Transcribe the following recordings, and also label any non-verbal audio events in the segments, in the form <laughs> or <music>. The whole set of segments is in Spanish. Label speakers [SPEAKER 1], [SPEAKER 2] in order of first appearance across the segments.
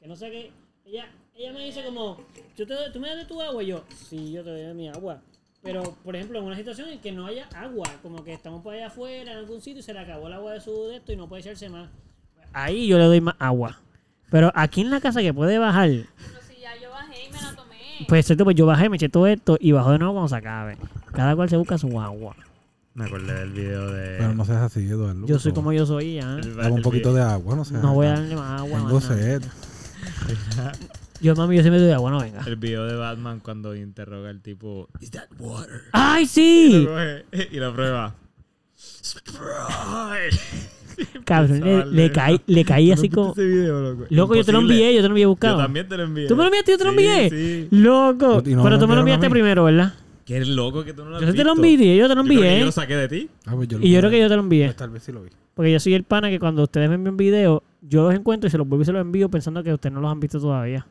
[SPEAKER 1] Que no sé qué. Ella, ella me dice como, yo te doy- tú me das de tu agua y yo, sí, yo te doy de mi agua. Pero, por ejemplo, en una situación en que no haya agua, como que estamos por allá afuera en algún sitio y se le acabó el agua de su de esto y no puede echarse más. Ahí yo le doy más agua. Pero aquí en la casa que puede bajar,
[SPEAKER 2] Pero si ya yo bajé y me la tomé.
[SPEAKER 1] pues, cierto, pues yo bajé, me eché todo esto y bajo de nuevo cuando se acabe. Cada cual se busca su agua.
[SPEAKER 3] Me acordé del video de.
[SPEAKER 4] Pero no seas así, Eduardo.
[SPEAKER 1] Yo soy
[SPEAKER 4] por
[SPEAKER 1] como yo soy ya.
[SPEAKER 3] el-
[SPEAKER 4] favor. Dame un
[SPEAKER 3] el
[SPEAKER 4] poquito
[SPEAKER 3] video-
[SPEAKER 4] de agua, no sé.
[SPEAKER 1] No voy a darle más agua.
[SPEAKER 4] Tengo
[SPEAKER 1] más nada.
[SPEAKER 4] sed.
[SPEAKER 1] Yo, mami, yo siempre doy agua, no
[SPEAKER 4] <laughs>
[SPEAKER 1] venga.
[SPEAKER 3] El video de Batman cuando interroga al tipo. ¿Is that water?
[SPEAKER 1] ¡Ay,
[SPEAKER 3] Y
[SPEAKER 1] sí!
[SPEAKER 3] lo, coge <laughs> y lo prueba.
[SPEAKER 1] Cabrón, le, le caí, le caí así como.
[SPEAKER 3] Ese video, loco.
[SPEAKER 1] Loco, yo te lo envié, yo te lo envié
[SPEAKER 3] Yo
[SPEAKER 1] buscado.
[SPEAKER 3] también te lo envié.
[SPEAKER 1] ¿Tú me lo enviaste? ¿Yo te lo
[SPEAKER 3] Sí,
[SPEAKER 1] envié?
[SPEAKER 3] Sí.
[SPEAKER 1] Loco.
[SPEAKER 4] ¿Y no
[SPEAKER 1] Pero
[SPEAKER 4] me lo
[SPEAKER 1] tú me lo
[SPEAKER 4] enviaron a
[SPEAKER 1] enviaste
[SPEAKER 4] mí?
[SPEAKER 1] primero, ¿verdad?
[SPEAKER 3] Qué loco que tú no lo has
[SPEAKER 1] Yo sí te lo
[SPEAKER 3] visto.
[SPEAKER 1] envié, yo te lo
[SPEAKER 3] Yo creo que
[SPEAKER 1] envié.
[SPEAKER 3] Yo lo saqué de ti.
[SPEAKER 4] Ah, pues lo
[SPEAKER 1] Y yo
[SPEAKER 4] puedo
[SPEAKER 1] creo que yo te lo
[SPEAKER 4] ver.
[SPEAKER 1] envié.
[SPEAKER 4] Tal vez sí lo vi.
[SPEAKER 1] Porque yo soy el pana que cuando ustedes me envían video, yo los encuentro y se los vuelvo y se los envío pensando que ustedes no los han visto todavía.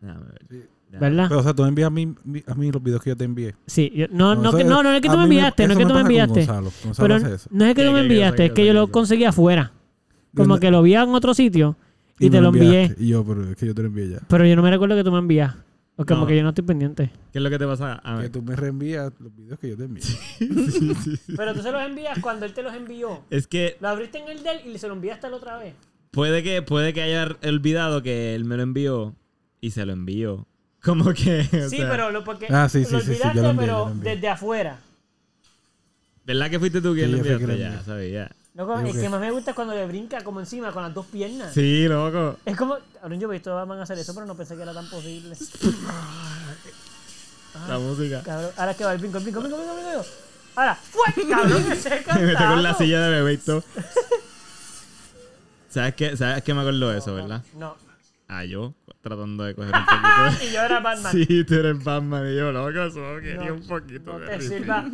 [SPEAKER 3] Déjame ver.
[SPEAKER 4] Sí.
[SPEAKER 3] Déjame
[SPEAKER 1] ¿Verdad?
[SPEAKER 4] Pero, o sea, tú me envías a mí, a mí los videos que yo te envié.
[SPEAKER 1] Sí. yo- Ah. no, no,
[SPEAKER 4] eso
[SPEAKER 1] que-
[SPEAKER 4] es-
[SPEAKER 1] no, no es que
[SPEAKER 4] a
[SPEAKER 1] tú me
[SPEAKER 4] mí
[SPEAKER 1] enviaste, no es
[SPEAKER 4] eso
[SPEAKER 1] que
[SPEAKER 4] me
[SPEAKER 1] tú me
[SPEAKER 4] pasa con
[SPEAKER 1] enviaste.
[SPEAKER 4] Gonzalo. Gonzalo
[SPEAKER 1] Pero
[SPEAKER 4] hace eso.
[SPEAKER 1] no es que
[SPEAKER 3] ¿Qué,
[SPEAKER 1] tú me
[SPEAKER 3] qué, qué,
[SPEAKER 1] enviaste,
[SPEAKER 3] qué,
[SPEAKER 1] es que
[SPEAKER 3] qué,
[SPEAKER 1] yo
[SPEAKER 3] qué,
[SPEAKER 1] lo
[SPEAKER 3] qué?
[SPEAKER 1] conseguí afuera.
[SPEAKER 4] Y
[SPEAKER 1] Como que lo vi en otro sitio y te
[SPEAKER 4] me
[SPEAKER 1] lo envié.
[SPEAKER 4] enviaste. Y yo, pero es que yo te lo envié ya.
[SPEAKER 1] Pero yo no me recuerdo que tú me envías. O como
[SPEAKER 3] No.
[SPEAKER 1] que yo no estoy
[SPEAKER 3] <laughs>
[SPEAKER 1] pendiente.
[SPEAKER 3] ver. ¿Qué es lo que te pasa? A
[SPEAKER 4] Que
[SPEAKER 3] ver.
[SPEAKER 4] tú me reenvías los videos que yo te envié.
[SPEAKER 1] Pero tú se los envías cuando él te los envió.
[SPEAKER 3] Es que
[SPEAKER 1] Lo abriste en el del y se lo enviaste la otra vez.
[SPEAKER 3] puede que puede que haya olvidado que él me lo envió y se lo envió. <laughs> Como que. o
[SPEAKER 1] Sí,
[SPEAKER 3] sea,
[SPEAKER 1] pero lo, porque
[SPEAKER 4] Ah, sí,
[SPEAKER 1] lo
[SPEAKER 4] sí, sí, sí,
[SPEAKER 1] olvidaste,
[SPEAKER 4] yo lo envié, yo
[SPEAKER 1] pero
[SPEAKER 4] lo envié.
[SPEAKER 1] desde afuera.
[SPEAKER 3] ¿Verdad que fuiste tú quien
[SPEAKER 4] Sí,
[SPEAKER 3] lo
[SPEAKER 4] yo fui quien
[SPEAKER 3] enviaste?
[SPEAKER 4] lo
[SPEAKER 3] Ya,
[SPEAKER 4] envié.
[SPEAKER 3] sabía.
[SPEAKER 1] Loco,
[SPEAKER 4] Digo
[SPEAKER 1] el
[SPEAKER 4] que-
[SPEAKER 1] que más me gusta es cuando le brinca como encima con las dos piernas.
[SPEAKER 3] Sí, loco.
[SPEAKER 1] Es como, ahora yo he visto van a hacer eso, pero no pensé que era tan posible.
[SPEAKER 3] La música.
[SPEAKER 1] Cabrón, ahora es que va el brinco, el brinco, el brinco, el brinco, el brinco. Ahora,
[SPEAKER 4] <laughs>
[SPEAKER 1] ¡fue! Cabrón, ese
[SPEAKER 3] <laughs> Me metí con la
[SPEAKER 1] cantado.
[SPEAKER 3] silla de bebé y todo.
[SPEAKER 1] <laughs>
[SPEAKER 3] ¿Sabes qué? ¿Sabes qué me acuerdo de eso, verdad?
[SPEAKER 1] No.
[SPEAKER 3] Ah, yo tratando
[SPEAKER 1] <laughs>
[SPEAKER 3] de coger un poquito
[SPEAKER 1] Y yo era Batman.
[SPEAKER 3] de... Sí, tú eres Batman y yo, loco, eso quería un poquito
[SPEAKER 1] No
[SPEAKER 3] de
[SPEAKER 1] te
[SPEAKER 3] refill.
[SPEAKER 1] sirva.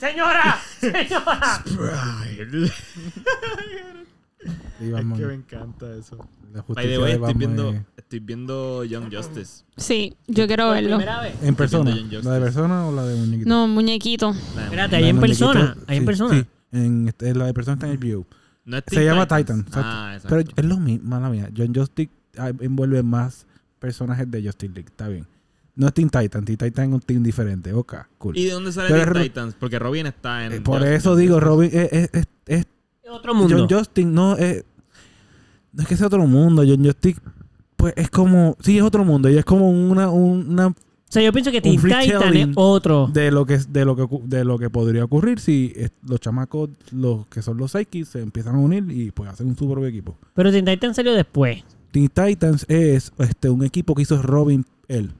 [SPEAKER 1] ¡Señora! ¡Señora!
[SPEAKER 3] Brian.
[SPEAKER 4] Y
[SPEAKER 3] es
[SPEAKER 4] vamos,
[SPEAKER 3] que me encanta eso.
[SPEAKER 4] la
[SPEAKER 3] By
[SPEAKER 4] justicia
[SPEAKER 3] the way,
[SPEAKER 4] de
[SPEAKER 3] estoy
[SPEAKER 4] Batman eh.
[SPEAKER 3] viendo,
[SPEAKER 4] es-
[SPEAKER 3] estoy viendo Young Justice,
[SPEAKER 2] Sí, yo quiero
[SPEAKER 1] Por
[SPEAKER 2] verlo.
[SPEAKER 1] primera vez.
[SPEAKER 4] ¿En persona?
[SPEAKER 3] viendo Young
[SPEAKER 4] ¿La de
[SPEAKER 3] Justice.
[SPEAKER 4] persona o la de muñequito?
[SPEAKER 2] No, muñequito.
[SPEAKER 3] la de-
[SPEAKER 1] Espérate,
[SPEAKER 4] La
[SPEAKER 1] ahí
[SPEAKER 4] de
[SPEAKER 1] en
[SPEAKER 4] muñequito,
[SPEAKER 1] persona. Ahí en
[SPEAKER 4] sí,
[SPEAKER 1] persona.
[SPEAKER 4] sí. En, este- la de persona está en el view.
[SPEAKER 3] No es
[SPEAKER 4] Se
[SPEAKER 3] Teen
[SPEAKER 4] llama
[SPEAKER 3] Titans.
[SPEAKER 4] Titan. exacto.
[SPEAKER 3] Ah, exacto.
[SPEAKER 4] Pero eh, es lo mismo, mala mía. John Justice ah, envuelve más personajes de Justice League. Está bien. No es Teen Titan. Teen Titan es un team diferente. Ok, cool.
[SPEAKER 3] ¿Y de dónde sale
[SPEAKER 4] Pero
[SPEAKER 3] Teen
[SPEAKER 4] Ro-
[SPEAKER 3] Titans? Porque Robin está en...
[SPEAKER 4] Eh, por
[SPEAKER 3] Justice.
[SPEAKER 4] eso digo, Robin, eh, eh, es, es-
[SPEAKER 1] Otro
[SPEAKER 4] John
[SPEAKER 1] mundo.
[SPEAKER 4] Justin no es... No es que sea otro mundo. John Justin, pues es como... Sí, es otro mundo. Y es como una... una
[SPEAKER 1] o sea, yo pienso que Teen
[SPEAKER 4] free
[SPEAKER 1] Titan es
[SPEAKER 4] telling
[SPEAKER 1] otro.
[SPEAKER 4] de lo que de lo que ocu- de lo que podría ocurrir si eh, los chamacos los que son los psychics se empiezan a unir y pues hacen un super equipo
[SPEAKER 1] Pero Teen Titan salió después.
[SPEAKER 4] Teen Titans es este un equipo que hizo Robin él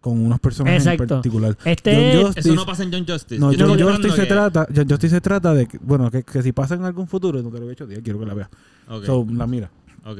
[SPEAKER 4] con unos personajes en
[SPEAKER 1] Exacto.
[SPEAKER 4] particular
[SPEAKER 1] Este
[SPEAKER 4] John
[SPEAKER 1] es-
[SPEAKER 4] Justice
[SPEAKER 3] Eso no pasa en Young Justice.
[SPEAKER 4] no,
[SPEAKER 3] Yo estoy
[SPEAKER 4] John
[SPEAKER 3] esperando
[SPEAKER 4] Justice se
[SPEAKER 3] que-
[SPEAKER 4] trata John Justice se trata de que, bueno que, que si pasa en algún futuro no te lo he hecho día quiero que la veas
[SPEAKER 3] Ok,
[SPEAKER 4] so la mira
[SPEAKER 3] ok.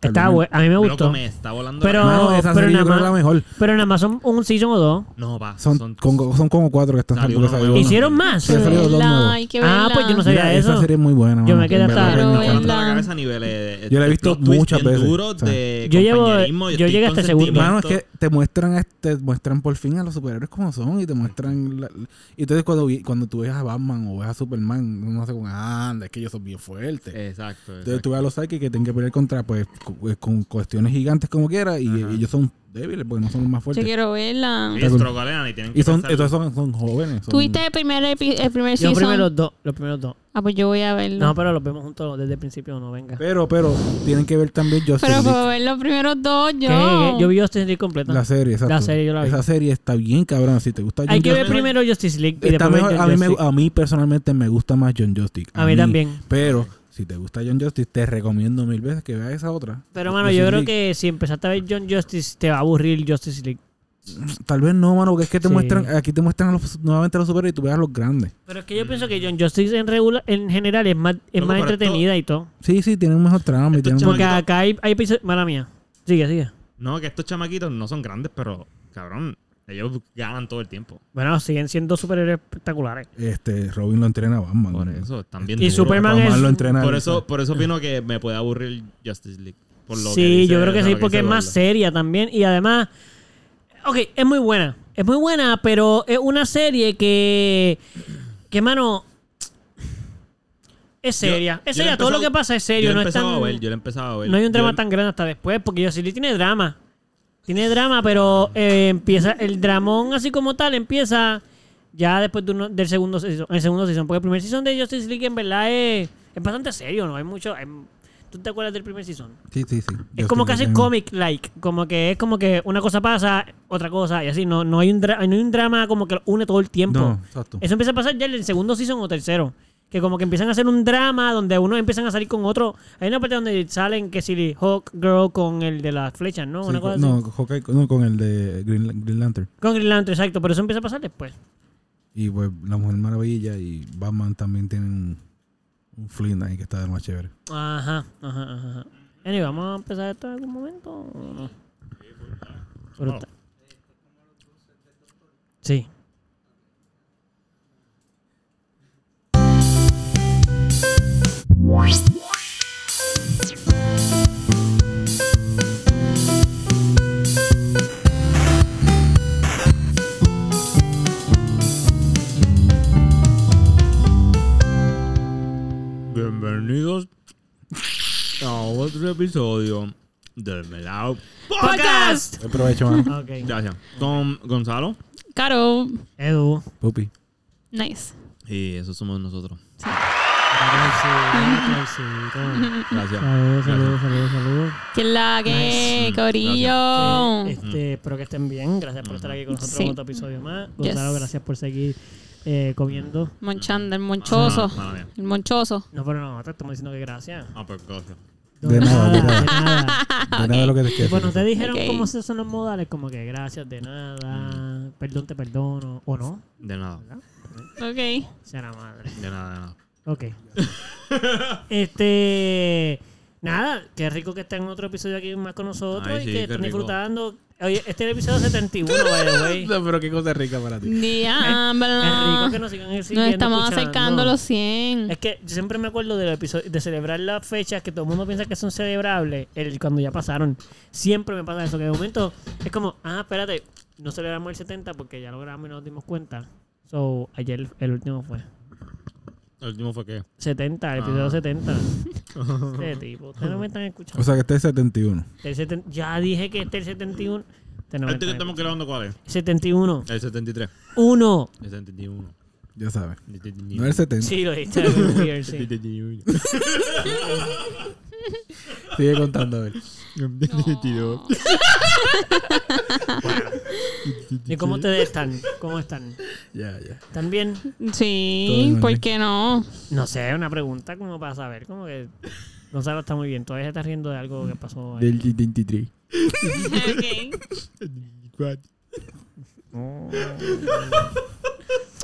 [SPEAKER 1] Está bueno. A mí me
[SPEAKER 3] Loco,
[SPEAKER 1] gustó.
[SPEAKER 3] me está volando
[SPEAKER 1] Pero-
[SPEAKER 3] la-
[SPEAKER 4] Mano, esa
[SPEAKER 1] pero
[SPEAKER 4] serie
[SPEAKER 1] nada
[SPEAKER 4] yo creo que es
[SPEAKER 1] más-
[SPEAKER 4] la mejor
[SPEAKER 1] Pero nada más son un season o dos.
[SPEAKER 3] No, va.
[SPEAKER 4] son, con- son como cuatro que están
[SPEAKER 3] Salió
[SPEAKER 4] porque
[SPEAKER 3] uno
[SPEAKER 4] salió
[SPEAKER 3] nuevo.
[SPEAKER 4] uno.
[SPEAKER 1] ¿Hicieron más?
[SPEAKER 4] Sí, ha salido dos
[SPEAKER 2] Verla,
[SPEAKER 4] nuevos.
[SPEAKER 2] Hay que verla.
[SPEAKER 1] Ah, pues yo no sabía
[SPEAKER 4] Mira,
[SPEAKER 1] eso.
[SPEAKER 4] esa serie es muy buena
[SPEAKER 1] Yo
[SPEAKER 4] mano.
[SPEAKER 1] me quedé
[SPEAKER 4] En
[SPEAKER 1] hasta-
[SPEAKER 4] verdad,
[SPEAKER 2] Pero
[SPEAKER 4] me
[SPEAKER 3] No,
[SPEAKER 4] encanta.
[SPEAKER 3] no,
[SPEAKER 2] la-
[SPEAKER 3] la cabeza a niveles.
[SPEAKER 4] Yo la he
[SPEAKER 3] de
[SPEAKER 4] visto
[SPEAKER 3] plot twist
[SPEAKER 4] muchas
[SPEAKER 3] bien
[SPEAKER 4] veces,
[SPEAKER 3] duros
[SPEAKER 4] ¿sabes?
[SPEAKER 3] de
[SPEAKER 1] Yo llevo-
[SPEAKER 3] compañerismo,
[SPEAKER 1] yo
[SPEAKER 3] estoy
[SPEAKER 1] llegué
[SPEAKER 3] con
[SPEAKER 1] hasta segundo.
[SPEAKER 3] sentimiento.
[SPEAKER 4] Mano, es que te muestran, este, muestran por fin a los superhéroes como son y te muestran. la- la- y entonces, cuando, vi- cuando tú ves a Batman o ves a Superman, uno hace como, ah, anda, es que ellos son bien fuertes.
[SPEAKER 1] Eh,
[SPEAKER 3] Exacto.
[SPEAKER 4] entonces,
[SPEAKER 3] exacto.
[SPEAKER 4] tú ves a los psychics que tienen que pelear contra, pues, cu- con, cuestiones gigantes como quiera y
[SPEAKER 3] Ajá.
[SPEAKER 4] ellos son débiles porque no son los más
[SPEAKER 2] Yo
[SPEAKER 4] fuertes.
[SPEAKER 2] quiero verla.
[SPEAKER 3] Y estrogolean y tienen que
[SPEAKER 4] Y son,
[SPEAKER 3] pensar-
[SPEAKER 4] entonces son, son jóvenes. son-
[SPEAKER 2] ¿Tuviste el primer, epi- el primer
[SPEAKER 1] Yo
[SPEAKER 2] season?
[SPEAKER 1] primero los dos. Los primeros dos.
[SPEAKER 2] Ah, pues yo voy a verlo.
[SPEAKER 1] No, pero los vemos juntos desde el principio. No, venga. ¿Qué?
[SPEAKER 4] Pero, pero, tienen que ver también Justice
[SPEAKER 2] pero
[SPEAKER 4] League,
[SPEAKER 2] puedo ver los primeros dos yo.
[SPEAKER 1] ¿Qué? Yo vi Justice League completa.
[SPEAKER 4] La serie, exacto.
[SPEAKER 1] serie yo la vi.
[SPEAKER 4] Esa serie está bien cabrón. Si te gusta
[SPEAKER 1] Hay
[SPEAKER 4] John
[SPEAKER 1] que ver
[SPEAKER 4] Justice,
[SPEAKER 1] primero Justice League y
[SPEAKER 4] está
[SPEAKER 1] después ver
[SPEAKER 4] mejor-
[SPEAKER 1] John
[SPEAKER 4] a, mí me-
[SPEAKER 1] Justice.
[SPEAKER 4] a mí personalmente me gusta más John Justice.
[SPEAKER 1] A mí también.
[SPEAKER 4] Pero si te gusta John Justice, te recomiendo mil veces que veas esa otra.
[SPEAKER 1] Pero, mano, yo creo que si empezaste a ver John Justice, te va a aburrir Justice League.
[SPEAKER 4] que. Tal vez no, mano, porque es que te
[SPEAKER 1] Sí.
[SPEAKER 4] muestran. Aquí te muestran a los, nuevamente a los superhéroes y tú veas a los grandes.
[SPEAKER 1] Pero es que yo pienso que John Justice en, regula- en general es más, es
[SPEAKER 3] Loco,
[SPEAKER 1] más
[SPEAKER 3] pero
[SPEAKER 1] entretenida y todo.
[SPEAKER 4] Sí, sí, tienen un mejor trama y
[SPEAKER 3] Estos
[SPEAKER 4] tienen.
[SPEAKER 3] chamacos-
[SPEAKER 1] Porque
[SPEAKER 3] Loquito.
[SPEAKER 1] acá hay, hay episodios... Mala mía. Sigue, sigue.
[SPEAKER 3] No, que estos chamaquitos no son grandes, pero cabrón, ellos ganan todo el tiempo.
[SPEAKER 1] Bueno, siguen siendo superhéroes espectaculares.
[SPEAKER 4] Este, Robin lo entrena a Batman.
[SPEAKER 3] Por eso, están bien
[SPEAKER 1] Y
[SPEAKER 3] duros.
[SPEAKER 1] Superman-
[SPEAKER 4] Batman
[SPEAKER 1] es-
[SPEAKER 4] lo entrena.
[SPEAKER 3] Por eso, por eso opino que me puede aburrir Justice League. Por lo que
[SPEAKER 1] Sí,
[SPEAKER 3] dice-
[SPEAKER 1] yo creo que
[SPEAKER 3] por
[SPEAKER 1] sí,
[SPEAKER 3] lo
[SPEAKER 1] porque es
[SPEAKER 3] dice
[SPEAKER 1] más
[SPEAKER 3] Eduardo.
[SPEAKER 1] seria también. Y además, ok, es muy buena. Es muy buena, pero es una serie que, que mano, es seria.
[SPEAKER 3] yo
[SPEAKER 1] es
[SPEAKER 3] la
[SPEAKER 1] seria, todo
[SPEAKER 3] empezaba-
[SPEAKER 1] lo que pasa es
[SPEAKER 3] Yo
[SPEAKER 1] serio.
[SPEAKER 3] lo
[SPEAKER 1] No, es
[SPEAKER 3] empezaba
[SPEAKER 1] tan-
[SPEAKER 3] a ver, yo lo empezaba a ver.
[SPEAKER 1] no hay un drama
[SPEAKER 3] Yo-
[SPEAKER 1] tan grande hasta después, porque yo sí tiene drama. Tiene drama, pero eh, empieza. El dramón, así como tal, empieza ya después de uno- del segundo season, el segundo season. Porque el primer season de Justice League, en verdad, es, es bastante serio, ¿no? Hay mucho. hay- ¿Tú te acuerdas del primer season?
[SPEAKER 4] Sí, sí, sí.
[SPEAKER 1] Es como casi comic-like, como que es como que una cosa pasa, otra cosa, y así, no, no, hay, un dra- no hay un drama como que lo une todo el tiempo.
[SPEAKER 4] No, exacto.
[SPEAKER 1] Eso empieza a pasar ya en el segundo season o tercero, que como que empiezan a hacer un drama donde uno empiezan a salir con otro. Hay una parte donde salen que si Hawk Girl con el de las flechas, ¿no?
[SPEAKER 4] Sí,
[SPEAKER 1] una cosa
[SPEAKER 4] con-
[SPEAKER 1] así.
[SPEAKER 4] no, Hawkeye- no, con el de Green, Lan- Green Lantern.
[SPEAKER 1] Con Green Lantern, exacto, pero eso empieza a pasar después.
[SPEAKER 4] Y pues La Mujer Maravilla y Batman también tienen un, un fling ahí que está de lo más chévere.
[SPEAKER 1] Ajá, ajá, ajá. ajá. Anyway, vamos a empezar esto en algún momento. ¿o no? Brutal. Sí.
[SPEAKER 3] Bienvenidos a otro episodio del Melao.
[SPEAKER 2] ¡Podcast!
[SPEAKER 4] Aprovecho, mano.
[SPEAKER 1] Ok.
[SPEAKER 3] Gracias. Con Gonzalo.
[SPEAKER 2] Caro.
[SPEAKER 1] Edu.
[SPEAKER 4] Pupi.
[SPEAKER 1] <laughs>
[SPEAKER 2] Nice.
[SPEAKER 3] Y eso somos nosotros. Gracias.
[SPEAKER 1] Saludos,
[SPEAKER 3] Gracias.
[SPEAKER 1] saludos, saludos, saludos.
[SPEAKER 2] Que la que,
[SPEAKER 3] Nice.
[SPEAKER 2] Corillo.
[SPEAKER 1] Este, espero que estén bien. Gracias por estar aquí con nosotros
[SPEAKER 2] Sí.
[SPEAKER 1] en otro episodio más. Gonzalo,
[SPEAKER 2] Yes.
[SPEAKER 1] gracias por seguir eh, comiendo.
[SPEAKER 2] Monchanda, el monchoso.
[SPEAKER 3] Ah, mala mía.
[SPEAKER 2] El monchoso.
[SPEAKER 1] No, pero no, te estamos diciendo que gracias.
[SPEAKER 3] Ah, pues gracias.
[SPEAKER 4] De nada, de nada.
[SPEAKER 1] nada.
[SPEAKER 4] De nada lo que te quieres.
[SPEAKER 1] Bueno, te dijeron
[SPEAKER 2] Ok.
[SPEAKER 1] cómo se son los modales, como que gracias, de
[SPEAKER 4] Mm.
[SPEAKER 1] nada, perdón, te perdono, o no,
[SPEAKER 3] De nada.
[SPEAKER 1] <laughs>
[SPEAKER 2] Ok.
[SPEAKER 1] sea la madre.
[SPEAKER 3] De nada, de nada.
[SPEAKER 1] Ok. <laughs> este. Nada, qué rico que estén en otro episodio aquí más con nosotros
[SPEAKER 3] Ay,
[SPEAKER 1] y
[SPEAKER 3] sí,
[SPEAKER 1] que
[SPEAKER 3] qué
[SPEAKER 1] estén
[SPEAKER 3] rico.
[SPEAKER 1] disfrutando. Oye, este es el episodio 71, by the
[SPEAKER 2] <laughs>
[SPEAKER 1] way. Qué
[SPEAKER 4] pero qué cosa rica para ti.
[SPEAKER 1] rico
[SPEAKER 2] Diablo.
[SPEAKER 1] que nos sigan
[SPEAKER 2] Nos
[SPEAKER 1] siguiendo,
[SPEAKER 2] estamos
[SPEAKER 1] escuchando.
[SPEAKER 2] acercando a los 100.
[SPEAKER 1] Es que yo siempre me acuerdo del episodio de celebrar las fechas que todo el mundo piensa que son celebrables el, cuando ya pasaron. Siempre me pasa eso, que de momento es como, ah, espérate, no celebramos el 70 porque ya lo grabamos y no nos dimos cuenta. So, ayer el último fue.
[SPEAKER 3] El último fue que.
[SPEAKER 1] 70, el episodio
[SPEAKER 3] Ah.
[SPEAKER 1] 70. Este tipo, ustedes no me están escuchando.
[SPEAKER 4] O sea que este es 71.
[SPEAKER 1] El seten- ya dije que este es el 71. Ustedes no me
[SPEAKER 3] Este que
[SPEAKER 1] están
[SPEAKER 3] estamos grabando, ¿cuál es?
[SPEAKER 1] escuchando. 71.
[SPEAKER 3] El 73.
[SPEAKER 1] Uno.
[SPEAKER 3] El 71.
[SPEAKER 4] Ya sabes.
[SPEAKER 3] El 71.
[SPEAKER 4] No es el 70.
[SPEAKER 1] Sí, lo dijiste. algo weird,
[SPEAKER 3] <laughs>
[SPEAKER 1] sí.
[SPEAKER 3] 71.
[SPEAKER 4] Sigue contando a ver.
[SPEAKER 3] El 72.
[SPEAKER 1] ¿Y cómo ustedes están? ¿Cómo están?
[SPEAKER 4] Ya, ya.
[SPEAKER 1] ¿Están bien?
[SPEAKER 4] Todo en
[SPEAKER 2] Sí,
[SPEAKER 4] orden.
[SPEAKER 2] ¿por qué no?
[SPEAKER 1] No sé, una pregunta como para saber, como que Gonzalo está muy bien, todavía se está riendo de algo que pasó. ahí.
[SPEAKER 4] Del 23.
[SPEAKER 2] Ok.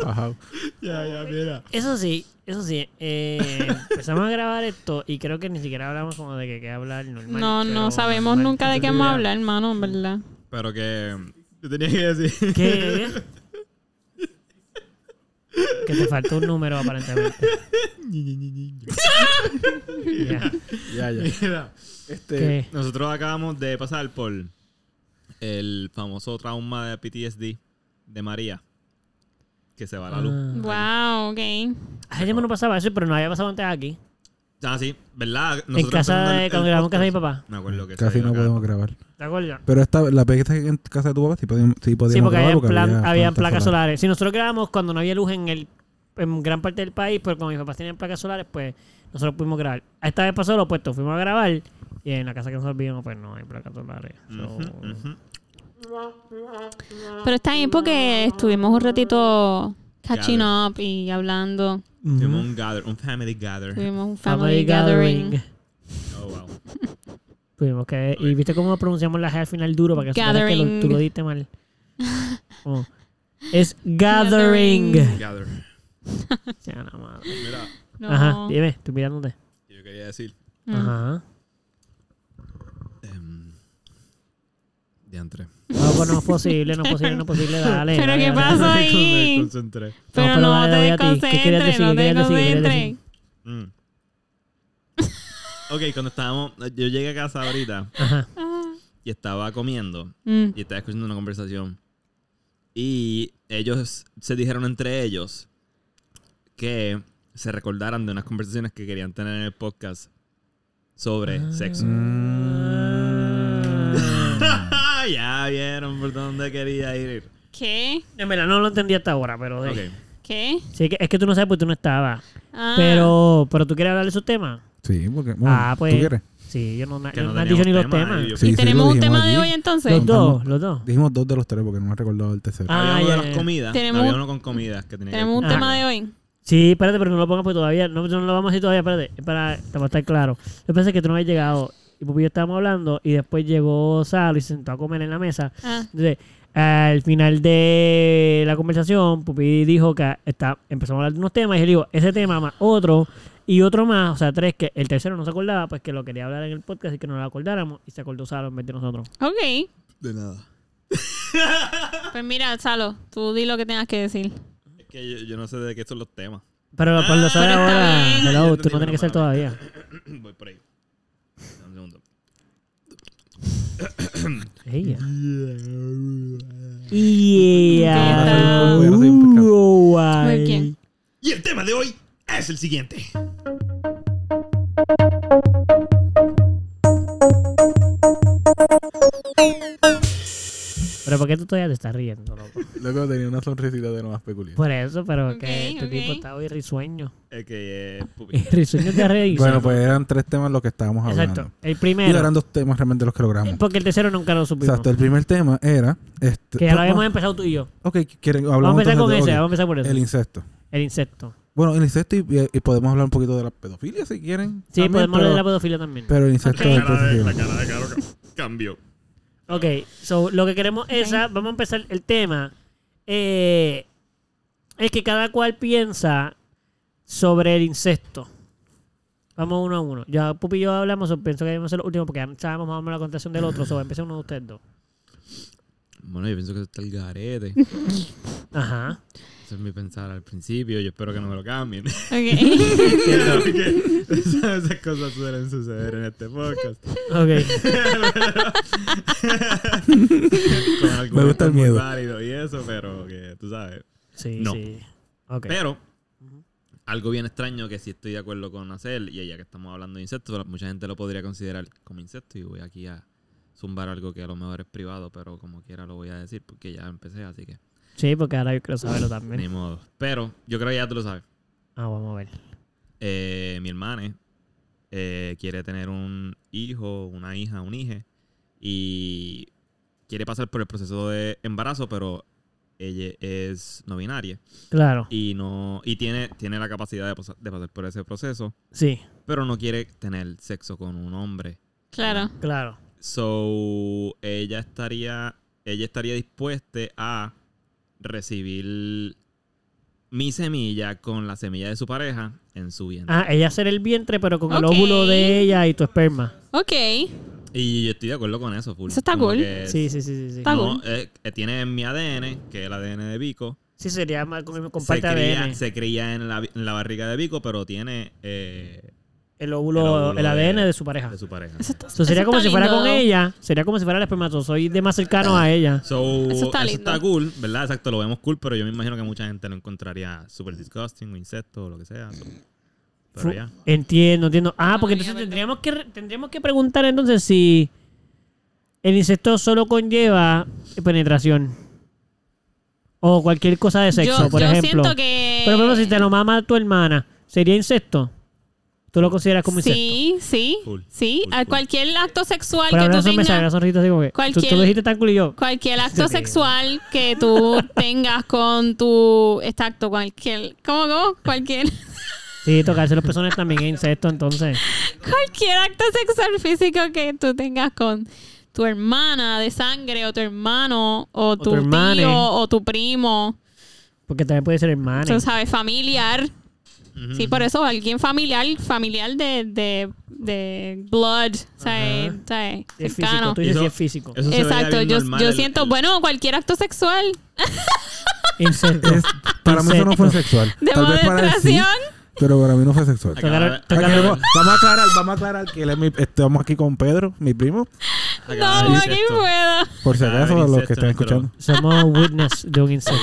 [SPEAKER 4] Ajá.
[SPEAKER 3] Ya, ya, mira.
[SPEAKER 1] Eso sí, eso sí, eh, empezamos a grabar esto y creo que ni siquiera hablamos como de que qué hablar normal.
[SPEAKER 2] No,
[SPEAKER 1] pero
[SPEAKER 2] no sabemos
[SPEAKER 1] normal.
[SPEAKER 2] nunca de qué vamos a hablar, hermano, en verdad.
[SPEAKER 3] Pero que. Te tenía que decir.
[SPEAKER 1] ¿Qué? que te faltó un número aparentemente.
[SPEAKER 3] <laughs>
[SPEAKER 1] Ya.
[SPEAKER 4] Ya, ya.
[SPEAKER 3] Mira.
[SPEAKER 4] Este.
[SPEAKER 1] ¿Qué?
[SPEAKER 3] Nosotros acabamos de pasar por el famoso trauma de PTSD de María. Que se va la luz.
[SPEAKER 1] Ah.
[SPEAKER 2] Wow, ok.
[SPEAKER 1] Hace tiempo no pasaba eso, pero no había pasado antes aquí.
[SPEAKER 3] Ah, sí, ¿verdad?
[SPEAKER 1] en casa de, cuando grabamos en casa de mi papá.
[SPEAKER 3] Me acuerdo que
[SPEAKER 4] Casi
[SPEAKER 3] salió
[SPEAKER 4] no
[SPEAKER 3] acá.
[SPEAKER 4] podemos grabar.
[SPEAKER 1] ¿Te acuerdas?
[SPEAKER 4] Pero esta, la pega que está en casa de tu papá sí podíamos, sí podíamos
[SPEAKER 1] Sí, porque
[SPEAKER 4] grabar
[SPEAKER 1] había, plan- había
[SPEAKER 4] plantas
[SPEAKER 1] placas solares. Si nosotros grabamos cuando no había luz en el en gran parte del país, pero como mis papás tenían placas solares, pues nosotros pudimos grabar. Esta vez pasó lo opuesto, fuimos a grabar y en la casa que nosotros vivimos, pues no hay placas solares. So,
[SPEAKER 3] Ujú.
[SPEAKER 2] Pero está bien porque estuvimos un ratito catching
[SPEAKER 3] Gather.
[SPEAKER 2] up y hablando.
[SPEAKER 3] Tuvimos un gather, un family gather.
[SPEAKER 2] Tuvimos un
[SPEAKER 1] Family
[SPEAKER 2] family, gathering.
[SPEAKER 1] gathering.
[SPEAKER 3] Oh, wow.
[SPEAKER 1] Tuvimos que, y viste cómo pronunciamos la G al final duro para que supieras que lo- tú lo diste
[SPEAKER 2] <laughs>
[SPEAKER 1] mal. Como, es gathering.
[SPEAKER 2] Gathering.
[SPEAKER 3] Gather.
[SPEAKER 1] Ya, la madre.
[SPEAKER 3] Mira,
[SPEAKER 1] <laughs>
[SPEAKER 2] No.
[SPEAKER 1] Ajá, dime, estoy mirándote.
[SPEAKER 3] yo quería decir.
[SPEAKER 2] Mm.
[SPEAKER 1] Ajá.
[SPEAKER 3] em, diantre.
[SPEAKER 1] No, pues no es posible, no es posible, no es
[SPEAKER 2] <laughs>
[SPEAKER 1] posible, dale.
[SPEAKER 2] Pero
[SPEAKER 1] dale,
[SPEAKER 2] ¿qué
[SPEAKER 1] dale,
[SPEAKER 2] pasa?
[SPEAKER 1] dale.
[SPEAKER 2] Soy-
[SPEAKER 3] Me concentré.
[SPEAKER 2] Pero
[SPEAKER 1] pero
[SPEAKER 2] no,
[SPEAKER 1] dale,
[SPEAKER 2] te
[SPEAKER 1] dale a ti. ¿Qué querías decir?
[SPEAKER 2] desconcentres, no
[SPEAKER 1] ¿Qué
[SPEAKER 2] te
[SPEAKER 1] querías decir? ¿Qué querías decir?
[SPEAKER 2] desconcentres.
[SPEAKER 3] Mm. Ok, cuando estábamos. Yo llegué a casa ahorita
[SPEAKER 1] Ajá.
[SPEAKER 3] y estaba comiendo.
[SPEAKER 2] Mm.
[SPEAKER 3] y estaba escuchando una conversación. Y ellos se dijeron entre ellos que se recordaran de unas conversaciones que querían tener en el podcast sobre
[SPEAKER 1] Ah.
[SPEAKER 3] sexo.
[SPEAKER 1] Mm.
[SPEAKER 3] <laughs> ya vieron por dónde quería ir.
[SPEAKER 2] ¿Qué?
[SPEAKER 1] En verdad no lo entendí hasta ahora, pero... eh.
[SPEAKER 3] Ok.
[SPEAKER 2] ¿Qué?
[SPEAKER 1] Sí, que- es que tú no sabes porque tú no estabas.
[SPEAKER 2] Ah,
[SPEAKER 1] Pero, pero tú quieres hablar de esos temas.
[SPEAKER 4] Sí, porque. Bueno,
[SPEAKER 1] ah, pues.
[SPEAKER 4] ¿Tú quieres?
[SPEAKER 1] Sí, yo no,
[SPEAKER 3] Que
[SPEAKER 1] yo
[SPEAKER 3] no
[SPEAKER 1] no han
[SPEAKER 3] teníamos
[SPEAKER 1] dicho ni los
[SPEAKER 3] tema,
[SPEAKER 1] temas.
[SPEAKER 3] y yo-
[SPEAKER 4] Sí,
[SPEAKER 2] ¿Y
[SPEAKER 4] sí,
[SPEAKER 2] tenemos
[SPEAKER 4] lo
[SPEAKER 2] un
[SPEAKER 4] dijimos
[SPEAKER 2] tema de
[SPEAKER 4] allí.
[SPEAKER 2] hoy entonces?
[SPEAKER 1] Los dos,
[SPEAKER 4] Contamos-
[SPEAKER 1] los dos.
[SPEAKER 4] Dijimos dos de los tres porque no me recordaba el tercero.
[SPEAKER 1] Ah,
[SPEAKER 3] Había uno
[SPEAKER 1] ya,
[SPEAKER 3] de
[SPEAKER 1] ya,
[SPEAKER 3] las
[SPEAKER 1] ya.
[SPEAKER 3] comidas.
[SPEAKER 2] Tenemos
[SPEAKER 3] Había
[SPEAKER 2] un-
[SPEAKER 3] uno con comidas que tenía que
[SPEAKER 2] Tenemos un
[SPEAKER 1] Ajá.
[SPEAKER 2] tema de hoy.
[SPEAKER 1] Sí, espérate, pero no lo pongas porque todavía. No, no lo vamos a decir todavía, espérate. es Para, para estar claro. Lo que pasa es que tú no habías llegado. Y Pupi y yo estábamos hablando. Y después llegó Salo y se sentó a comer en la mesa.
[SPEAKER 2] Ah,
[SPEAKER 1] Entonces, al final de la conversación, Pupi dijo que está, empezamos a hablar de unos temas. Y él dijo, ese tema más otro. Y otro más, o sea, tres, que el tercero no se acordaba, pues que lo quería hablar en el podcast y que no lo acordáramos. Y se acordó Salo en vez de nosotros.
[SPEAKER 2] ok.
[SPEAKER 3] De nada.
[SPEAKER 2] Pues mira, Salo, tú di lo que tengas que decir.
[SPEAKER 3] Es que yo, yo no sé de qué son los temas.
[SPEAKER 1] Pero pues lo sabe
[SPEAKER 2] Ah, pero está
[SPEAKER 1] ahora.
[SPEAKER 2] bien.
[SPEAKER 1] Hello,
[SPEAKER 3] Yo
[SPEAKER 1] tú Ah, no
[SPEAKER 3] entendí,
[SPEAKER 1] tienes que ser
[SPEAKER 3] pero
[SPEAKER 1] todavía.
[SPEAKER 3] <coughs> Voy por ahí. Dame un segundo.
[SPEAKER 1] Ella. Yeah.
[SPEAKER 4] Voy a hacer un pescado.
[SPEAKER 1] Uh, ay.
[SPEAKER 2] Muy bien.
[SPEAKER 3] Y el tema de hoy es el siguiente.
[SPEAKER 1] Pero ¿por qué tú todavía te estás riendo,
[SPEAKER 4] <laughs>
[SPEAKER 1] loco?
[SPEAKER 4] Luego tenía una sonrisita de lo más peculiar.
[SPEAKER 1] Por eso, pero
[SPEAKER 2] Ok,
[SPEAKER 1] que este
[SPEAKER 2] ok.
[SPEAKER 1] tipo está hoy
[SPEAKER 4] <laughs>
[SPEAKER 1] risueño. <laughs>
[SPEAKER 3] Es que eh, <laughs> pupi.
[SPEAKER 1] Risueño de reír.
[SPEAKER 4] Bueno, pues eran tres temas los que estábamos hablando.
[SPEAKER 1] Exacto. Pues, El
[SPEAKER 4] Y eran
[SPEAKER 1] primero. eh,
[SPEAKER 4] dos temas realmente los que logramos.
[SPEAKER 1] Porque el tercero nunca lo supimos.
[SPEAKER 4] Exacto, el primer tema era. Este,
[SPEAKER 1] Que ya lo
[SPEAKER 4] no,
[SPEAKER 1] habíamos
[SPEAKER 4] <laughs> no,
[SPEAKER 1] empezado tú y yo.
[SPEAKER 4] Ok, ¿quieren,
[SPEAKER 1] Vamos a
[SPEAKER 4] hablamos
[SPEAKER 1] empezar con
[SPEAKER 4] entonces
[SPEAKER 1] ese,
[SPEAKER 4] de- ok,
[SPEAKER 1] vamos a empezar por eso.
[SPEAKER 4] El
[SPEAKER 1] El,
[SPEAKER 4] insecto.
[SPEAKER 1] insecto.
[SPEAKER 4] Bueno, el insecto y, y podemos hablar un poquito de la pedofilia si quieren.
[SPEAKER 1] Sí,
[SPEAKER 4] también,
[SPEAKER 1] podemos hablar
[SPEAKER 4] pero,
[SPEAKER 1] de la pedofilia también.
[SPEAKER 4] Pero el insecto
[SPEAKER 2] Ok.
[SPEAKER 3] La
[SPEAKER 4] es
[SPEAKER 3] cara de, la
[SPEAKER 4] positivo.
[SPEAKER 3] cara de Caro ca- cambió.
[SPEAKER 1] Ok, so, lo que queremos es, ah, vamos a empezar el tema. eh, es que cada cual piensa sobre el incesto. Vamos uno a uno. Ya Pupi y yo hablamos, so, pienso que debemos ser los últimos porque ya sabemos más o menos la contestación del otro. So, empecé uno de ustedes dos.
[SPEAKER 3] Bueno, yo pienso que eso está el garete.
[SPEAKER 1] Ajá.
[SPEAKER 3] Eso es mi pensar al principio. Yo espero que no me lo cambien. <laughs>
[SPEAKER 2] Ok.
[SPEAKER 1] <laughs>
[SPEAKER 3] Porque esas cosas suelen suceder en este podcast.
[SPEAKER 1] Ok.
[SPEAKER 3] Con
[SPEAKER 4] Me gusta el
[SPEAKER 3] muy
[SPEAKER 4] miedo.
[SPEAKER 3] válido y eso, pero que tú sabes.
[SPEAKER 1] Sí,
[SPEAKER 3] No.
[SPEAKER 1] sí. Ok.
[SPEAKER 3] Pero algo bien extraño que sí estoy de acuerdo con hacer, y ya que estamos hablando de insectos, mucha gente lo podría considerar como insecto, y voy aquí a zumbar algo que a lo mejor es privado, pero como quiera lo voy a decir porque ya empecé, así que
[SPEAKER 1] Sí, porque ahora yo quiero saberlo
[SPEAKER 3] ni
[SPEAKER 1] también.
[SPEAKER 3] modo. Pero yo creo que ya tú lo sabes.
[SPEAKER 1] Ah, vamos a ver.
[SPEAKER 3] Eh, mi hermana eh, quiere tener un hijo, una hija, un hije, y quiere pasar por el proceso de embarazo, pero ella es no binaria
[SPEAKER 1] Claro.
[SPEAKER 3] y no y tiene, tiene la capacidad de pasa- de pasar por ese proceso.
[SPEAKER 1] Sí,
[SPEAKER 3] pero no quiere tener sexo con un hombre.
[SPEAKER 2] Claro.
[SPEAKER 1] claro.
[SPEAKER 3] So, ella estaría, ella estaría dispuesta a recibir mi semilla con la semilla de su pareja en su vientre.
[SPEAKER 1] Ah, ella hacer el vientre, pero con el
[SPEAKER 2] Ok.
[SPEAKER 1] óvulo de ella y tu esperma.
[SPEAKER 2] Ok.
[SPEAKER 3] Y yo estoy de acuerdo con eso, full.
[SPEAKER 2] Ah. Eso está
[SPEAKER 3] Como
[SPEAKER 2] cool.
[SPEAKER 3] que
[SPEAKER 1] Sí, sí, sí, sí. sí.
[SPEAKER 2] Está
[SPEAKER 3] no,
[SPEAKER 2] cool.
[SPEAKER 3] eh, eh, tiene mi ADN, que es el ADN de Vico.
[SPEAKER 1] Sí, sería más con-
[SPEAKER 3] Se
[SPEAKER 1] comparte
[SPEAKER 3] cría,
[SPEAKER 1] ADN.
[SPEAKER 3] se cría en, la, en la barriga de Vico, pero tiene eh,
[SPEAKER 1] El óvulo, el,
[SPEAKER 3] óvulo
[SPEAKER 1] ADN de,
[SPEAKER 3] de
[SPEAKER 1] su pareja.
[SPEAKER 3] de su pareja.
[SPEAKER 2] Eso está-
[SPEAKER 1] Eso sería
[SPEAKER 2] eso
[SPEAKER 1] como
[SPEAKER 2] está
[SPEAKER 1] si fuera con
[SPEAKER 2] lindo.
[SPEAKER 1] ella, sería como si fuera el espermatozoide más cercano a ella.
[SPEAKER 3] So,
[SPEAKER 2] Eso
[SPEAKER 3] eso
[SPEAKER 2] está
[SPEAKER 3] está,
[SPEAKER 2] lindo.
[SPEAKER 3] cool, ¿verdad? Exacto, lo vemos cool, pero yo me imagino que mucha gente lo encontraría super disgusting, o insecto, o lo que sea. so.
[SPEAKER 2] Mm.
[SPEAKER 3] Pero
[SPEAKER 1] Fu-
[SPEAKER 3] ya.
[SPEAKER 1] Entiendo, entiendo. Ah,
[SPEAKER 2] No,
[SPEAKER 1] porque
[SPEAKER 2] no,
[SPEAKER 1] entonces
[SPEAKER 2] ya, ¿verdad?
[SPEAKER 1] tendríamos que, re- tendríamos que preguntar entonces si el incesto solo conlleva penetración. O cualquier cosa de sexo,
[SPEAKER 2] yo,
[SPEAKER 1] por
[SPEAKER 2] yo
[SPEAKER 1] ejemplo.
[SPEAKER 2] siento que...
[SPEAKER 1] Pero por ejemplo, si te lo mama tu hermana, ¿sería incesto? ¿Tú lo consideras como incesto?
[SPEAKER 2] Sí, sí,
[SPEAKER 3] Full,
[SPEAKER 2] sí.
[SPEAKER 3] full,
[SPEAKER 2] A
[SPEAKER 3] full.
[SPEAKER 2] cualquier acto sexual
[SPEAKER 1] Pero
[SPEAKER 2] que
[SPEAKER 1] ahora
[SPEAKER 2] tú
[SPEAKER 1] eso me sale,
[SPEAKER 2] tengas...
[SPEAKER 1] son ritos así como que... Tú, tú
[SPEAKER 2] Cualquier-
[SPEAKER 1] lo dijiste tan cool y yo.
[SPEAKER 2] Cualquier acto
[SPEAKER 1] Sí.
[SPEAKER 2] sexual que
[SPEAKER 1] <laughs>
[SPEAKER 2] tú tengas con tu... Exacto, cualquier... ¿Cómo, cómo? Cualquier... <laughs>
[SPEAKER 1] Sí, tocarse los pezones también es incesto, entonces.
[SPEAKER 2] cualquier acto sexual físico que tú tengas con tu hermana de sangre o tu hermano o, tu,
[SPEAKER 1] tu hermane.
[SPEAKER 2] tío o tu primo,
[SPEAKER 1] Porque también puede ser hermana.
[SPEAKER 2] tú sabes, familiar.
[SPEAKER 3] Ujú.
[SPEAKER 2] Sí, por eso alguien familiar, familiar de, de, de blood, ¿sabes?
[SPEAKER 1] Ajá.
[SPEAKER 2] ¿sabes?
[SPEAKER 1] Sí, es físico,
[SPEAKER 2] Cercano.
[SPEAKER 1] tú dices
[SPEAKER 3] Eso-
[SPEAKER 1] si es físico.
[SPEAKER 3] eso se veía
[SPEAKER 2] Exacto,
[SPEAKER 3] bien
[SPEAKER 2] yo,
[SPEAKER 3] normal,
[SPEAKER 2] yo
[SPEAKER 3] el-
[SPEAKER 2] siento,
[SPEAKER 3] el-
[SPEAKER 2] bueno, cualquier acto sexual,
[SPEAKER 1] Incesto.
[SPEAKER 4] Es- para mí eso no fue sexual.
[SPEAKER 1] <laughs>
[SPEAKER 2] de
[SPEAKER 4] Tal vez para él sí,
[SPEAKER 2] demostración.
[SPEAKER 4] pero para mí no fue sexual.
[SPEAKER 3] Acá-
[SPEAKER 1] Tocar,
[SPEAKER 4] Ay,
[SPEAKER 1] tocar-
[SPEAKER 4] que vamos, vamos a este, aclarar, vamos a aclarar que él es mi- estamos aquí con Pedro, mi primo.
[SPEAKER 3] Acá
[SPEAKER 2] No,
[SPEAKER 3] el
[SPEAKER 2] aquí
[SPEAKER 3] insecto.
[SPEAKER 2] puedo.
[SPEAKER 4] Por si
[SPEAKER 3] Cada
[SPEAKER 4] acaso,
[SPEAKER 3] vez
[SPEAKER 4] los que están
[SPEAKER 3] Ah, incesto en
[SPEAKER 4] escuchando,
[SPEAKER 3] nuestro-
[SPEAKER 1] Somos witness de un insecto.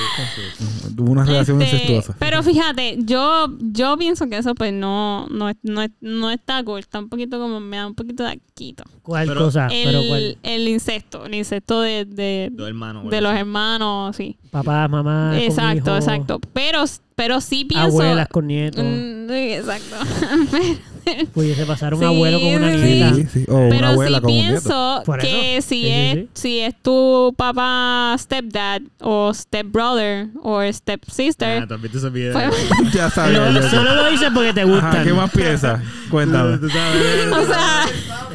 [SPEAKER 4] tuvo una relación
[SPEAKER 2] Este,
[SPEAKER 4] incestuosa.
[SPEAKER 2] Pero fíjate, yo, yo pienso que eso pues no, no, es- no, es- no está cool. Está un poquito como me da un poquito de asquito.
[SPEAKER 1] ¿Cuál
[SPEAKER 3] Pero-
[SPEAKER 1] cosa? Ah, Pero
[SPEAKER 2] el,
[SPEAKER 1] cuál.
[SPEAKER 2] el incesto, el incesto de, de,
[SPEAKER 3] Dos hermanos.
[SPEAKER 2] de
[SPEAKER 3] bueno,
[SPEAKER 2] los
[SPEAKER 3] sí.
[SPEAKER 2] hermanos, sí.
[SPEAKER 1] Papá, mamá. Ah, con
[SPEAKER 2] exacto,
[SPEAKER 1] hijos,
[SPEAKER 2] exacto. Pero, pero sí pienso...
[SPEAKER 1] Abuelas con nietos.
[SPEAKER 2] Mm, sí, exacto. <laughs>
[SPEAKER 1] Pudiese pasar un
[SPEAKER 2] Sí,
[SPEAKER 1] abuelo con una
[SPEAKER 2] sí,
[SPEAKER 1] nieta.
[SPEAKER 4] Sí, sí. <laughs> O una
[SPEAKER 2] pero
[SPEAKER 4] abuela
[SPEAKER 2] sí
[SPEAKER 4] con un nieto.
[SPEAKER 2] pienso
[SPEAKER 1] Por eso.
[SPEAKER 2] que si,
[SPEAKER 1] Sí, sí,
[SPEAKER 2] es,
[SPEAKER 1] sí.
[SPEAKER 2] si es tu papá stepdad o stepbrother o
[SPEAKER 3] Ah,
[SPEAKER 2] stepsister,
[SPEAKER 3] ¿tú has visto esos videos?
[SPEAKER 2] <laughs> pues,
[SPEAKER 4] <laughs> Ya sabía.
[SPEAKER 1] Lo-
[SPEAKER 4] yo que-
[SPEAKER 1] solo lo dices porque te gustan.
[SPEAKER 4] Ajá, ¿qué más piensas?
[SPEAKER 1] <laughs>
[SPEAKER 4] Cuéntame.
[SPEAKER 3] <laughs>
[SPEAKER 2] <laughs>
[SPEAKER 3] Tú sabes,
[SPEAKER 2] o sea,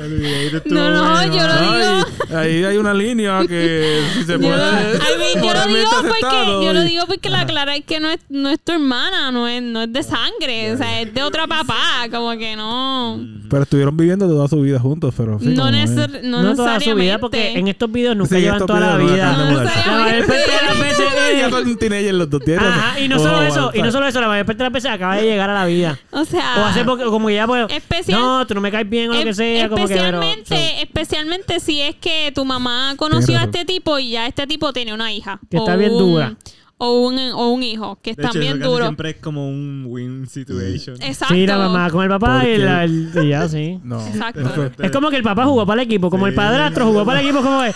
[SPEAKER 3] el videito estuvo
[SPEAKER 2] no, no,
[SPEAKER 3] bueno.
[SPEAKER 2] yo lo digo.
[SPEAKER 4] Ay, ahí hay una línea que si
[SPEAKER 1] <laughs>
[SPEAKER 4] se
[SPEAKER 2] Yo,
[SPEAKER 4] puede.
[SPEAKER 2] I mean, yo lo
[SPEAKER 4] moralmente
[SPEAKER 2] digo
[SPEAKER 4] aceptado
[SPEAKER 2] porque, yo lo
[SPEAKER 4] y-
[SPEAKER 2] digo porque la clara es que no es, no es tu hermana, no es, no es de sangre, o sea, es de otra papá, como que no.
[SPEAKER 4] Pero estuvieron viviendo toda su vida juntos, pero sí,
[SPEAKER 2] No,
[SPEAKER 4] como
[SPEAKER 2] neces- no,
[SPEAKER 1] No toda
[SPEAKER 2] necesariamente.
[SPEAKER 1] su vida, porque en estos videos nunca
[SPEAKER 4] Sí,
[SPEAKER 1] llevan
[SPEAKER 4] estos
[SPEAKER 1] toda la
[SPEAKER 4] videos no
[SPEAKER 1] vida.
[SPEAKER 4] tratan
[SPEAKER 2] de mudarse.
[SPEAKER 1] La mayor parte de las veces
[SPEAKER 4] es.
[SPEAKER 1] es-
[SPEAKER 4] <laughs> Ya son teenagers los dos Oh,
[SPEAKER 1] <laughs>
[SPEAKER 4] tienen.
[SPEAKER 1] Ajá, y no
[SPEAKER 4] o-
[SPEAKER 1] solo
[SPEAKER 4] o-
[SPEAKER 1] eso, y no solo eso, la mayor parte de las veces acaba de llegar a la vida.
[SPEAKER 2] O sea,
[SPEAKER 1] O hace poco, como que ya pues,
[SPEAKER 2] Ah. Especial-
[SPEAKER 1] no, tú no me caes bien o lo que
[SPEAKER 2] Em-
[SPEAKER 1] sea, como que pero,
[SPEAKER 2] especialmente, especialmente si es que tu mamá
[SPEAKER 4] Tienes
[SPEAKER 2] conoció a
[SPEAKER 4] razón.
[SPEAKER 2] este tipo y ya este tipo tiene una hija.
[SPEAKER 1] Que está
[SPEAKER 2] O
[SPEAKER 1] bien
[SPEAKER 2] un-
[SPEAKER 1] dura.
[SPEAKER 2] O un, o un hijo, que
[SPEAKER 3] De hecho,
[SPEAKER 2] está
[SPEAKER 3] eso
[SPEAKER 2] bien
[SPEAKER 3] casi
[SPEAKER 2] duro. Eh,
[SPEAKER 3] Siempre es como un win situation.
[SPEAKER 1] so-
[SPEAKER 2] Exacto.
[SPEAKER 1] sí, la mamá con el papá y,
[SPEAKER 4] Porque-
[SPEAKER 1] la, el- y ya,
[SPEAKER 3] <laughs>
[SPEAKER 1] sí.
[SPEAKER 4] No.
[SPEAKER 2] Exacto.
[SPEAKER 4] no fue-
[SPEAKER 1] Es como que el papá jugó para el equipo, como el
[SPEAKER 3] Sí.
[SPEAKER 1] padrastro jugó para el equipo, como es.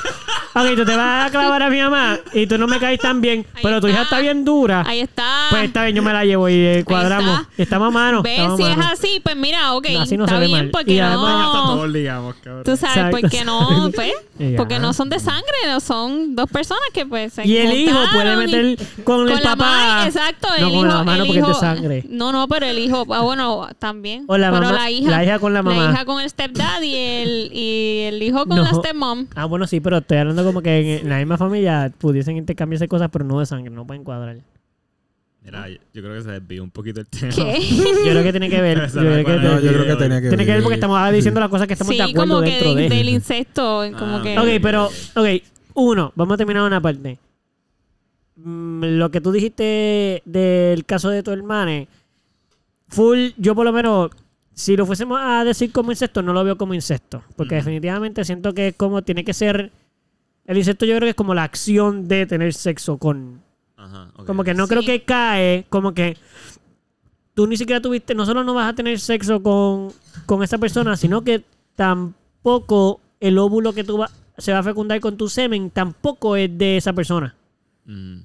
[SPEAKER 1] Ok, tú te vas a clavar a mi mamá y tú no me caes tan bien,
[SPEAKER 2] Ahí
[SPEAKER 1] pero tu hija
[SPEAKER 2] está.
[SPEAKER 1] está bien dura.
[SPEAKER 2] Ahí está.
[SPEAKER 1] Pues está bien, yo me la llevo y eh, cuadramos.
[SPEAKER 2] está.
[SPEAKER 1] Y estamos a mano.
[SPEAKER 2] ¿Ves?
[SPEAKER 1] estamos a
[SPEAKER 2] Si es
[SPEAKER 1] mano.
[SPEAKER 2] así, pues mira, ok,
[SPEAKER 1] No, así no
[SPEAKER 2] está
[SPEAKER 1] se ve
[SPEAKER 2] bien
[SPEAKER 1] mal.
[SPEAKER 2] porque
[SPEAKER 1] Y
[SPEAKER 3] Hasta
[SPEAKER 2] no.
[SPEAKER 3] todos ligamos, cabrón.
[SPEAKER 2] Tú sabes,
[SPEAKER 1] Exacto. <laughs>
[SPEAKER 2] porque no, pues,
[SPEAKER 1] Y ya.
[SPEAKER 2] porque no son de sangre, no son dos personas que pues se
[SPEAKER 1] Y el hijo puede
[SPEAKER 2] juntaron y-
[SPEAKER 1] meter con, el
[SPEAKER 2] la
[SPEAKER 1] papá.
[SPEAKER 2] madre, exacto,
[SPEAKER 1] no,
[SPEAKER 2] el
[SPEAKER 1] con
[SPEAKER 2] hijo,
[SPEAKER 1] la mamá, no,
[SPEAKER 2] el
[SPEAKER 1] porque
[SPEAKER 2] hijo,
[SPEAKER 1] es de sangre.
[SPEAKER 2] No, no, pero el hijo, ah, bueno, también.
[SPEAKER 1] O la
[SPEAKER 2] pero
[SPEAKER 1] mamá-
[SPEAKER 2] la hija,
[SPEAKER 1] la hija con la mamá.
[SPEAKER 2] La hija con el stepdad y el, y el hijo con
[SPEAKER 1] No.
[SPEAKER 2] la stepmom.
[SPEAKER 1] Ah, bueno, sí, pero estoy hablando como que en la misma familia pudiesen intercambiarse cosas, pero no de sangre, no pueden cuadrar.
[SPEAKER 3] Mira, yo yo creo que se desvió un poquito el tema.
[SPEAKER 1] <laughs>
[SPEAKER 2] <laughs> ¿Qué?
[SPEAKER 1] Yo creo que tiene que
[SPEAKER 3] <laughs>
[SPEAKER 1] ver.
[SPEAKER 3] Esa
[SPEAKER 1] yo creo
[SPEAKER 3] no
[SPEAKER 1] que
[SPEAKER 3] es
[SPEAKER 4] No,
[SPEAKER 3] buena
[SPEAKER 1] tiene-
[SPEAKER 4] yo creo que tenía que
[SPEAKER 1] tiene que ver porque estamos ahora diciendo las cosas que estamos
[SPEAKER 2] Sí,
[SPEAKER 1] de acuerdo
[SPEAKER 2] como que
[SPEAKER 1] dentro
[SPEAKER 2] de-
[SPEAKER 1] de.
[SPEAKER 2] del incesto, como
[SPEAKER 3] Ah,
[SPEAKER 2] que...
[SPEAKER 1] Ok, pero, ok, uno, vamos a terminar una parte. Mm, Lo que tú dijiste del caso de tu hermana, full, yo por lo menos, si lo fuésemos a decir como incesto, no lo veo como incesto. Porque
[SPEAKER 3] Ujú.
[SPEAKER 1] definitivamente siento que es como, tiene que ser, el incesto yo creo que es como la acción de tener sexo con,
[SPEAKER 3] Ajá, ok.
[SPEAKER 1] como que no
[SPEAKER 2] Sí.
[SPEAKER 1] creo que cae, como que tú ni siquiera tuviste, no solo no vas a tener sexo con, con esa persona, sino que tampoco el óvulo que tú va- se va a fecundar con tu semen tampoco es de esa persona.
[SPEAKER 3] Mm,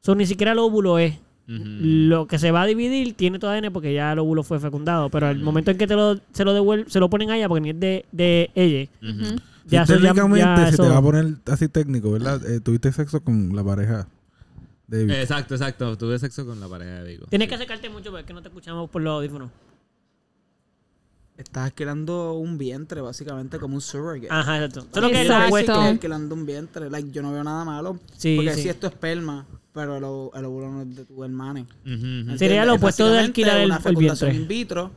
[SPEAKER 1] So, ni siquiera el óvulo es.
[SPEAKER 3] ujú.
[SPEAKER 1] Lo que se va a dividir tiene tu ADN porque ya el óvulo fue fecundado. Pero al momento en que te lo, se, lo devuel- se lo ponen a ella porque ni es de, de ella,
[SPEAKER 2] Mm.
[SPEAKER 3] Ujú.
[SPEAKER 4] Sí,
[SPEAKER 1] ya, eso- ya-
[SPEAKER 4] técnicamente,
[SPEAKER 1] ya
[SPEAKER 4] si
[SPEAKER 1] eso-
[SPEAKER 4] te va a poner así técnico, ¿verdad? Eh, tuviste sexo con la pareja de Vic.
[SPEAKER 3] Eh, Exacto, exacto. Tuve sexo con la pareja de Vico.
[SPEAKER 1] Tienes que acercarte mucho porque es que no te escuchamos por los audífonos.
[SPEAKER 5] Estás creando un vientre, básicamente, como un surrogate.
[SPEAKER 1] Ajá, exacto. Solo Ah, que los
[SPEAKER 5] Exacto. Estás
[SPEAKER 1] huecos-
[SPEAKER 2] Exacto.
[SPEAKER 5] creando un vientre. Like, yo no veo nada malo.
[SPEAKER 1] Sí,
[SPEAKER 5] porque
[SPEAKER 1] sí.
[SPEAKER 5] si esto es esperma, pero el, o- el óvulo no es de tu hermana.
[SPEAKER 3] Ujú, ujú.
[SPEAKER 1] Sería lo
[SPEAKER 5] ¿Entiendes?
[SPEAKER 1] opuesto de
[SPEAKER 5] Básicamente,
[SPEAKER 1] alquilar el-
[SPEAKER 5] una
[SPEAKER 1] el
[SPEAKER 5] fecundación
[SPEAKER 1] vientre.
[SPEAKER 5] in vitro.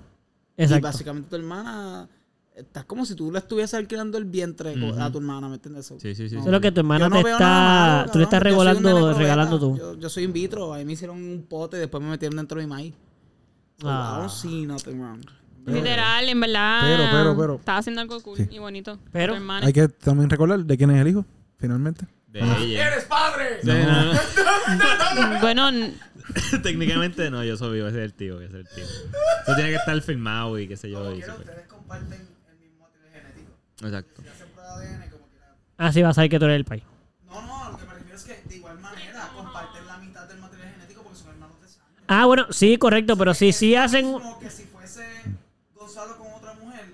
[SPEAKER 5] Y
[SPEAKER 1] Exacto.
[SPEAKER 5] básicamente tu hermana. Estás como si tú le estuvieses alquilando el vientre co- a tu hermana, ¿me entiendes? So,
[SPEAKER 3] Sí, sí, sí,
[SPEAKER 5] no.
[SPEAKER 3] sí.
[SPEAKER 1] Solo que tu hermana
[SPEAKER 5] Yo no
[SPEAKER 1] te
[SPEAKER 5] veo
[SPEAKER 1] está.
[SPEAKER 5] nada malo,
[SPEAKER 1] tú le estás
[SPEAKER 5] cabrón. Yo soy un
[SPEAKER 1] regalando,
[SPEAKER 5] nene probeta.
[SPEAKER 1] regalando tú.
[SPEAKER 5] Yo, yo soy in vitro. Ahí me hicieron un pote y después me metieron dentro de mi maíz. So,
[SPEAKER 1] Ah.
[SPEAKER 5] I don't see nothing wrong.
[SPEAKER 2] Literal, en verdad.
[SPEAKER 4] Pero, pero, pero.
[SPEAKER 2] Estaba haciendo algo cool
[SPEAKER 4] Sí.
[SPEAKER 2] y bonito.
[SPEAKER 1] Pero-
[SPEAKER 2] Tu hermana.
[SPEAKER 4] Hay que también recordar de quién es el hijo, finalmente.
[SPEAKER 3] De
[SPEAKER 1] Ah.
[SPEAKER 3] ella. ¡Eres padre!
[SPEAKER 2] Bueno, n-
[SPEAKER 3] <laughs> Técnicamente no, yo soy yo, ese es el tío, ese es el tío. Eso tiene que estar filmado y qué sé yo. y súper.
[SPEAKER 5] comparten el mismo genético.
[SPEAKER 3] Exacto.
[SPEAKER 5] hacen prueba de ADN como quieran.
[SPEAKER 1] Así Ah, vas a ver que tú eres el país.
[SPEAKER 5] No, no, lo que me refiero es que de igual manera comparten la mitad del material genético porque son hermanos de sangre.
[SPEAKER 1] Ah, bueno, sí, correcto, pero sí, sí hacen.
[SPEAKER 5] Como que si fuese Gonzalo con otra mujer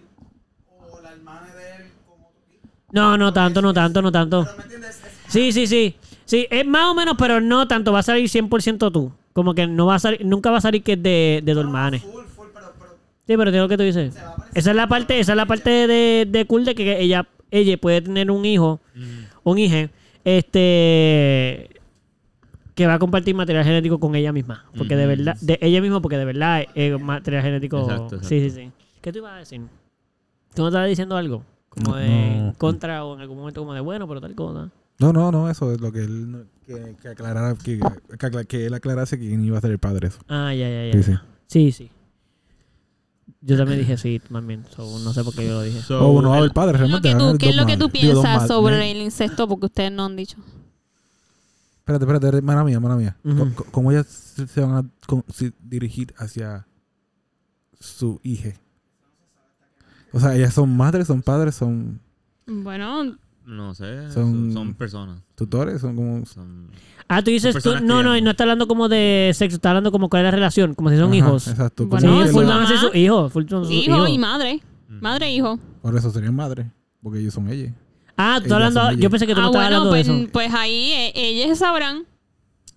[SPEAKER 5] o la hermana de él con otro tipo.
[SPEAKER 1] No, no tanto, no tanto, no tanto.
[SPEAKER 5] Pero me entiendes, es
[SPEAKER 1] Sí, sí, sí. Sí, es más o menos, pero no tanto. Va a salir 100% tú. Como que no va a salir, nunca va a salir que es de, de tu hermana.
[SPEAKER 5] full, full, pero, pero
[SPEAKER 1] Sí, pero tengo lo que tú dices. Esa es la parte, esa es la parte de, de cool de que ella, ella puede tener un hijo, un hijo, este que va a compartir material genético con ella misma. Porque de
[SPEAKER 3] Ujú.
[SPEAKER 1] verdad, de ella misma, porque de verdad es material genético.
[SPEAKER 3] Exacto, exacto.
[SPEAKER 1] Sí, sí, sí. ¿Qué tú ibas a decir? ¿Tú no estabas diciendo algo? Como de
[SPEAKER 4] No.
[SPEAKER 1] contra o en algún momento como de bueno, pero tal cosa.
[SPEAKER 4] No, no, no, eso es lo que él no- que, que aclarara, que, que acla- que él aclarase quién iba a ser el padre. Eso.
[SPEAKER 1] Ah, ya, ya, ya.
[SPEAKER 4] Sí, sí.
[SPEAKER 1] Sí, sí. Yo también dije sí, también. so, no sé por qué yo lo dije.
[SPEAKER 3] So,
[SPEAKER 4] O uno va a
[SPEAKER 3] el-
[SPEAKER 4] ver Oh, padre,
[SPEAKER 2] ¿Qué es lo
[SPEAKER 4] realmente.
[SPEAKER 2] que
[SPEAKER 4] van a
[SPEAKER 2] tú,
[SPEAKER 4] haber
[SPEAKER 2] ¿Qué es
[SPEAKER 4] dos
[SPEAKER 2] lo que tú
[SPEAKER 4] madres. Digo, dos ¿eh?
[SPEAKER 2] piensas
[SPEAKER 4] madres.
[SPEAKER 2] sobre el incesto? Porque ustedes no han dicho.
[SPEAKER 4] Espérate, espérate, hermana mía, hermana mía. Co-
[SPEAKER 1] Ujú.
[SPEAKER 4] co- ¿Cómo, ellas se se van a con- si- dirigir hacia su hija? O sea, ellas son madres, son padres, son
[SPEAKER 2] Bueno,
[SPEAKER 3] No sé. Son,
[SPEAKER 4] Son-
[SPEAKER 3] son personas.
[SPEAKER 4] tutores, son como...
[SPEAKER 3] Son...
[SPEAKER 1] Ah, tú dices
[SPEAKER 3] Son
[SPEAKER 1] tú.
[SPEAKER 3] personas
[SPEAKER 1] No, no,
[SPEAKER 3] criando.
[SPEAKER 1] no está hablando como de sexo, está hablando como cuál es la relación, como si son
[SPEAKER 4] Ajá,
[SPEAKER 1] hijos.
[SPEAKER 4] Exacto.
[SPEAKER 2] Bueno,
[SPEAKER 4] como
[SPEAKER 1] Sí,
[SPEAKER 4] que
[SPEAKER 1] full
[SPEAKER 4] lo-
[SPEAKER 1] van a ser
[SPEAKER 2] mamá.
[SPEAKER 1] sus hijos. full son sus
[SPEAKER 2] hijo
[SPEAKER 1] hijos.
[SPEAKER 2] y madre. Madre e hijo.
[SPEAKER 4] Por eso serían madres, porque ellos son ellas.
[SPEAKER 1] Ah, tú
[SPEAKER 4] Ellas
[SPEAKER 1] hablando.
[SPEAKER 4] son
[SPEAKER 1] Yo pensé que tú
[SPEAKER 2] Ah,
[SPEAKER 1] no estabas
[SPEAKER 2] bueno,
[SPEAKER 1] hablando de
[SPEAKER 2] pues,
[SPEAKER 1] eso.
[SPEAKER 2] pues ahí eh, ellas sabrán.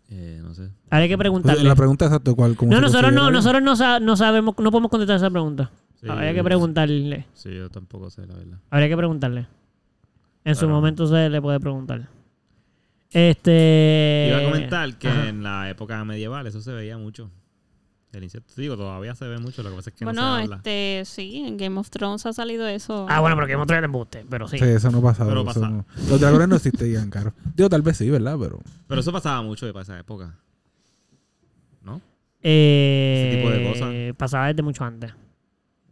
[SPEAKER 3] Eh, no sé.
[SPEAKER 1] Habría que
[SPEAKER 4] Entonces,
[SPEAKER 1] preguntarle.
[SPEAKER 4] Pues, la pregunta es exacto, ¿cuál? cómo
[SPEAKER 1] No,
[SPEAKER 4] se
[SPEAKER 1] nosotros no,
[SPEAKER 4] considera?
[SPEAKER 1] nosotros no, sa- no sabemos, no podemos contestar esa pregunta.
[SPEAKER 3] Sí,
[SPEAKER 1] Habría que preguntarle.
[SPEAKER 3] Sí, yo tampoco sé, la verdad.
[SPEAKER 1] Habría que preguntarle. En su
[SPEAKER 3] Claro.
[SPEAKER 1] momento se le puede preguntar. Este.
[SPEAKER 3] Iba a comentar que
[SPEAKER 1] ajá.
[SPEAKER 3] en la época medieval eso se veía mucho. El insecto, digo, todavía se ve mucho. Lo que pasa es que no
[SPEAKER 2] Bueno,
[SPEAKER 3] se habla.
[SPEAKER 2] este, sí, en Game of Thrones ha salido eso.
[SPEAKER 1] Ah, bueno, pero que hemos traído el embuste, pero sí.
[SPEAKER 4] Sí, eso no pasaba.
[SPEAKER 3] Pero
[SPEAKER 4] eso
[SPEAKER 3] pasaba.
[SPEAKER 4] no- Los dragones no existían, caro. Digo, tal vez sí, ¿verdad? Pero...
[SPEAKER 3] Pero eso pasaba mucho para esa época. ¿No?
[SPEAKER 1] Eh,
[SPEAKER 3] Ese tipo de cosas.
[SPEAKER 1] Pasaba desde mucho antes.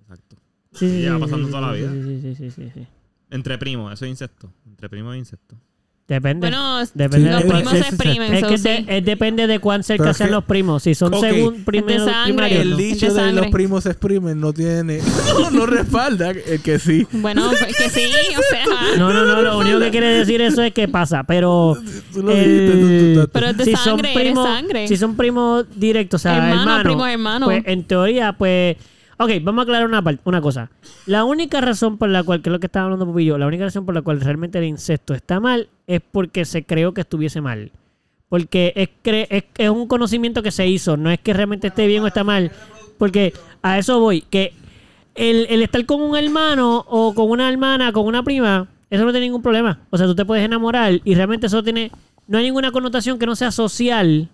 [SPEAKER 3] Exacto.
[SPEAKER 1] Sí, sí,
[SPEAKER 3] Lleva
[SPEAKER 1] sí,
[SPEAKER 3] pasando
[SPEAKER 1] sí,
[SPEAKER 3] toda la
[SPEAKER 1] sí,
[SPEAKER 3] vida.
[SPEAKER 1] Sí, sí, sí, sí, sí.
[SPEAKER 3] Entre primos, eso es insecto. Entre primos es insecto.
[SPEAKER 1] Depende.
[SPEAKER 2] Bueno,
[SPEAKER 1] Depende
[SPEAKER 2] los
[SPEAKER 1] de-
[SPEAKER 2] primos
[SPEAKER 4] sí,
[SPEAKER 2] se
[SPEAKER 4] sí, sí.
[SPEAKER 2] exprimen.
[SPEAKER 1] es
[SPEAKER 2] so,
[SPEAKER 1] que
[SPEAKER 2] sí.
[SPEAKER 1] de- es depende de cuán cerca
[SPEAKER 4] Pero es
[SPEAKER 1] sean
[SPEAKER 4] que-
[SPEAKER 1] los primos. Si son
[SPEAKER 4] Ok.
[SPEAKER 1] según primero,
[SPEAKER 2] sangre.
[SPEAKER 1] primarios,
[SPEAKER 4] El
[SPEAKER 1] no.
[SPEAKER 2] di-
[SPEAKER 4] dicho
[SPEAKER 2] Es de
[SPEAKER 4] de los
[SPEAKER 2] sangre.
[SPEAKER 4] primos se exprimen no tiene... <laughs>
[SPEAKER 1] <laughs>
[SPEAKER 4] no respalda el que sí.
[SPEAKER 2] Bueno, pues que sí, o sea.
[SPEAKER 1] No, no, no, lo
[SPEAKER 2] <laughs>
[SPEAKER 1] único que quiere decir eso es que pasa, pero.
[SPEAKER 4] Tú lo
[SPEAKER 1] el-
[SPEAKER 4] dijiste, tú- tú- tú-
[SPEAKER 2] Pero es de sangre, eres sangre.
[SPEAKER 1] Si son primos directos, o sea,
[SPEAKER 2] Hermano,
[SPEAKER 1] hermano,
[SPEAKER 2] primo, hermano.
[SPEAKER 1] Pues en teoría, pues. Ok, vamos a aclarar una, par- una cosa. La única razón por la cual, que es lo que estaba hablando Pupillo, la única razón por la cual realmente el incesto está mal es porque se creó que estuviese mal. Porque es, cre- es, es un conocimiento que se hizo, no es que realmente esté bien o está mal. Porque a eso voy, que el, el estar con un hermano o con una hermana, con una prima, eso no tiene ningún problema. O sea, tú te puedes enamorar y realmente eso tiene, no hay ninguna connotación que no sea social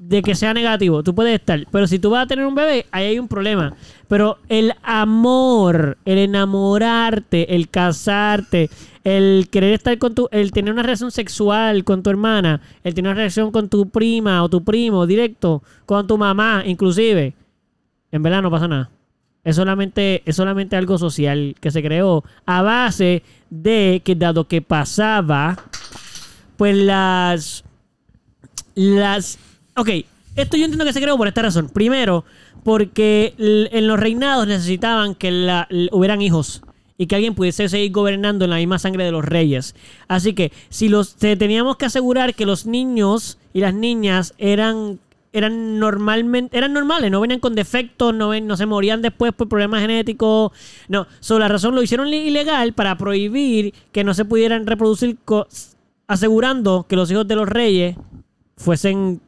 [SPEAKER 1] de que sea negativo. Tú puedes estar, pero si tú vas a tener un bebé, ahí hay un problema. Pero el amor, el enamorarte, el casarte, el querer estar con tu, el tener una relación sexual con tu hermana, el tener una relación con tu prima o tu primo directo, con tu mamá, inclusive, en verdad no pasa nada. Es solamente, es solamente algo social que se creó a base de que dado que pasaba, pues las... Las... Ok, esto yo entiendo que se creó por esta razón. Primero, porque l- en los reinados necesitaban que la- l- hubieran hijos y que alguien pudiese seguir gobernando en la misma sangre de los reyes. Así que si los te- teníamos que asegurar que los niños y las niñas eran eran normalmente eran normales, no venían con defectos, no, ven- no se morían después por problemas genéticos. No, sobre la razón lo hicieron li- ilegal para prohibir que no se pudieran reproducir co- asegurando que los hijos de los reyes fuesen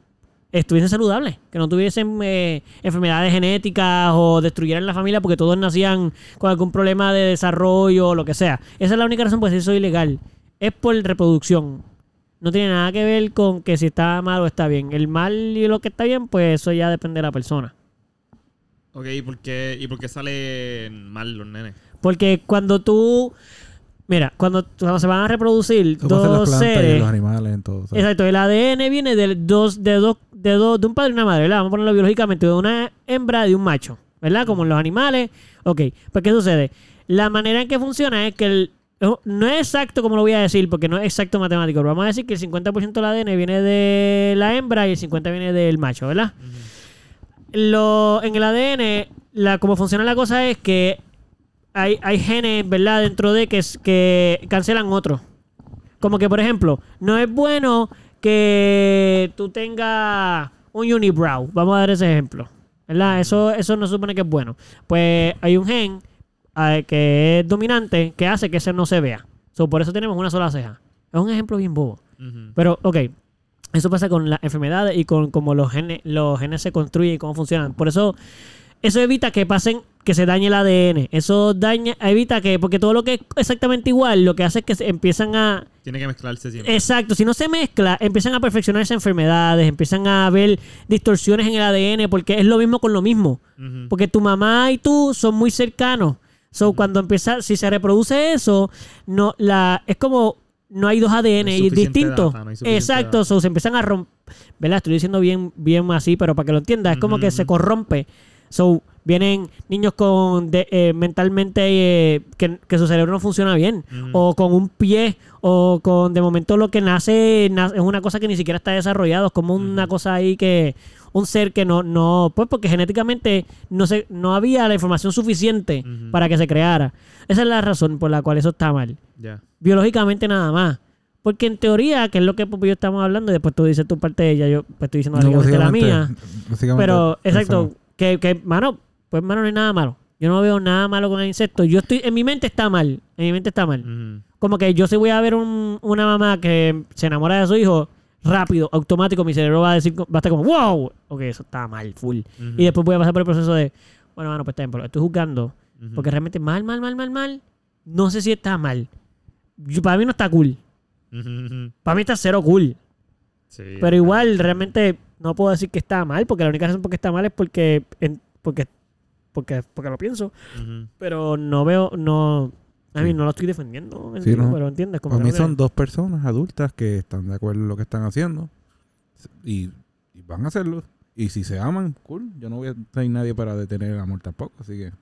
[SPEAKER 1] estuviesen saludables, que no tuviesen eh, enfermedades genéticas o destruyeran la familia porque todos nacían con algún problema de desarrollo o lo que sea. Esa es la única razón por la que se hizo ilegal. Es por reproducción. No tiene nada que ver con que si está mal o está bien. El mal y lo que está bien, pues eso ya depende de la persona.
[SPEAKER 3] Ok, ¿y por qué, y por qué salen mal los nenes?
[SPEAKER 1] Porque cuando tú... Mira, cuando, cuando se van a reproducir
[SPEAKER 4] Eso pasa en las
[SPEAKER 1] dos
[SPEAKER 4] plantas y en
[SPEAKER 1] seres...
[SPEAKER 4] los animales, en todo. ¿sabes?
[SPEAKER 1] Exacto, el ADN viene de dos, de dos, de dos, de un padre y una madre, ¿verdad? Vamos a ponerlo biológicamente, de una hembra y de un macho, ¿verdad? Como en los animales. Ok, pues ¿qué sucede? La manera en que funciona es que el, oh, no es exacto como lo voy a decir, porque no es exacto matemático, pero vamos a decir que el 50% del ADN viene de la hembra y el 50% viene del macho, ¿verdad? Lo, en el ADN, la, como funciona la cosa es que hay, hay genes, ¿verdad? Dentro de que, es- que cancelan otros. Como que, por ejemplo, no es bueno que tú tengas un unibrow. Vamos a dar ese ejemplo. ¿Verdad? Eso, eso no se supone que es bueno. Pues hay un gen ah, que es dominante que hace que ese no se vea. So, por eso tenemos una sola ceja. Es un ejemplo bien bobo.
[SPEAKER 3] Ujú.
[SPEAKER 1] Pero, ok. Eso pasa con las enfermedades y con cómo los genes, los genes se construyen y cómo funcionan. Por eso, eso evita que pasen, que se dañe el ADN. Eso daña, evita que, porque todo lo que es exactamente igual, lo que hace es que se empiezan a,
[SPEAKER 3] Tiene que mezclarse siempre.
[SPEAKER 1] Exacto, si no se mezcla, empiezan a perfeccionarse enfermedades, empiezan a haber distorsiones en el ADN, porque es lo mismo con lo mismo.
[SPEAKER 3] Ujú.
[SPEAKER 1] Eh, Porque tu mamá y tú son muy cercanos. So, cuando empieza, si se reproduce eso, no, la, es como no hay dos ADN
[SPEAKER 3] No hay
[SPEAKER 1] y es
[SPEAKER 3] suficiente
[SPEAKER 1] distinto.
[SPEAKER 3] data, no hay suficiente
[SPEAKER 1] Exacto,
[SPEAKER 3] data.
[SPEAKER 1] so, se empiezan a romper. ¿Verdad? Estoy diciendo bien, bien así, pero para que lo entiendas, es como
[SPEAKER 3] Ujú,
[SPEAKER 1] que se
[SPEAKER 3] ujú.
[SPEAKER 1] corrompe. So, vienen niños con de- eh, mentalmente eh, que, que su cerebro no funciona bien, o con un pie, o con de momento lo que nace, na- es una cosa que ni siquiera está desarrollado, es como una cosa ahí que un ser que no no pues porque genéticamente no se no había la información suficiente
[SPEAKER 3] Ujú.
[SPEAKER 1] para que se creara. Esa es la razón por la cual eso está mal
[SPEAKER 3] Ya.
[SPEAKER 1] biológicamente nada más. Porque en teoría, que es lo que Popo y yo estamos hablando, y después tú dices tu parte de ella, yo pues, estoy diciendo
[SPEAKER 4] No,
[SPEAKER 1] básicamente la mía.
[SPEAKER 4] básicamente- básicamente
[SPEAKER 1] Pero,
[SPEAKER 4] eso.
[SPEAKER 1] exacto, que, que, mano, pues, mano, no hay nada malo. Yo no veo nada malo con el insecto. Yo estoy, en mi mente está mal, en mi mente está mal.
[SPEAKER 3] Ujú.
[SPEAKER 1] Como que yo si voy a ver un- una mamá que se enamora de su hijo, rápido, automático, mi cerebro va a decir, va a estar como, wow, ok, eso está mal, full. Y después voy a pasar por el proceso de, bueno, mano, pues está bien, pero lo estoy juzgando.
[SPEAKER 3] Ujú.
[SPEAKER 1] Porque realmente mal, mal, mal, mal, mal, no sé si está mal. Yo- para mí no está cool.
[SPEAKER 3] Ujú, ujú.
[SPEAKER 1] Para mí está cero cool.
[SPEAKER 3] Sí,
[SPEAKER 1] Pero
[SPEAKER 3] ya.
[SPEAKER 1] igual, realmente no puedo decir que está mal, porque la única razón por qué está mal es porque, en- porque, porque, porque lo pienso.
[SPEAKER 3] Ujú.
[SPEAKER 1] Pero no veo, no, a mí
[SPEAKER 4] Sí.
[SPEAKER 1] no lo estoy defendiendo,
[SPEAKER 4] Sí, no.
[SPEAKER 1] pero entiendes. Como
[SPEAKER 4] Para
[SPEAKER 1] que
[SPEAKER 4] mí
[SPEAKER 1] no
[SPEAKER 4] son dos personas adultas que están de acuerdo en lo que están haciendo y, y van a hacerlo. Y si se aman, cool. Yo no voy a tener nadie para detener el amor tampoco, así que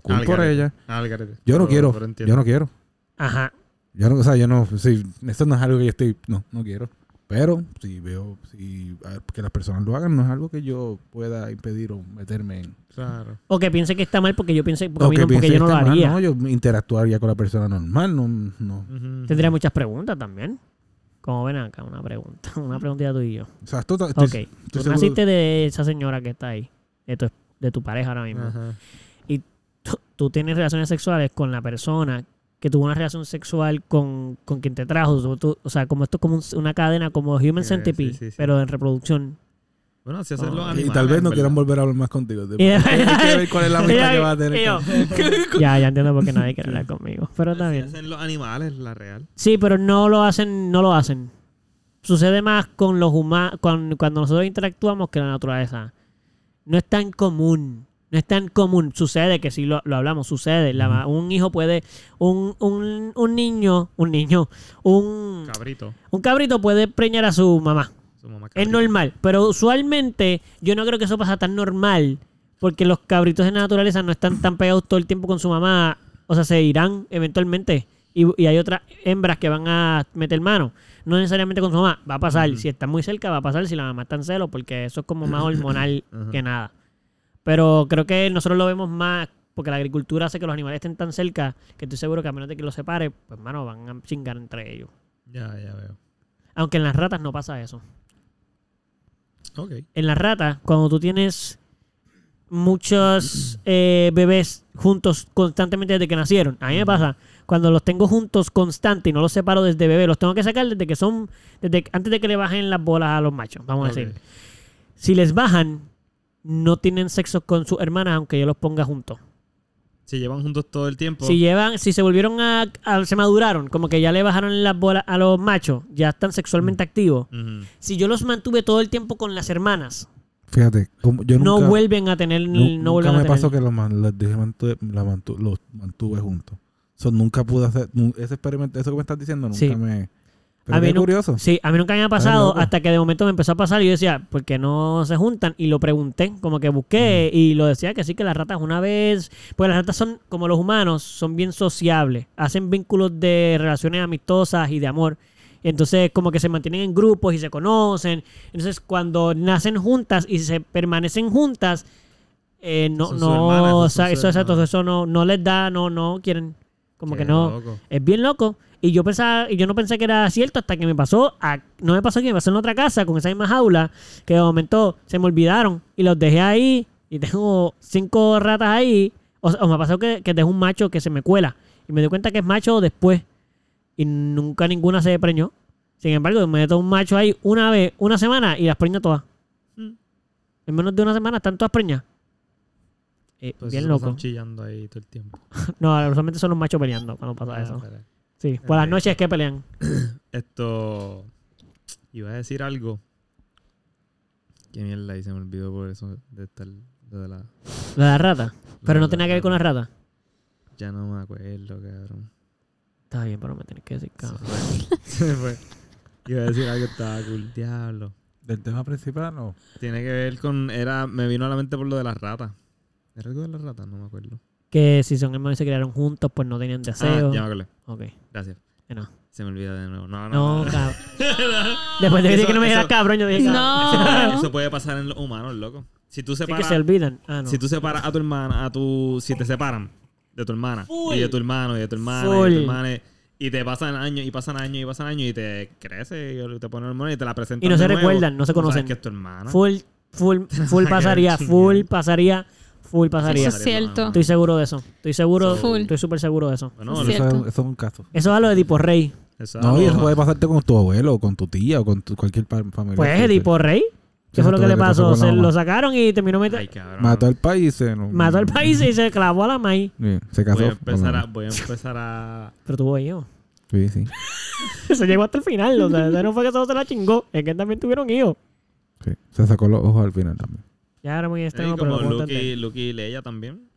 [SPEAKER 4] cool
[SPEAKER 3] Al
[SPEAKER 4] por
[SPEAKER 3] garete.
[SPEAKER 4] ella.
[SPEAKER 3] Al garete.
[SPEAKER 4] Yo no
[SPEAKER 3] Pero-
[SPEAKER 4] quiero,
[SPEAKER 3] pero entiendo.
[SPEAKER 4] yo no quiero.
[SPEAKER 1] Ajá.
[SPEAKER 4] Yo no, o sea, yo no, sí, esto no es algo que yo estoy, no, no quiero. Pero si veo, si a ver, que las personas lo hagan, no es algo que yo pueda impedir o meterme en.
[SPEAKER 3] Claro.
[SPEAKER 1] O que piense que está mal porque yo piense, porque, a
[SPEAKER 4] O
[SPEAKER 1] mí
[SPEAKER 4] que
[SPEAKER 1] no, porque
[SPEAKER 4] piense
[SPEAKER 1] yo no
[SPEAKER 4] que
[SPEAKER 1] lo
[SPEAKER 4] está mal,
[SPEAKER 1] haría.
[SPEAKER 4] no, yo interactuaría con la persona normal, no, no.
[SPEAKER 3] Ujú.
[SPEAKER 1] Tendría muchas preguntas también. Como ven acá, una pregunta, <laughs> una preguntita tú y yo.
[SPEAKER 4] O sea, esto ta- estoy-
[SPEAKER 1] Ok,
[SPEAKER 4] estoy
[SPEAKER 1] tú
[SPEAKER 4] seguro-
[SPEAKER 1] naciste de esa señora que está ahí, de tu, de tu pareja ahora mismo.
[SPEAKER 3] Ajá.
[SPEAKER 1] tú- tú tienes relaciones sexuales con la persona que tuvo una relación sexual con, con quien te trajo. tú- tú- o sea, como esto es como un- una cadena, como Human
[SPEAKER 3] Sí,
[SPEAKER 1] Centipede,
[SPEAKER 3] sí, sí, sí.
[SPEAKER 1] pero en reproducción.
[SPEAKER 3] Bueno, si hacerlo
[SPEAKER 1] Y
[SPEAKER 4] Y tal vez no quieran volver a hablar más contigo.
[SPEAKER 1] <laughs>
[SPEAKER 4] Hay que ver cuál es la amistad que va a tener.
[SPEAKER 1] Y yo, <laughs> ya, ya entiendo por qué nadie
[SPEAKER 4] <laughs>
[SPEAKER 1] quiere hablar conmigo. Pero
[SPEAKER 3] Si
[SPEAKER 1] también.
[SPEAKER 3] hacen los animales, la real.
[SPEAKER 1] Sí, pero no lo hacen, no lo hacen. Sucede más con los humanos, cuando nosotros interactuamos que la naturaleza. No es tan común. No es tan común. Sucede que si lo, lo hablamos, sucede. La ma- un hijo puede, un, un, un niño, un niño, un,
[SPEAKER 3] Cabrito.
[SPEAKER 1] un cabrito puede preñar a su mamá.
[SPEAKER 3] Su mamá
[SPEAKER 1] Es
[SPEAKER 3] cabrito.
[SPEAKER 1] normal. Pero usualmente yo no creo que eso pasa tan normal. Porque los cabritos en la naturaleza no están tan pegados todo el tiempo con su mamá. O sea, se irán eventualmente. Y, y hay otras hembras que van a meter mano. No necesariamente con su mamá. Va a pasar. Si están muy cerca, va a pasar. Si la mamá está en celo. Porque eso es como
[SPEAKER 3] <laughs>
[SPEAKER 1] más hormonal
[SPEAKER 3] Ajá.
[SPEAKER 1] que nada. Pero creo que nosotros lo vemos más. Porque la agricultura hace que los animales estén tan cerca. Que estoy seguro que a menos de que los separe. Pues, mano, van a chingar entre ellos.
[SPEAKER 3] Ya, ya veo.
[SPEAKER 1] Aunque en las ratas no pasa eso
[SPEAKER 3] Ok.
[SPEAKER 1] en las ratas, cuando tú tienes muchos eh, bebés juntos constantemente desde que nacieron, a mí me pasa, cuando los tengo juntos constante y no los separo desde bebé, los tengo que sacar desde que son, desde antes de que le bajen las bolas a los machos, vamos
[SPEAKER 3] Ok.
[SPEAKER 1] a decir. Si les bajan, no tienen sexo con sus hermanas aunque yo los ponga juntos.
[SPEAKER 3] Si llevan juntos todo el tiempo.
[SPEAKER 1] Si llevan, si se volvieron a, a- se maduraron, como que ya le bajaron las bolas a los machos, ya están
[SPEAKER 4] Mm.
[SPEAKER 1] sexualmente activos.
[SPEAKER 3] Ujú.
[SPEAKER 1] Si yo los mantuve todo el tiempo con las hermanas,
[SPEAKER 4] Fíjate, como yo
[SPEAKER 1] no
[SPEAKER 4] nunca,
[SPEAKER 1] vuelven a tener
[SPEAKER 4] nu-
[SPEAKER 1] no
[SPEAKER 4] nunca
[SPEAKER 1] vuelven a
[SPEAKER 4] me
[SPEAKER 1] tener
[SPEAKER 4] pasó que los, man- los dejé mantu- la mantu- los mantuve juntos. So, nunca pude hacer nu- ese experimento, eso que me estás diciendo, nunca
[SPEAKER 1] Sí.
[SPEAKER 4] me... Pero
[SPEAKER 1] A mí
[SPEAKER 4] qué
[SPEAKER 1] nu-
[SPEAKER 4] curioso.
[SPEAKER 1] Sí, a mí nunca me había
[SPEAKER 4] Estás
[SPEAKER 1] pasado
[SPEAKER 4] loco.
[SPEAKER 1] hasta que de momento me empezó a pasar y yo decía, ¿por qué no se juntan? Y lo pregunté, como que busqué y lo decía que sí, que las ratas una vez, pues las ratas son, como los humanos, son bien sociables, hacen vínculos de relaciones amistosas y de amor. Y entonces como que se mantienen en grupos y se conocen. Entonces cuando nacen juntas y se permanecen juntas, eh, no,
[SPEAKER 3] Son sus
[SPEAKER 1] no,
[SPEAKER 3] hermanas,
[SPEAKER 1] o
[SPEAKER 3] son
[SPEAKER 1] sea,
[SPEAKER 3] sus
[SPEAKER 1] eso, exacto,
[SPEAKER 3] hermanas.
[SPEAKER 1] eso no, no les da, no, no quieren, como
[SPEAKER 3] Qué
[SPEAKER 1] que no.
[SPEAKER 3] loco.
[SPEAKER 1] Es bien loco. Y yo pensaba, y yo no pensé que era cierto hasta que me pasó, a- no me pasó que me pasó en otra casa con esa misma jaula, que de momento se me olvidaron y los dejé ahí y tengo cinco ratas ahí. O, sea, o me pasó que, que dejé un macho que se me cuela y me di cuenta que es macho después y nunca ninguna se preñó. Sin embargo, me meto un macho ahí una vez, una semana y las preña todas.
[SPEAKER 3] Mm.
[SPEAKER 1] En menos de una semana están todas preñas. Eh,
[SPEAKER 3] Pues
[SPEAKER 1] bien
[SPEAKER 3] se pasan
[SPEAKER 1] loco.
[SPEAKER 3] chillando ahí todo el tiempo.
[SPEAKER 1] No, usualmente son los machos peleando cuando pasa
[SPEAKER 3] Ah,
[SPEAKER 1] eso.
[SPEAKER 3] espera.
[SPEAKER 1] Sí, por las
[SPEAKER 3] Ok.
[SPEAKER 1] noches que pelean.
[SPEAKER 3] Esto. Iba a decir algo. Qué mierda, y se me olvidó por eso de estar. De la...
[SPEAKER 1] La de la rata. Pero
[SPEAKER 3] de
[SPEAKER 1] no
[SPEAKER 3] la
[SPEAKER 1] tenía que ver con la
[SPEAKER 3] rata.
[SPEAKER 1] rata.
[SPEAKER 3] Ya no me acuerdo, cabrón.
[SPEAKER 1] Está bien, pero me tenés que decir, cabrón.
[SPEAKER 3] Se <laughs> fue. Iba a decir algo, estaba cool. Diablo.
[SPEAKER 4] Del tema principal, no.
[SPEAKER 3] Tiene que ver con. Era. Me vino a la mente por lo de las ratas. ¿Era algo de las ratas? No me acuerdo.
[SPEAKER 1] Que si son hermanos y se crearon juntos, pues no tenían deseo.
[SPEAKER 3] Ah, ya me acordé.
[SPEAKER 1] ok,
[SPEAKER 3] Gracias.
[SPEAKER 1] que no.
[SPEAKER 3] Se me olvida de nuevo. No, no.
[SPEAKER 1] No,
[SPEAKER 3] no.
[SPEAKER 1] cabrón. Después de decir
[SPEAKER 3] Eso-
[SPEAKER 1] que no me dijeras
[SPEAKER 3] eso-
[SPEAKER 1] cabrón, yo dije cabrón.
[SPEAKER 2] No.
[SPEAKER 3] Eso puede pasar en los humanos, loco. Si tú
[SPEAKER 1] Así que
[SPEAKER 3] separas,
[SPEAKER 1] se olvidan. Ah, no.
[SPEAKER 3] si tú separas a tu hermana, a tu, si te separan de tu hermana
[SPEAKER 6] Full.
[SPEAKER 3] y de tu hermano y de tu hermana y de tu
[SPEAKER 1] Full.
[SPEAKER 3] hermana y te pasan años y pasan años y pasan años y te crece y te ponen hormonas y te la presentan
[SPEAKER 1] Y no
[SPEAKER 3] de
[SPEAKER 1] se
[SPEAKER 3] nuevo,
[SPEAKER 1] recuerdan, no se
[SPEAKER 3] tú sabes
[SPEAKER 1] conocen.
[SPEAKER 3] que es tu hermana.
[SPEAKER 1] Full, full, full pasaría, full pasaría, full pasaría.
[SPEAKER 2] Eso es cierto.
[SPEAKER 1] Estoy seguro de eso. Estoy seguro,
[SPEAKER 2] Full.
[SPEAKER 1] estoy súper seguro de eso.
[SPEAKER 3] Bueno,
[SPEAKER 2] Sí.
[SPEAKER 4] eso,
[SPEAKER 2] Cierto.
[SPEAKER 4] es, eso es un caso.
[SPEAKER 1] Eso es a lo de Edipo Rey.
[SPEAKER 3] eso-
[SPEAKER 4] No, y eso puede pasarte con tu abuelo, o con tu tía, o con tu- cualquier pa- familiar.
[SPEAKER 1] Pues es Edipo Rey. ¿Qué
[SPEAKER 4] Eso
[SPEAKER 1] fue lo que
[SPEAKER 4] fue
[SPEAKER 1] le
[SPEAKER 4] lo que pasó
[SPEAKER 1] pasó?
[SPEAKER 4] con la
[SPEAKER 1] Se
[SPEAKER 4] mamá.
[SPEAKER 1] lo sacaron y terminó
[SPEAKER 3] Ay,
[SPEAKER 1] metiendo.
[SPEAKER 3] cabrón.
[SPEAKER 4] Mató al país y se... no-
[SPEAKER 1] Mató al país y se clavó a la maíz.
[SPEAKER 4] Sí, se casó.
[SPEAKER 3] Voy a empezar a,
[SPEAKER 4] Bueno,
[SPEAKER 3] voy a empezar
[SPEAKER 1] <laughs>
[SPEAKER 3] a
[SPEAKER 1] Pero tuvo hijos.
[SPEAKER 4] Sí, sí.
[SPEAKER 1] <laughs> Se llegó hasta el final. O sea, eso no fue que solo se la chingó. Es que también tuvieron hijos.
[SPEAKER 4] sí. Se sacó los ojos al final también.
[SPEAKER 1] Ya era muy
[SPEAKER 3] Ey,
[SPEAKER 1] extremo, pero Este lo
[SPEAKER 3] como
[SPEAKER 1] puedo
[SPEAKER 3] Luke
[SPEAKER 1] entender.
[SPEAKER 3] y, Luke y Leia también.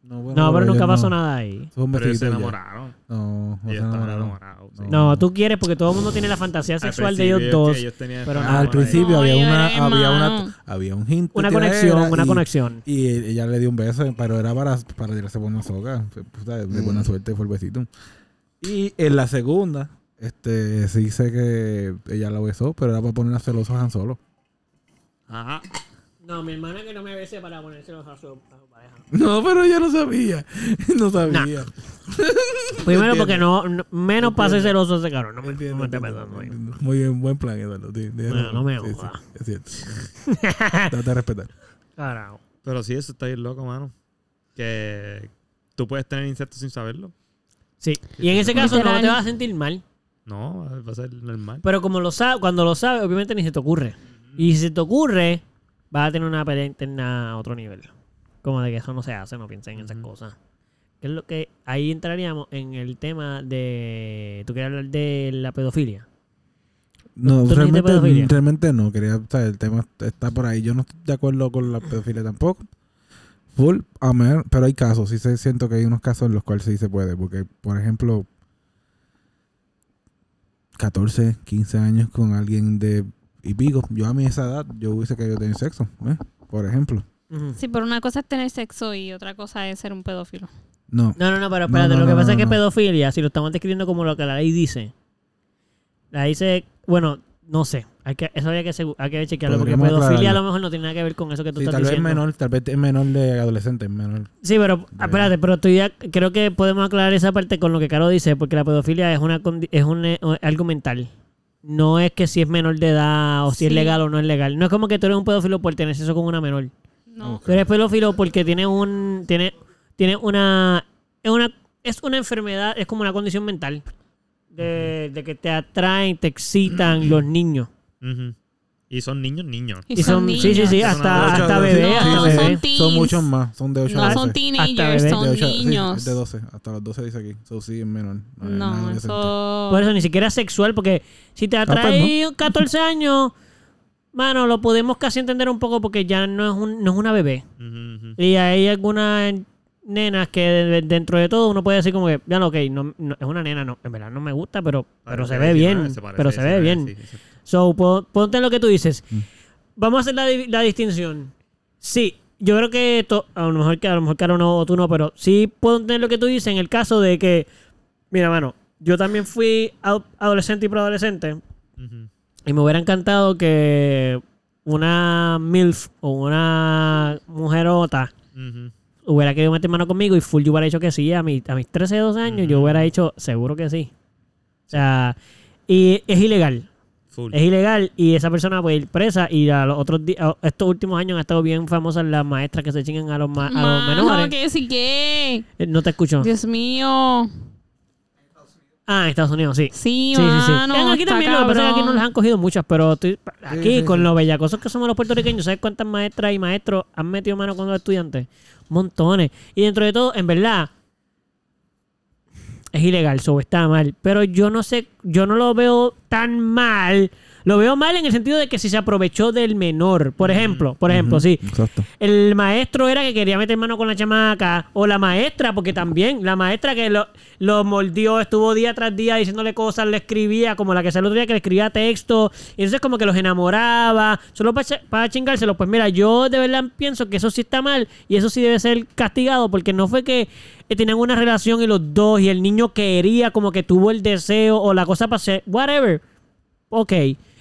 [SPEAKER 1] No, pero nunca pasó nada ahí.
[SPEAKER 3] Pero ellos se enamoraron.
[SPEAKER 4] No, no se
[SPEAKER 3] Ellos estaban
[SPEAKER 4] enamoraron.
[SPEAKER 3] enamorados.
[SPEAKER 4] No.
[SPEAKER 1] No, tú quieres porque todo el mundo tiene la fantasía
[SPEAKER 3] Al
[SPEAKER 1] sexual de
[SPEAKER 3] principio
[SPEAKER 1] ellos dos.
[SPEAKER 3] que ellos tenían
[SPEAKER 1] pero
[SPEAKER 3] estaban
[SPEAKER 1] nada.
[SPEAKER 4] Ah, al
[SPEAKER 3] enamorados.
[SPEAKER 4] principio
[SPEAKER 2] No,
[SPEAKER 4] había
[SPEAKER 2] yo
[SPEAKER 4] una,
[SPEAKER 2] era
[SPEAKER 4] había
[SPEAKER 2] hermano.
[SPEAKER 4] una, había un hint.
[SPEAKER 1] Una
[SPEAKER 4] tiradera
[SPEAKER 1] conexión, una
[SPEAKER 4] y-
[SPEAKER 1] conexión.
[SPEAKER 4] Y ella le dio un beso, pero era para, para tirarse por una soga. Fue- puta, De, de buena suerte fue el besito. Y en la segunda, este, se dice que ella la besó, pero era para poner a celoso a Han Solo. <laughs>
[SPEAKER 3] Ajá.
[SPEAKER 6] No, mi hermana que no me bese para ponerse los a su, a su pareja.
[SPEAKER 4] No, pero ella no sabía. <laughs> No sabía.
[SPEAKER 1] Primero
[SPEAKER 4] Entiendo.
[SPEAKER 1] porque no, no- menos pase celoso ese cabrón. No me,
[SPEAKER 4] Entiendo,
[SPEAKER 1] no me esté
[SPEAKER 4] entiendo,
[SPEAKER 1] pensando ahí.
[SPEAKER 4] entiendo. Muy bien, buen plan, Eduardo. Sí, de-
[SPEAKER 1] Bueno, no me
[SPEAKER 4] sí, sí,
[SPEAKER 1] jodas.
[SPEAKER 4] Es cierto. <laughs> Trata de respetar.
[SPEAKER 1] Carajo.
[SPEAKER 3] Pero sí, eso está bien loco, mano. Que tú puedes tener insectos sin saberlo.
[SPEAKER 1] Sí. Y en ese caso no
[SPEAKER 2] Literal.
[SPEAKER 1] te vas a sentir mal.
[SPEAKER 3] No, va a ser normal.
[SPEAKER 1] Pero como lo sabes, cuando lo sabes, obviamente ni se te ocurre. Y si se te ocurre, vas a tener una pelea interna a otro nivel. Como de que eso no se hace, no piensen en esas cosas. Que es lo que ahí entraríamos en el tema de. Tú querías hablar de la pedofilia.
[SPEAKER 4] No,
[SPEAKER 1] ¿Tú no dijiste pedofilia?
[SPEAKER 4] realmente, realmente no. Quería, o sea, el tema está por ahí. Yo no estoy de acuerdo con la pedofilia tampoco. Full, a ver, pero hay casos. Sí se, siento que hay unos casos en los cuales sí se puede. Porque, por ejemplo, 14, 15 años con alguien de y pico. Yo a mi esa edad, yo hubiese querido tener sexo. ¿eh? Por ejemplo.
[SPEAKER 2] Sí, pero una cosa es tener sexo y otra cosa es ser un pedófilo.
[SPEAKER 4] No.
[SPEAKER 1] No, no, no, pero espérate.
[SPEAKER 4] no,
[SPEAKER 1] lo que
[SPEAKER 4] no,
[SPEAKER 1] pasa
[SPEAKER 4] no,
[SPEAKER 1] es que
[SPEAKER 4] no.
[SPEAKER 1] pedofilia, si lo estamos describiendo como lo que la ley dice, la ley dice, bueno, no sé. Hay que, eso había que, asegu- hay que chequearlo porque
[SPEAKER 4] Podríamos
[SPEAKER 1] pedofilia a
[SPEAKER 4] aclararlo.
[SPEAKER 1] lo mejor no tiene nada que ver con eso que tú
[SPEAKER 4] Sí,
[SPEAKER 1] estás
[SPEAKER 4] tal vez
[SPEAKER 1] diciendo.
[SPEAKER 4] menor, tal vez es menor de adolescente, es menor.
[SPEAKER 1] Sí, pero espérate, pero estoy ya- creo que podemos aclarar esa parte con lo que Caro dice, porque la pedofilia es una condi- es un eh, algo mental. No es que si es menor de edad o si es
[SPEAKER 2] Sí.
[SPEAKER 1] legal o no es legal. No es como que tú eres un pedófilo por tener eso con una menor.
[SPEAKER 2] No.
[SPEAKER 4] Ok.
[SPEAKER 1] Tú eres pedófilo porque tiene un tiene tiene una es una es una enfermedad, es como una condición mental de, de que te atraen, te excitan los niños.
[SPEAKER 3] Ujú. Y son niños, niños.
[SPEAKER 2] Y
[SPEAKER 1] Y
[SPEAKER 2] son
[SPEAKER 1] son,
[SPEAKER 2] niños.
[SPEAKER 1] sí, sí, sí,
[SPEAKER 3] Son
[SPEAKER 1] hasta,
[SPEAKER 3] adolescentes.
[SPEAKER 1] hasta bebé,
[SPEAKER 2] No,
[SPEAKER 1] hasta
[SPEAKER 2] son
[SPEAKER 1] bebé.
[SPEAKER 2] teens.
[SPEAKER 4] Son muchos más, son de 8
[SPEAKER 2] No
[SPEAKER 4] a 12.
[SPEAKER 2] son teenagers,
[SPEAKER 1] bebés.
[SPEAKER 2] son
[SPEAKER 4] de ocho- sí,
[SPEAKER 2] niños.
[SPEAKER 4] es de 12, hasta los 12 dice aquí. So, sí, es menor. es un
[SPEAKER 2] no,
[SPEAKER 4] adolescente.
[SPEAKER 2] eso.
[SPEAKER 1] Por eso ni siquiera es sexual, porque si te atrae 14 años, mano, lo podemos casi entender un poco porque ya no es, un- no es una bebé.
[SPEAKER 3] Ujú, ujú.
[SPEAKER 1] Y hay algunas nenas que de- dentro de todo uno puede decir como que, ya no, ok, no, no- es una nena, no, en verdad no me gusta, pero, pero se ve
[SPEAKER 3] Parece
[SPEAKER 1] bien,
[SPEAKER 3] 19, parece
[SPEAKER 1] pero se ve
[SPEAKER 3] 19,
[SPEAKER 1] bien.
[SPEAKER 3] sí, exacto.
[SPEAKER 1] So, po- ponte lo que tú dices. Vamos a hacer la, di- la distinción. Sí, yo creo que to- a lo mejor que a lo mejor Caro no o tú no, pero sí puedo entender lo que tú dices en el caso de que, mira, mano, yo también fui ad- adolescente y preadolescente
[SPEAKER 3] Ujú.
[SPEAKER 1] y me hubiera encantado que una MILF o una mujerota
[SPEAKER 3] Ujú.
[SPEAKER 1] hubiera querido meter mano conmigo y full yo hubiera dicho que sí. A, mi- a mis 13, 12 años yo hubiera dicho seguro que sí. O sea, y es ilegal.
[SPEAKER 3] Full.
[SPEAKER 1] Es ilegal y esa persona puede ir presa y a los otros di- a estos últimos años han estado bien famosas las maestras que se chingan a los, ma- a los
[SPEAKER 2] Mano,
[SPEAKER 1] menores.
[SPEAKER 2] que sí que.
[SPEAKER 1] Eh, No te escucho.
[SPEAKER 2] Dios mío.
[SPEAKER 1] Ah, en Estados Unidos, sí.
[SPEAKER 2] Sí,
[SPEAKER 1] Sí, sí, sí.
[SPEAKER 2] mano.
[SPEAKER 1] Vean, aquí
[SPEAKER 2] está
[SPEAKER 1] también lo que pasa es que aquí no
[SPEAKER 2] cabrón.
[SPEAKER 1] las han cogido muchas, pero estoy- aquí
[SPEAKER 4] sí,
[SPEAKER 1] con
[SPEAKER 4] sí.
[SPEAKER 1] los bellacosos que somos los puertorriqueños, ¿sabes cuántas maestras y maestros han metido mano con los estudiantes? Montones. Y dentro de todo, en verdad, es ilegal, eso está mal. Pero yo no sé, yo no lo veo tan mal. Lo veo mal en el sentido de que si se aprovechó del menor, por ejemplo, por ejemplo, sí.
[SPEAKER 4] Exacto.
[SPEAKER 1] El maestro era que quería meter mano con la chamaca. O la maestra, porque también la maestra que lo, lo mordió, estuvo día tras día diciéndole cosas, le escribía, como la que salió el otro día que le escribía texto. Y entonces como que los enamoraba, solo para chingárselo. Pues mira, yo de verdad pienso que eso sí está mal y eso sí debe ser castigado, porque no fue que eh, tenían una relación y los dos y el niño quería, como que tuvo el deseo o la cosa para ser, whatever. Ok.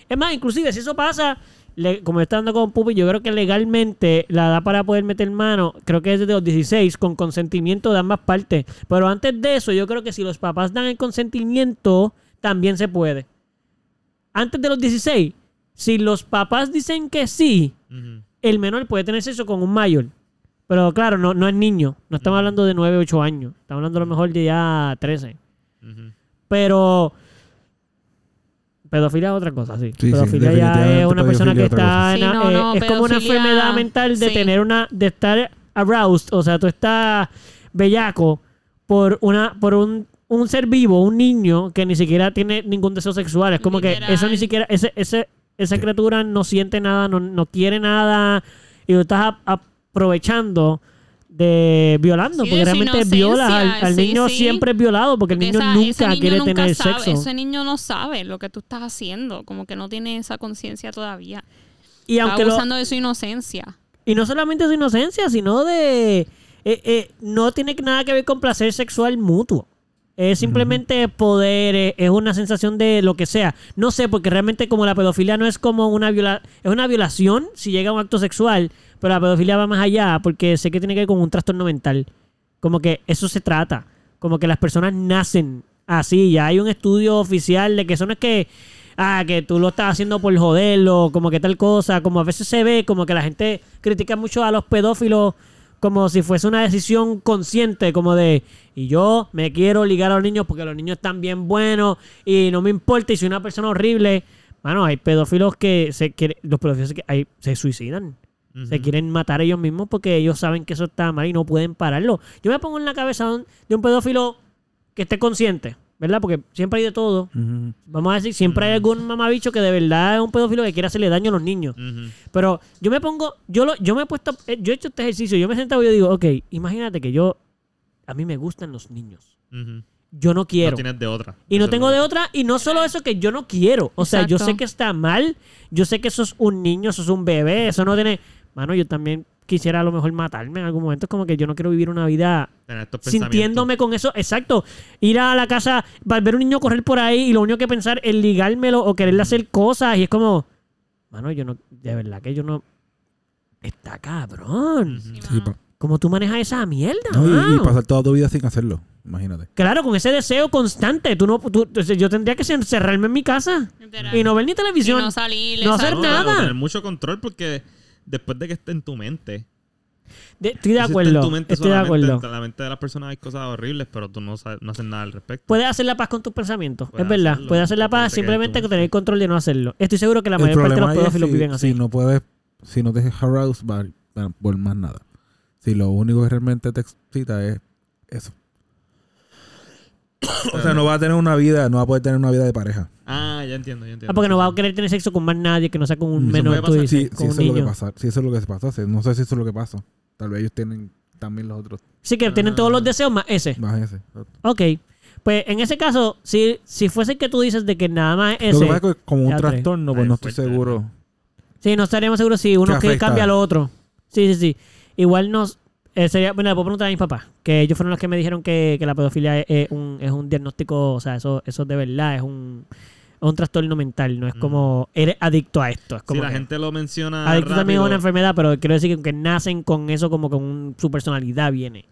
[SPEAKER 1] Es más, inclusive si eso pasa, le- como está dando con Pupi, yo creo que legalmente la edad para poder meter mano, creo que es desde los 16, con consentimiento de ambas partes. Pero antes de eso, yo creo que si los papás dan el consentimiento, también se puede. Antes de los 16, si los papás dicen que sí,
[SPEAKER 3] Ujú.
[SPEAKER 1] el menor puede tener sexo con un mayor. Pero claro, no, no es niño. No estamos hablando de 9, 8 años. Estamos hablando a lo mejor de ya 13.
[SPEAKER 3] Ujú.
[SPEAKER 1] Pero. Pedofilia es otra cosa, sí.
[SPEAKER 4] Sí, sí,
[SPEAKER 1] pedofilia ya
[SPEAKER 4] definitivamente
[SPEAKER 1] es una persona que
[SPEAKER 4] pedofilia es otra
[SPEAKER 1] está.
[SPEAKER 2] cosa.
[SPEAKER 1] en-
[SPEAKER 2] Sí, no,
[SPEAKER 1] eh,
[SPEAKER 2] no,
[SPEAKER 1] es como una
[SPEAKER 2] pedofilia-
[SPEAKER 1] enfermedad mental de
[SPEAKER 2] sí.
[SPEAKER 1] tener una. de estar aroused. O sea, tú estás bellaco por una. por un. Un ser vivo, un niño que ni siquiera tiene ningún deseo sexual. Es como que
[SPEAKER 2] Literal.
[SPEAKER 1] eso ni siquiera. Ese, ese, esa criatura no siente nada, no, no quiere nada. Y lo estás a- aprovechando de violando.
[SPEAKER 2] Sí,
[SPEAKER 1] porque
[SPEAKER 2] de su
[SPEAKER 1] realmente violas al, al
[SPEAKER 2] inocencia,
[SPEAKER 1] niño
[SPEAKER 2] sí, sí.
[SPEAKER 1] siempre es violado porque el
[SPEAKER 2] Porque
[SPEAKER 1] niño
[SPEAKER 2] esa- ese
[SPEAKER 1] nunca
[SPEAKER 2] niño
[SPEAKER 1] quiere
[SPEAKER 2] nunca
[SPEAKER 1] tener
[SPEAKER 2] sabe,
[SPEAKER 1] sexo.
[SPEAKER 2] Ese niño no sabe lo que tú estás haciendo, como que no tiene esa conciencia todavía.
[SPEAKER 1] Y
[SPEAKER 2] Está
[SPEAKER 1] aunque lo-
[SPEAKER 2] abusando de su inocencia.
[SPEAKER 1] y no solamente su inocencia, sino de eh, eh, no tiene nada que ver con placer sexual mutuo. Es simplemente poder, eh, es una sensación de lo que sea. No sé, porque realmente como la pedofilia no es como una viola, es una violación si llega a un acto sexual, pero la pedofilia va más allá porque sé que tiene que ver con un trastorno mental. Como que eso se trata. Como que las personas nacen así. Ya hay un estudio oficial de que eso no es que. Ah, que tú lo estás haciendo por joderlo, como que tal cosa. Como a veces se ve, como que la gente critica mucho a los pedófilos como si fuese una decisión consciente, como de. Y yo me quiero ligar a los niños porque los niños están bien buenos y no me importa y soy una persona horrible. Bueno, hay pedófilos que se quiere- los pedófilos que hay, se suicidan. Se quieren matar ellos mismos porque ellos saben que eso está mal y no pueden pararlo. Yo me pongo en la cabeza de un- de un pedófilo que esté consciente, ¿verdad? Porque siempre hay de todo.
[SPEAKER 4] Ujú.
[SPEAKER 1] Vamos a decir, siempre hay algún mamabicho que de verdad es un pedófilo que quiere hacerle daño a los niños.
[SPEAKER 3] Ujú.
[SPEAKER 1] Pero yo me pongo, yo lo, yo me he puesto, eh, yo he hecho este ejercicio, yo me he sentado y yo digo, ok, imagínate que yo, a mí me gustan los niños.
[SPEAKER 3] Ujú.
[SPEAKER 1] Yo no
[SPEAKER 3] No
[SPEAKER 1] quiero.
[SPEAKER 3] tienes de otra.
[SPEAKER 1] Y no
[SPEAKER 3] Eso
[SPEAKER 1] tengo
[SPEAKER 3] es
[SPEAKER 1] de otra. Y no solo eso que yo no quiero. O sea, yo
[SPEAKER 2] Exacto.
[SPEAKER 1] sé que está mal. Yo sé que eso es un niño, eso es un bebé. Eso no tiene... Mano, yo también quisiera a lo mejor matarme en algún momento. Es como que yo no quiero vivir una vida
[SPEAKER 3] lo- tener estos pensamientos.
[SPEAKER 1] sintiéndome con eso. Exacto. Ir a la casa, va- ver un niño correr por ahí y lo único que pensar es ligármelo o quererle hacer cosas. Y es como... Mano, yo no... De verdad que yo no... Está cabrón.
[SPEAKER 3] Ujú.
[SPEAKER 4] Sí, pa-
[SPEAKER 1] ¿Cómo tú manejas esa mierda?
[SPEAKER 4] Mm. no, y- y
[SPEAKER 1] mano?
[SPEAKER 4] pasar toda tu vida sin hacerlo. Imagínate.
[SPEAKER 1] Claro, con ese deseo constante. Tú no, tú- yo tendría que encerrarme en mi casa y no ver ni
[SPEAKER 2] Y
[SPEAKER 1] televisión.
[SPEAKER 2] no salir.
[SPEAKER 1] No
[SPEAKER 2] exacto.
[SPEAKER 1] hacer
[SPEAKER 3] No,
[SPEAKER 1] nada.
[SPEAKER 3] o Tener mucho control porque después de que esté en tu mente.
[SPEAKER 1] De- estoy de
[SPEAKER 3] si está en tu
[SPEAKER 1] acuerdo.
[SPEAKER 3] mente
[SPEAKER 1] Estoy de
[SPEAKER 3] solamente,
[SPEAKER 1] acuerdo.
[SPEAKER 3] En la mente de las personas hay cosas horribles, pero tú no, sabes- no haces nada al respecto.
[SPEAKER 1] Puedes hacer la paz con tus pensamientos.
[SPEAKER 3] Puedes
[SPEAKER 1] es verdad.
[SPEAKER 3] hacerlo.
[SPEAKER 1] Puedes hacer la paz
[SPEAKER 3] Puedes sacar
[SPEAKER 1] simplemente con
[SPEAKER 3] tu mente.
[SPEAKER 1] tener control de no hacerlo. Estoy seguro que la
[SPEAKER 4] el
[SPEAKER 1] mayor parte de
[SPEAKER 4] problema
[SPEAKER 1] los
[SPEAKER 4] ahí es
[SPEAKER 1] pedófilos
[SPEAKER 4] si,
[SPEAKER 1] viven así.
[SPEAKER 4] si no puedes, si no te dejas aroused va- va- por más nada. Si lo único que realmente te excita es eso. o sea, no va a tener una vida, no va a poder tener una vida de pareja.
[SPEAKER 3] Ah, ya entiendo, ya entiendo.
[SPEAKER 1] Ah, porque no va a querer tener sexo con más nadie que no sea con un
[SPEAKER 4] Eso
[SPEAKER 1] menor,
[SPEAKER 3] puede
[SPEAKER 1] tú
[SPEAKER 3] pasar.
[SPEAKER 1] dices,
[SPEAKER 4] Sí, sí,
[SPEAKER 1] con
[SPEAKER 4] eso
[SPEAKER 1] un
[SPEAKER 4] es lo que
[SPEAKER 1] niño.
[SPEAKER 4] pasa. Sí, eso es lo que se pasó. Sí, No sé si eso es lo que pasó. Tal vez ellos tienen también los otros.
[SPEAKER 1] Sí, que
[SPEAKER 3] Ah.
[SPEAKER 1] tienen todos los deseos más ese.
[SPEAKER 4] Más ese.
[SPEAKER 1] Ok. Pues en ese caso, si, si fuese que tú dices de que nada más es
[SPEAKER 4] Lo que
[SPEAKER 1] ese,
[SPEAKER 4] pasa es que como un
[SPEAKER 1] Ya tres.
[SPEAKER 4] trastorno, pues
[SPEAKER 3] Ay,
[SPEAKER 4] no estoy
[SPEAKER 3] fuerte,
[SPEAKER 4] seguro.
[SPEAKER 1] Sí, no estaríamos seguros si uno
[SPEAKER 4] Te
[SPEAKER 1] que
[SPEAKER 4] afecta.
[SPEAKER 1] cambia al otro. Sí, sí, sí. Igual nos... eh, sería, bueno, le puedo preguntar a mis papás, que ellos fueron los que me dijeron que, que la pedofilia es, es un, es un diagnóstico, o sea, eso, eso de verdad es un, es un trastorno mental, no es como eres adicto a esto. Es
[SPEAKER 3] Si
[SPEAKER 1] como
[SPEAKER 3] Mm. la
[SPEAKER 1] que-
[SPEAKER 3] gente lo menciona.
[SPEAKER 1] adicto también es una
[SPEAKER 3] rápido,
[SPEAKER 1] enfermedad, pero quiero decir que aunque nacen con eso, como con un- su personalidad viene.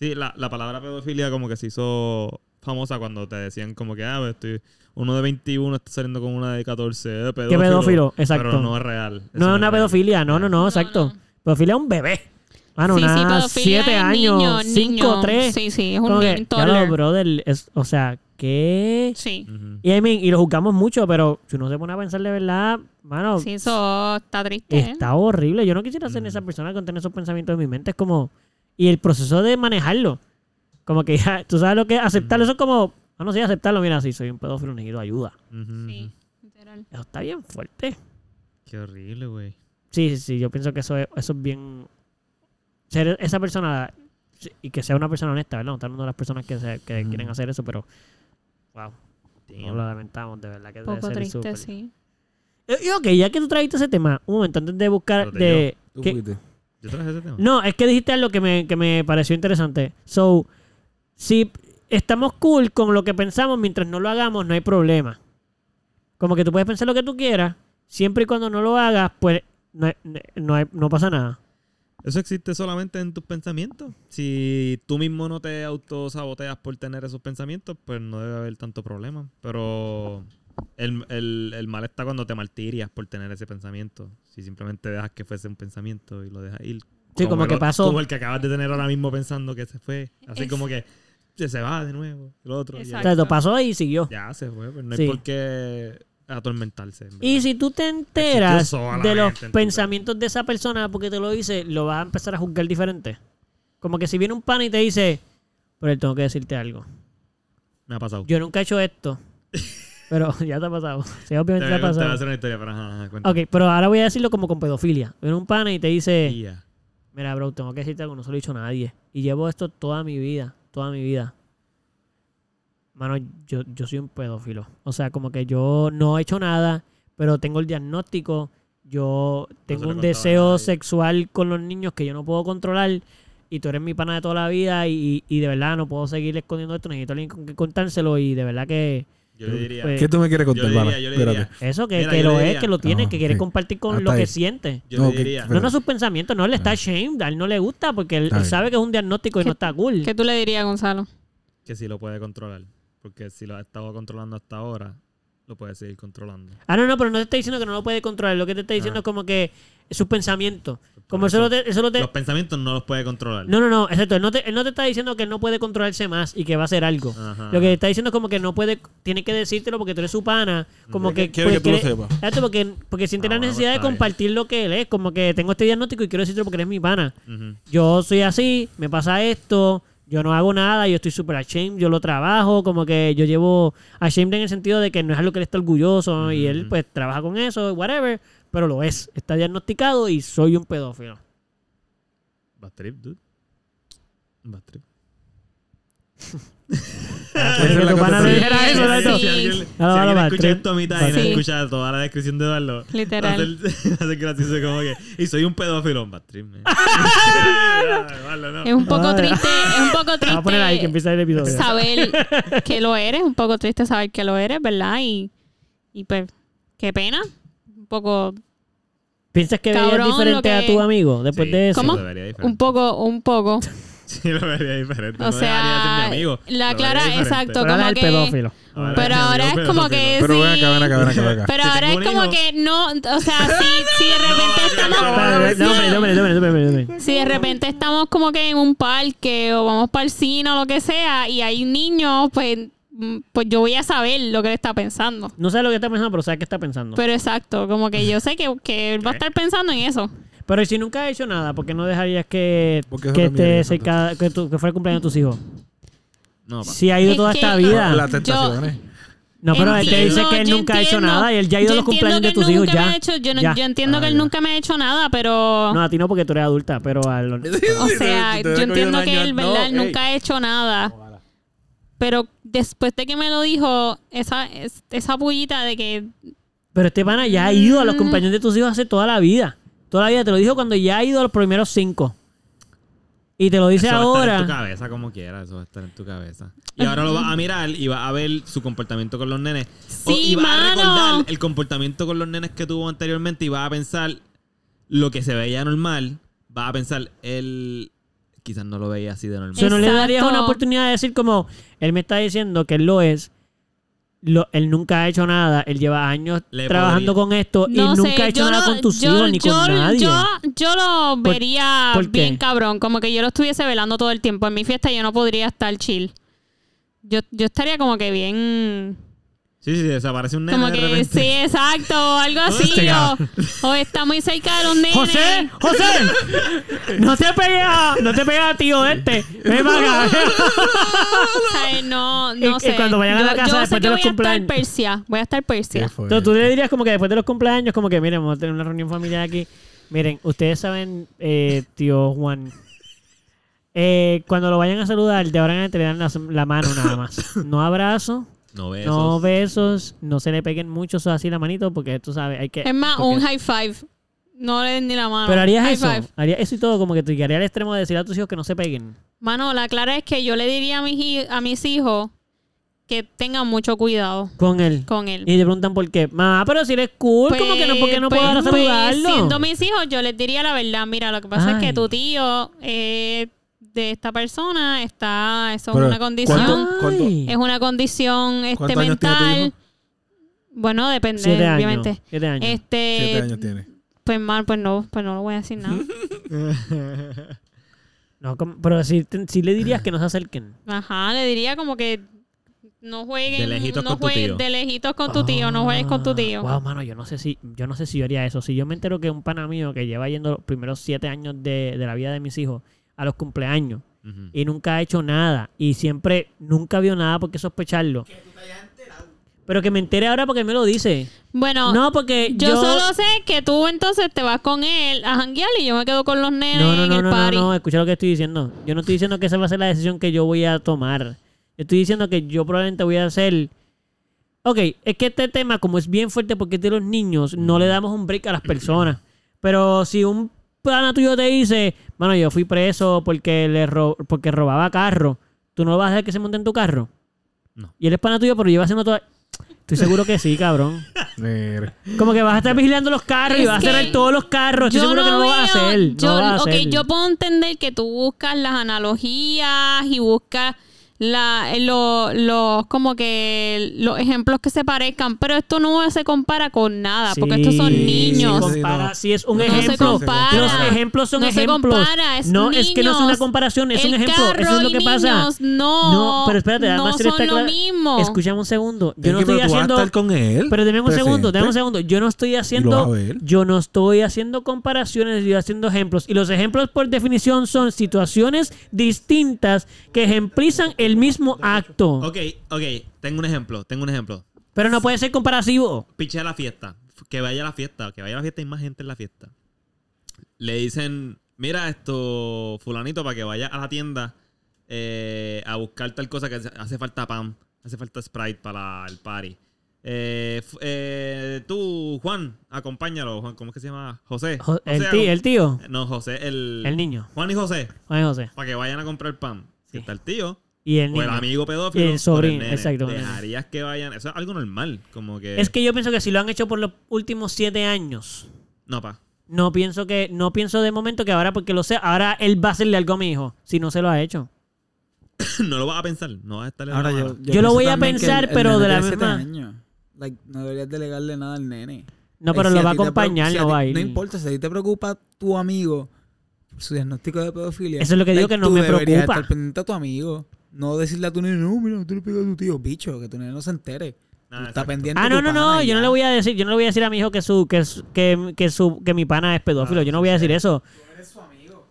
[SPEAKER 3] Sí, la, la palabra pedofilia como que se hizo famosa cuando te decían como que, ah, estoy, uno de 21 está saliendo con una de 14. eh, pedófilo,
[SPEAKER 1] pedófilo? Exacto.
[SPEAKER 3] Pero no es real. Eso
[SPEAKER 1] No es una
[SPEAKER 3] real.
[SPEAKER 1] pedofilia, no, no, no, exacto.
[SPEAKER 2] no.
[SPEAKER 1] Pedofilia es un bebé. Mano,
[SPEAKER 2] Sí, sí,
[SPEAKER 1] nada,
[SPEAKER 2] pedofilia
[SPEAKER 1] siete
[SPEAKER 2] es niño,
[SPEAKER 1] años, cinco,
[SPEAKER 2] niño.
[SPEAKER 1] tres.
[SPEAKER 2] Sí, sí, es un
[SPEAKER 1] Como que,
[SPEAKER 2] niño,
[SPEAKER 1] ya
[SPEAKER 2] toddler.
[SPEAKER 1] lo, brother, es- o sea, ¿qué?
[SPEAKER 2] Sí.
[SPEAKER 3] Ujú.
[SPEAKER 1] Y, I mean, y lo juzgamos mucho, pero si uno se pone a pensar de verdad, mano,
[SPEAKER 2] Sí, eso está triste. ¿eh?
[SPEAKER 1] está horrible. Yo no quisiera ser esa persona con tener esos pensamientos en mi mente. Es como... Y el proceso de manejarlo. Como que ya, tú sabes lo que es aceptarlo. Eso es como Ah, no, sí, aceptarlo. Mira, sí, soy un pedófilo, necesito ayuda.
[SPEAKER 3] Ujú,
[SPEAKER 2] Sí,
[SPEAKER 3] ujú.
[SPEAKER 2] literal.
[SPEAKER 1] Eso está bien fuerte.
[SPEAKER 3] Qué horrible, güey.
[SPEAKER 1] Sí, sí, sí. Yo pienso que eso es, eso es bien. Ser esa persona. sí, Y que sea una persona honesta, ¿verdad? No están hablando de las personas que, se- que
[SPEAKER 3] Ujú.
[SPEAKER 1] quieren hacer eso, pero. Wow. No
[SPEAKER 3] Damn.
[SPEAKER 1] lo lamentamos, de verdad que debe
[SPEAKER 2] Poco
[SPEAKER 1] ser
[SPEAKER 2] triste,
[SPEAKER 1] súper-
[SPEAKER 2] sí.
[SPEAKER 1] Eh, Y- y ok, ya que tú trajiste ese tema, un momento antes de buscar.
[SPEAKER 3] Espérate,
[SPEAKER 1] de
[SPEAKER 4] Tú
[SPEAKER 1] ¿qué- Eh,
[SPEAKER 4] fuiste.
[SPEAKER 3] Yo traje ese tema.
[SPEAKER 1] No, es que dijiste algo que me, que me pareció interesante. So, si estamos cool con lo que pensamos mientras no lo hagamos, no hay problema. Como que tú puedes pensar lo que tú quieras, siempre y cuando no lo hagas, pues no, hay- no hay- no pasa nada.
[SPEAKER 3] Eso existe solamente en tus pensamientos. Si tú mismo no te autosaboteas por tener esos pensamientos, pues no debe haber tanto problema. Pero el, el- el mal está cuando te martirias por tener ese pensamiento. Si simplemente dejas que fuese un pensamiento y lo dejas ir.
[SPEAKER 1] Sí, como
[SPEAKER 3] el
[SPEAKER 1] que
[SPEAKER 3] o-
[SPEAKER 1] pasó.
[SPEAKER 3] Como el que acabas de tener ahora mismo pensando que se fue. Así
[SPEAKER 2] Es-
[SPEAKER 3] como que se, se va de nuevo. El otro. y
[SPEAKER 1] O
[SPEAKER 3] Ya,
[SPEAKER 2] Exacto.
[SPEAKER 1] sea, lo pasó y siguió.
[SPEAKER 3] ya se fue. Pues no
[SPEAKER 1] Sí.
[SPEAKER 3] hay por qué atormentarse. en
[SPEAKER 1] Y
[SPEAKER 3] verdad.
[SPEAKER 1] si tú te enteras
[SPEAKER 3] sola
[SPEAKER 1] de
[SPEAKER 3] gente
[SPEAKER 1] los
[SPEAKER 3] en tu vida.
[SPEAKER 1] pensamientos de esa persona porque te lo dice, lo vas a empezar a juzgar diferente. Como que si viene un pana y te dice, pero tengo que decirte algo.
[SPEAKER 3] Me ha pasado.
[SPEAKER 1] Yo nunca he hecho esto. Pero <laughs> ya te ha pasado. Sí, obviamente te
[SPEAKER 3] te,
[SPEAKER 1] ha
[SPEAKER 3] voy a- te voy a
[SPEAKER 1] pasado.
[SPEAKER 3] hacer una historia, pero ajá, ajá, cuenta.
[SPEAKER 1] Ok, pero ahora voy a decirlo como con pedofilia. Viene un pana y te dice,
[SPEAKER 3] Ya.
[SPEAKER 1] mira, bro, tengo que decirte algo, no se lo he dicho a nadie. Y llevo esto toda mi vida, toda mi vida. Mano, yo, yo soy un pedófilo. O sea, como que yo no he hecho nada, pero tengo el diagnóstico. Yo tengo
[SPEAKER 3] lo
[SPEAKER 1] un
[SPEAKER 3] contaba a
[SPEAKER 1] deseo
[SPEAKER 3] nadie.
[SPEAKER 1] sexual con los niños que yo no puedo controlar. Y tú eres mi pana de toda la vida y, y de verdad no puedo seguir escondiendo esto. Necesito alguien con quien contárselo y de verdad que...
[SPEAKER 3] Yo le diría.
[SPEAKER 1] Pues,
[SPEAKER 4] ¿Qué tú me quieres
[SPEAKER 3] Yo le
[SPEAKER 4] contar,
[SPEAKER 3] diría,
[SPEAKER 4] pana?
[SPEAKER 3] yo le
[SPEAKER 4] Espérate.
[SPEAKER 3] diría.
[SPEAKER 1] Eso, que,
[SPEAKER 3] Mira,
[SPEAKER 1] que
[SPEAKER 3] yo
[SPEAKER 1] lo
[SPEAKER 3] le
[SPEAKER 1] es,
[SPEAKER 3] diría-
[SPEAKER 1] que lo tiene,
[SPEAKER 4] No,
[SPEAKER 1] que quiere
[SPEAKER 4] sí.
[SPEAKER 1] compartir con
[SPEAKER 4] Hasta
[SPEAKER 1] lo que
[SPEAKER 4] ahí.
[SPEAKER 1] siente.
[SPEAKER 3] Yo
[SPEAKER 4] No,
[SPEAKER 3] le
[SPEAKER 4] que-
[SPEAKER 3] diría.
[SPEAKER 1] No,
[SPEAKER 4] Pero-
[SPEAKER 1] no sus pensamientos, no, él está ashamed, a él no le gusta porque él,
[SPEAKER 4] Está
[SPEAKER 1] él
[SPEAKER 4] bien.
[SPEAKER 1] sabe que es un diagnóstico y
[SPEAKER 2] ¿Qué-
[SPEAKER 1] no está cool.
[SPEAKER 2] ¿Qué tú le dirías, Gonzalo?
[SPEAKER 3] que si lo puede controlar. Porque si lo ha estado controlando hasta ahora, lo puede seguir controlando.
[SPEAKER 1] Ah, no, no, pero no te está diciendo que no lo puede controlar, lo que te está diciendo
[SPEAKER 3] Ah.
[SPEAKER 1] es como que sus pensamientos.
[SPEAKER 3] Por
[SPEAKER 1] Como eso,
[SPEAKER 3] eso,
[SPEAKER 1] lo te, eso lo te-
[SPEAKER 3] Los pensamientos no los puede controlar.
[SPEAKER 1] No, no, no, exacto, él no, te, él no te está diciendo que él no puede controlarse más y que va a hacer algo.
[SPEAKER 3] Ajá.
[SPEAKER 1] Lo que te está diciendo es como que no puede, tiene que decírtelo porque tú eres su pana, como
[SPEAKER 3] Ujú.
[SPEAKER 1] que...
[SPEAKER 4] Quiere que
[SPEAKER 1] pues,
[SPEAKER 4] tú lo
[SPEAKER 1] quiere-
[SPEAKER 4] sepas.
[SPEAKER 1] Exacto, porque, porque siente
[SPEAKER 3] Ah,
[SPEAKER 1] la
[SPEAKER 3] bueno,
[SPEAKER 1] necesidad de
[SPEAKER 3] está bien.
[SPEAKER 1] compartir lo que él es, como que tengo este diagnóstico y quiero decírtelo porque eres mi pana.
[SPEAKER 3] Ujú.
[SPEAKER 1] yo soy así, me pasa esto, yo no hago nada, yo estoy súper ashamed, yo lo trabajo, como que yo llevo ashamed en el sentido de que no es algo que él está orgulloso ¿no? y él
[SPEAKER 3] Ujú.
[SPEAKER 1] pues trabaja con eso, whatever, pero lo es, está diagnosticado y soy un pedófilo.
[SPEAKER 3] Bad trip, dude. Bad trip. Ah,
[SPEAKER 4] Esa es la
[SPEAKER 1] tu pana
[SPEAKER 4] cosa
[SPEAKER 1] te
[SPEAKER 4] que-
[SPEAKER 1] dijera eso,
[SPEAKER 2] Sí,
[SPEAKER 1] Tato.
[SPEAKER 3] Si
[SPEAKER 2] sí.
[SPEAKER 3] alguien, si
[SPEAKER 1] Ah,
[SPEAKER 3] alguien
[SPEAKER 1] bad
[SPEAKER 3] escucha
[SPEAKER 1] trip.
[SPEAKER 3] esto a mitad y no
[SPEAKER 2] Sí.
[SPEAKER 3] escucha toda la descripción de Eduardo, va a
[SPEAKER 2] Literal.
[SPEAKER 3] ser <laughs> va a ser gracioso como que. Y soy un pedófilo. Bad
[SPEAKER 1] <laughs>
[SPEAKER 3] trip, man. Eduardo, no.
[SPEAKER 2] Es un poco
[SPEAKER 1] Ay.
[SPEAKER 2] triste, es un
[SPEAKER 1] <laughs>
[SPEAKER 2] poco triste.
[SPEAKER 1] Vamos a poner ahí que empieza el
[SPEAKER 3] <laughs>
[SPEAKER 1] episodio.
[SPEAKER 2] saber que lo eres, un poco triste saber que lo eres, ¿verdad? Y, y pues, qué pena. Un poco,
[SPEAKER 1] ¿Piensas que veías
[SPEAKER 2] Cabrón, lo
[SPEAKER 1] diferente
[SPEAKER 2] que-
[SPEAKER 1] a tu amigo después
[SPEAKER 3] Sí,
[SPEAKER 1] pues de eso?
[SPEAKER 3] sí,
[SPEAKER 2] ¿Cómo?
[SPEAKER 3] lo vería diferente. <laughs>
[SPEAKER 2] un poco, un poco.
[SPEAKER 3] Sí, lo vería diferente.
[SPEAKER 2] O
[SPEAKER 3] No dejaría de ser mi
[SPEAKER 2] sea,
[SPEAKER 3] amigo.
[SPEAKER 2] la
[SPEAKER 3] Lo vería
[SPEAKER 2] Clara-
[SPEAKER 3] diferente.
[SPEAKER 2] exacto.
[SPEAKER 1] Pero ahora
[SPEAKER 2] como
[SPEAKER 1] el
[SPEAKER 2] que-
[SPEAKER 1] pedófilo.
[SPEAKER 3] Ahora
[SPEAKER 2] Pero
[SPEAKER 3] es mi
[SPEAKER 2] ahora
[SPEAKER 3] amigo
[SPEAKER 2] es como que
[SPEAKER 3] pedófilo.
[SPEAKER 4] Pero ven
[SPEAKER 2] sí.
[SPEAKER 4] acá, ven acá, ven acá, ven acá.
[SPEAKER 2] Pero
[SPEAKER 3] Si
[SPEAKER 2] ahora es
[SPEAKER 3] tengo un
[SPEAKER 2] como
[SPEAKER 3] hijo-
[SPEAKER 2] que no, o
[SPEAKER 3] <laughs>
[SPEAKER 2] sea, si, si de repente estamos
[SPEAKER 1] Espérate, No, hombre, no, hombre, no, hombre, no, hombre, no, hombre.
[SPEAKER 2] Si de repente estamos como que en un parque o vamos para el cine o lo que sea y hay niños, pues, mm, pues yo voy a saber lo que él está pensando.
[SPEAKER 1] No sé lo que está pensando, pero sabes qué está pensando.
[SPEAKER 2] Pero exacto, como que yo sé que, que él va a
[SPEAKER 3] ¿Qué?
[SPEAKER 2] estar pensando en eso.
[SPEAKER 1] Pero si nunca has hecho nada, ¿por qué no dejarías que,
[SPEAKER 4] Porque eso
[SPEAKER 1] que,
[SPEAKER 4] también
[SPEAKER 1] esté
[SPEAKER 4] es otro.
[SPEAKER 1] cerca- que, tu- que fuera el cumpleaños de tus hijos?
[SPEAKER 3] No, pa.
[SPEAKER 1] Si ha ido
[SPEAKER 2] Es
[SPEAKER 1] toda
[SPEAKER 2] que-
[SPEAKER 1] esta
[SPEAKER 4] Las
[SPEAKER 1] vida.
[SPEAKER 4] la tentaciones.
[SPEAKER 1] No, pero él te
[SPEAKER 2] Entiendo,
[SPEAKER 1] dice que él
[SPEAKER 2] yo
[SPEAKER 1] nunca ha hecho
[SPEAKER 2] entiendo.
[SPEAKER 1] nada y él ya ha ido a
[SPEAKER 2] Yo
[SPEAKER 1] los
[SPEAKER 2] entiendo
[SPEAKER 1] cumpleaños de
[SPEAKER 2] que
[SPEAKER 1] tus
[SPEAKER 2] él
[SPEAKER 1] hijos
[SPEAKER 2] nunca me
[SPEAKER 1] ya.
[SPEAKER 2] ha hecho- yo, no-
[SPEAKER 1] Ya.
[SPEAKER 2] yo entiendo
[SPEAKER 4] Ah,
[SPEAKER 2] que él
[SPEAKER 4] ya.
[SPEAKER 2] nunca me ha hecho nada, pero...
[SPEAKER 1] No, a ti no porque tú eres adulta, pero a
[SPEAKER 3] <laughs>
[SPEAKER 1] los...
[SPEAKER 2] O sea,
[SPEAKER 4] Te- te- te-
[SPEAKER 2] yo
[SPEAKER 4] te-
[SPEAKER 2] entiendo
[SPEAKER 4] te-
[SPEAKER 2] que él, ¿verdad?
[SPEAKER 4] no,
[SPEAKER 2] nunca ha hecho nada.
[SPEAKER 4] Ojalá.
[SPEAKER 2] Pero después de que me lo dijo, esa, es- esa pullita de que...
[SPEAKER 1] Pero este pana ya ha ido a
[SPEAKER 2] Mm.
[SPEAKER 1] los cumpleaños de tus hijos hace toda la vida. Toda la vida. Te lo dijo cuando ya ha ido a los primeros cinco. Y te lo dice
[SPEAKER 3] Eso va a estar en tu
[SPEAKER 1] ahora.
[SPEAKER 3] cabeza como quieras, eso va a estar en tu cabeza. Y ahora lo vas a mirar y vas a ver su comportamiento con los nenes. O-
[SPEAKER 2] Sí,
[SPEAKER 3] y vas
[SPEAKER 2] mano.
[SPEAKER 3] a recordar el comportamiento con los nenes que tuvo anteriormente y vas a pensar lo que se veía normal. Vas a pensar, él quizás no lo veía así de normal.
[SPEAKER 1] O sea, no le
[SPEAKER 2] Exacto.
[SPEAKER 1] darías una oportunidad de decir como... Él me está diciendo que él lo es. Lo, él nunca ha hecho nada. Él lleva años
[SPEAKER 3] Le
[SPEAKER 1] trabajando
[SPEAKER 3] podría-
[SPEAKER 1] con esto.
[SPEAKER 2] no
[SPEAKER 1] y nunca
[SPEAKER 2] sé,
[SPEAKER 1] ha hecho
[SPEAKER 2] yo
[SPEAKER 1] nada
[SPEAKER 2] lo-
[SPEAKER 1] con tus
[SPEAKER 2] yo-
[SPEAKER 1] hijos ni
[SPEAKER 2] yo-
[SPEAKER 1] con nadie.
[SPEAKER 2] Yo, yo lo
[SPEAKER 1] ¿Por-
[SPEAKER 2] vería
[SPEAKER 1] por qué?
[SPEAKER 2] bien cabrón, como que yo lo estuviese velando todo el tiempo. En mi fiesta yo no podría estar chill. Yo, yo estaría como que bien...
[SPEAKER 3] Sí, sí, desaparece un nene
[SPEAKER 2] Como
[SPEAKER 3] de
[SPEAKER 2] que,
[SPEAKER 3] repente.
[SPEAKER 2] sí, exacto,
[SPEAKER 1] <laughs>
[SPEAKER 2] o algo así.
[SPEAKER 1] este
[SPEAKER 2] O, o está muy cerca de los nenes.
[SPEAKER 1] ¡José! ¡José! ¡No te pegues a, no te pegues a tío este! ¡Ven
[SPEAKER 2] <laughs>
[SPEAKER 1] para acá!
[SPEAKER 2] O sea, eh, no, no
[SPEAKER 1] Y- y
[SPEAKER 2] sé.
[SPEAKER 1] cuando vayan a la casa
[SPEAKER 2] yo, yo
[SPEAKER 1] después
[SPEAKER 2] sé
[SPEAKER 1] de
[SPEAKER 2] que
[SPEAKER 1] los
[SPEAKER 2] voy a
[SPEAKER 1] cumpleaños.
[SPEAKER 2] estar Persia. Voy a estar Persia.
[SPEAKER 4] fue?
[SPEAKER 1] Entonces tú le dirías como que después de los cumpleaños, como que miren, vamos a tener una reunión familiar aquí. Miren, ustedes saben, eh, tío Juan, eh, cuando lo vayan a saludar, de ahora en adelante le dan la, la mano nada más. No abrazo,
[SPEAKER 3] No besos.
[SPEAKER 1] no besos, no se le peguen muchos así la manito porque tú sabes, hay que...
[SPEAKER 2] Es más,
[SPEAKER 1] porque-
[SPEAKER 2] un high five. No le den ni la mano.
[SPEAKER 1] Pero harías
[SPEAKER 2] High
[SPEAKER 1] eso,
[SPEAKER 2] five.
[SPEAKER 1] harías eso y todo, como que te llegaría al extremo de decir a tus hijos que no se peguen.
[SPEAKER 2] Mano, la clara es que yo le diría a mis, hi- a mis hijos que tengan mucho cuidado
[SPEAKER 1] Con él.
[SPEAKER 2] con él.
[SPEAKER 1] Y te preguntan por qué. Mamá, pero si eres cool, como que no, ¿por qué no puedo ahora
[SPEAKER 2] pues,
[SPEAKER 1] saludarlo?
[SPEAKER 2] siendo mis hijos, yo les diría la verdad. Mira, lo que pasa es
[SPEAKER 1] Ay.
[SPEAKER 2] que tu tío eh, de esta persona está... Eso
[SPEAKER 4] Pero,
[SPEAKER 2] es una condición.
[SPEAKER 4] ¿cuánto- cuánto-
[SPEAKER 1] Ay.
[SPEAKER 2] Es una condición este,
[SPEAKER 4] ¿Cuántos años tiene tu
[SPEAKER 2] mental.
[SPEAKER 4] hijo?
[SPEAKER 2] Bueno, depende,
[SPEAKER 1] Siete años.
[SPEAKER 2] obviamente.
[SPEAKER 1] Siete años.
[SPEAKER 2] Este,
[SPEAKER 4] Siete años tiene.
[SPEAKER 2] Pues mal, pues no, pues no lo voy a decir
[SPEAKER 4] <laughs>
[SPEAKER 2] nada.
[SPEAKER 1] No, como- pero si, te- si le dirías que no se acerquen.
[SPEAKER 2] Ajá, le diría como que no jueguen,
[SPEAKER 3] De lejitos
[SPEAKER 2] no
[SPEAKER 3] con tu
[SPEAKER 2] jueguen-
[SPEAKER 3] tío.
[SPEAKER 2] de lejitos con tu tío, no juegues con tu tío.
[SPEAKER 1] Ah, Wow, mano, yo no sé si, yo no sé si yo haría eso. Si yo me entero que un pana mío que lleva yendo los primeros siete años de, de la vida de mis hijos a los cumpleaños
[SPEAKER 3] Ujú.
[SPEAKER 1] y nunca ha hecho nada y siempre, nunca vio nada por qué sospecharlo.
[SPEAKER 7] Que tú te hayas enterado.
[SPEAKER 1] Pero que me entere ahora porque él me lo dice.
[SPEAKER 2] Bueno,
[SPEAKER 1] No, porque yo,
[SPEAKER 2] yo, solo sé que tú entonces te vas con él a janguear y yo me quedo con los nenes
[SPEAKER 1] No, no,
[SPEAKER 2] en
[SPEAKER 1] no,
[SPEAKER 2] el
[SPEAKER 1] no, no,
[SPEAKER 2] party.
[SPEAKER 1] no, escucha lo que estoy diciendo. Yo no estoy diciendo que esa va a ser la decisión que yo voy a tomar. Yo estoy diciendo que yo probablemente voy a hacer... Ok, es que este tema, como es bien fuerte porque es de los niños, no le damos un break a las personas. Pero si un pana tuyo te dice, bueno, yo fui preso porque le ro- porque robaba carro, ¿tú no vas a dejar que se monte en tu carro?
[SPEAKER 3] No.
[SPEAKER 1] Y él es pana tuyo, pero lleva haciendo todo... Estoy seguro que sí, cabrón.
[SPEAKER 4] Mira.
[SPEAKER 1] Como que vas a estar vigilando los carros y
[SPEAKER 2] Es
[SPEAKER 1] vas a cerrar
[SPEAKER 2] que
[SPEAKER 1] todos los carros. Estoy seguro que no lo vas a
[SPEAKER 2] veo-
[SPEAKER 1] hacer. No
[SPEAKER 2] yo-
[SPEAKER 1] lo vas a
[SPEAKER 2] ok,
[SPEAKER 1] hacer.
[SPEAKER 2] yo puedo entender que tú buscas las analogías y buscas la, eh, lo- los como que los ejemplos que se parezcan, pero esto no se compara con nada, porque estos son
[SPEAKER 1] Sí,
[SPEAKER 2] niños.
[SPEAKER 1] Se compara,
[SPEAKER 4] no.
[SPEAKER 1] sí, es un
[SPEAKER 4] No se
[SPEAKER 1] ejemplo.
[SPEAKER 2] compara.
[SPEAKER 1] Los ejemplos son
[SPEAKER 2] Ah, No se
[SPEAKER 1] ejemplos.
[SPEAKER 2] compara, es
[SPEAKER 1] no, es que no es una
[SPEAKER 2] niños.
[SPEAKER 1] comparación, es un
[SPEAKER 2] El
[SPEAKER 1] ejemplo. Eso
[SPEAKER 2] carro
[SPEAKER 1] es lo
[SPEAKER 2] y
[SPEAKER 1] que pasa.
[SPEAKER 2] niños, no,
[SPEAKER 1] pero espérate,
[SPEAKER 2] no
[SPEAKER 1] además él está
[SPEAKER 2] son lo
[SPEAKER 1] clara-
[SPEAKER 2] mismo.
[SPEAKER 1] Escúchame un segundo. Yo no
[SPEAKER 4] Pinky,
[SPEAKER 1] estoy
[SPEAKER 4] pero tú vas a
[SPEAKER 1] haciendo.
[SPEAKER 4] estar con él.
[SPEAKER 1] Pero dame un segundo, dame un
[SPEAKER 4] presente.
[SPEAKER 1] segundo. Yo no estoy
[SPEAKER 4] vas a
[SPEAKER 1] haciendo.
[SPEAKER 4] ver.
[SPEAKER 1] Yo no estoy haciendo comparaciones, yo estoy haciendo ejemplos. Y los ejemplos, por definición, son situaciones distintas que ejemplizan el mismo acto.
[SPEAKER 3] <laughs> Ok, ok. Tengo un ejemplo. Tengo un ejemplo.
[SPEAKER 1] Pero no puede ser comparativo.
[SPEAKER 3] Piché la fiesta. Que vaya a la fiesta. Que vaya a la fiesta y más gente en la fiesta. Le dicen, mira esto, fulanito, para que vaya a la tienda eh, a buscar tal cosa que hace- hace falta pan. Hace falta Sprite para el party. Eh, f- eh, tú, Juan, acompáñalo. Juan, ¿Cómo es que se llama? José.
[SPEAKER 1] Jo- el,
[SPEAKER 3] José,
[SPEAKER 1] tío, el tío.
[SPEAKER 3] acom- No, José, el...
[SPEAKER 1] El niño.
[SPEAKER 3] Juan y José,
[SPEAKER 1] Juan José.
[SPEAKER 3] para que vayan a comprar pan.
[SPEAKER 1] Sí.
[SPEAKER 3] Si está el tío,
[SPEAKER 1] Y el
[SPEAKER 3] o
[SPEAKER 1] niño.
[SPEAKER 3] el amigo pedófilo.
[SPEAKER 1] Y el
[SPEAKER 3] por
[SPEAKER 1] sobrino,
[SPEAKER 3] nene.
[SPEAKER 1] exacto.
[SPEAKER 3] Dejarías que vayan. Eso es algo normal. Como que.
[SPEAKER 1] Es que yo pienso que si lo han hecho por los últimos siete años,
[SPEAKER 3] No, pa.
[SPEAKER 1] no pienso que, no pienso de momento que ahora porque lo sé, ahora él va a hacerle algo a mi hijo, si no se lo ha hecho.
[SPEAKER 3] <laughs> no lo vas a pensar. No vas a estar en
[SPEAKER 5] Ahora
[SPEAKER 3] la
[SPEAKER 5] yo,
[SPEAKER 3] mala.
[SPEAKER 1] Yo lo
[SPEAKER 5] pienso
[SPEAKER 1] voy a
[SPEAKER 5] también que
[SPEAKER 1] pensar,
[SPEAKER 5] el- el
[SPEAKER 1] pero
[SPEAKER 5] nene
[SPEAKER 1] de la
[SPEAKER 5] tiene siete
[SPEAKER 1] misma-
[SPEAKER 5] años. Like, no deberías delegarle nada al nene.
[SPEAKER 1] No,
[SPEAKER 5] Like,
[SPEAKER 1] pero
[SPEAKER 5] si
[SPEAKER 1] lo
[SPEAKER 5] ti
[SPEAKER 1] va a
[SPEAKER 5] te preocu-
[SPEAKER 1] acompañar,
[SPEAKER 5] si
[SPEAKER 1] no
[SPEAKER 5] ti-
[SPEAKER 1] va a ir.
[SPEAKER 5] No importa, si a ti te preocupa tu amigo, su diagnóstico de pedofilia.
[SPEAKER 1] Eso es lo que digo que no
[SPEAKER 5] tú
[SPEAKER 1] me
[SPEAKER 5] deberías
[SPEAKER 1] preocupa.
[SPEAKER 5] estar pendiente a tu amigo. No decirle a tu nene, no, mira, tú le pegas a tu tío, bicho, que tu nene no se entere.
[SPEAKER 3] Ah,
[SPEAKER 5] Tú estás
[SPEAKER 3] exacto.
[SPEAKER 5] pendiente
[SPEAKER 1] Ah,
[SPEAKER 5] a tu
[SPEAKER 1] no, no,
[SPEAKER 5] pana
[SPEAKER 1] no,
[SPEAKER 5] y
[SPEAKER 1] yo no
[SPEAKER 5] ya.
[SPEAKER 1] le voy a decir, yo no le voy a decir a mi hijo que su, que su- que, que su, que mi pana es pedófilo, yo no voy a decir eso.
[SPEAKER 7] Tú eres su amigo.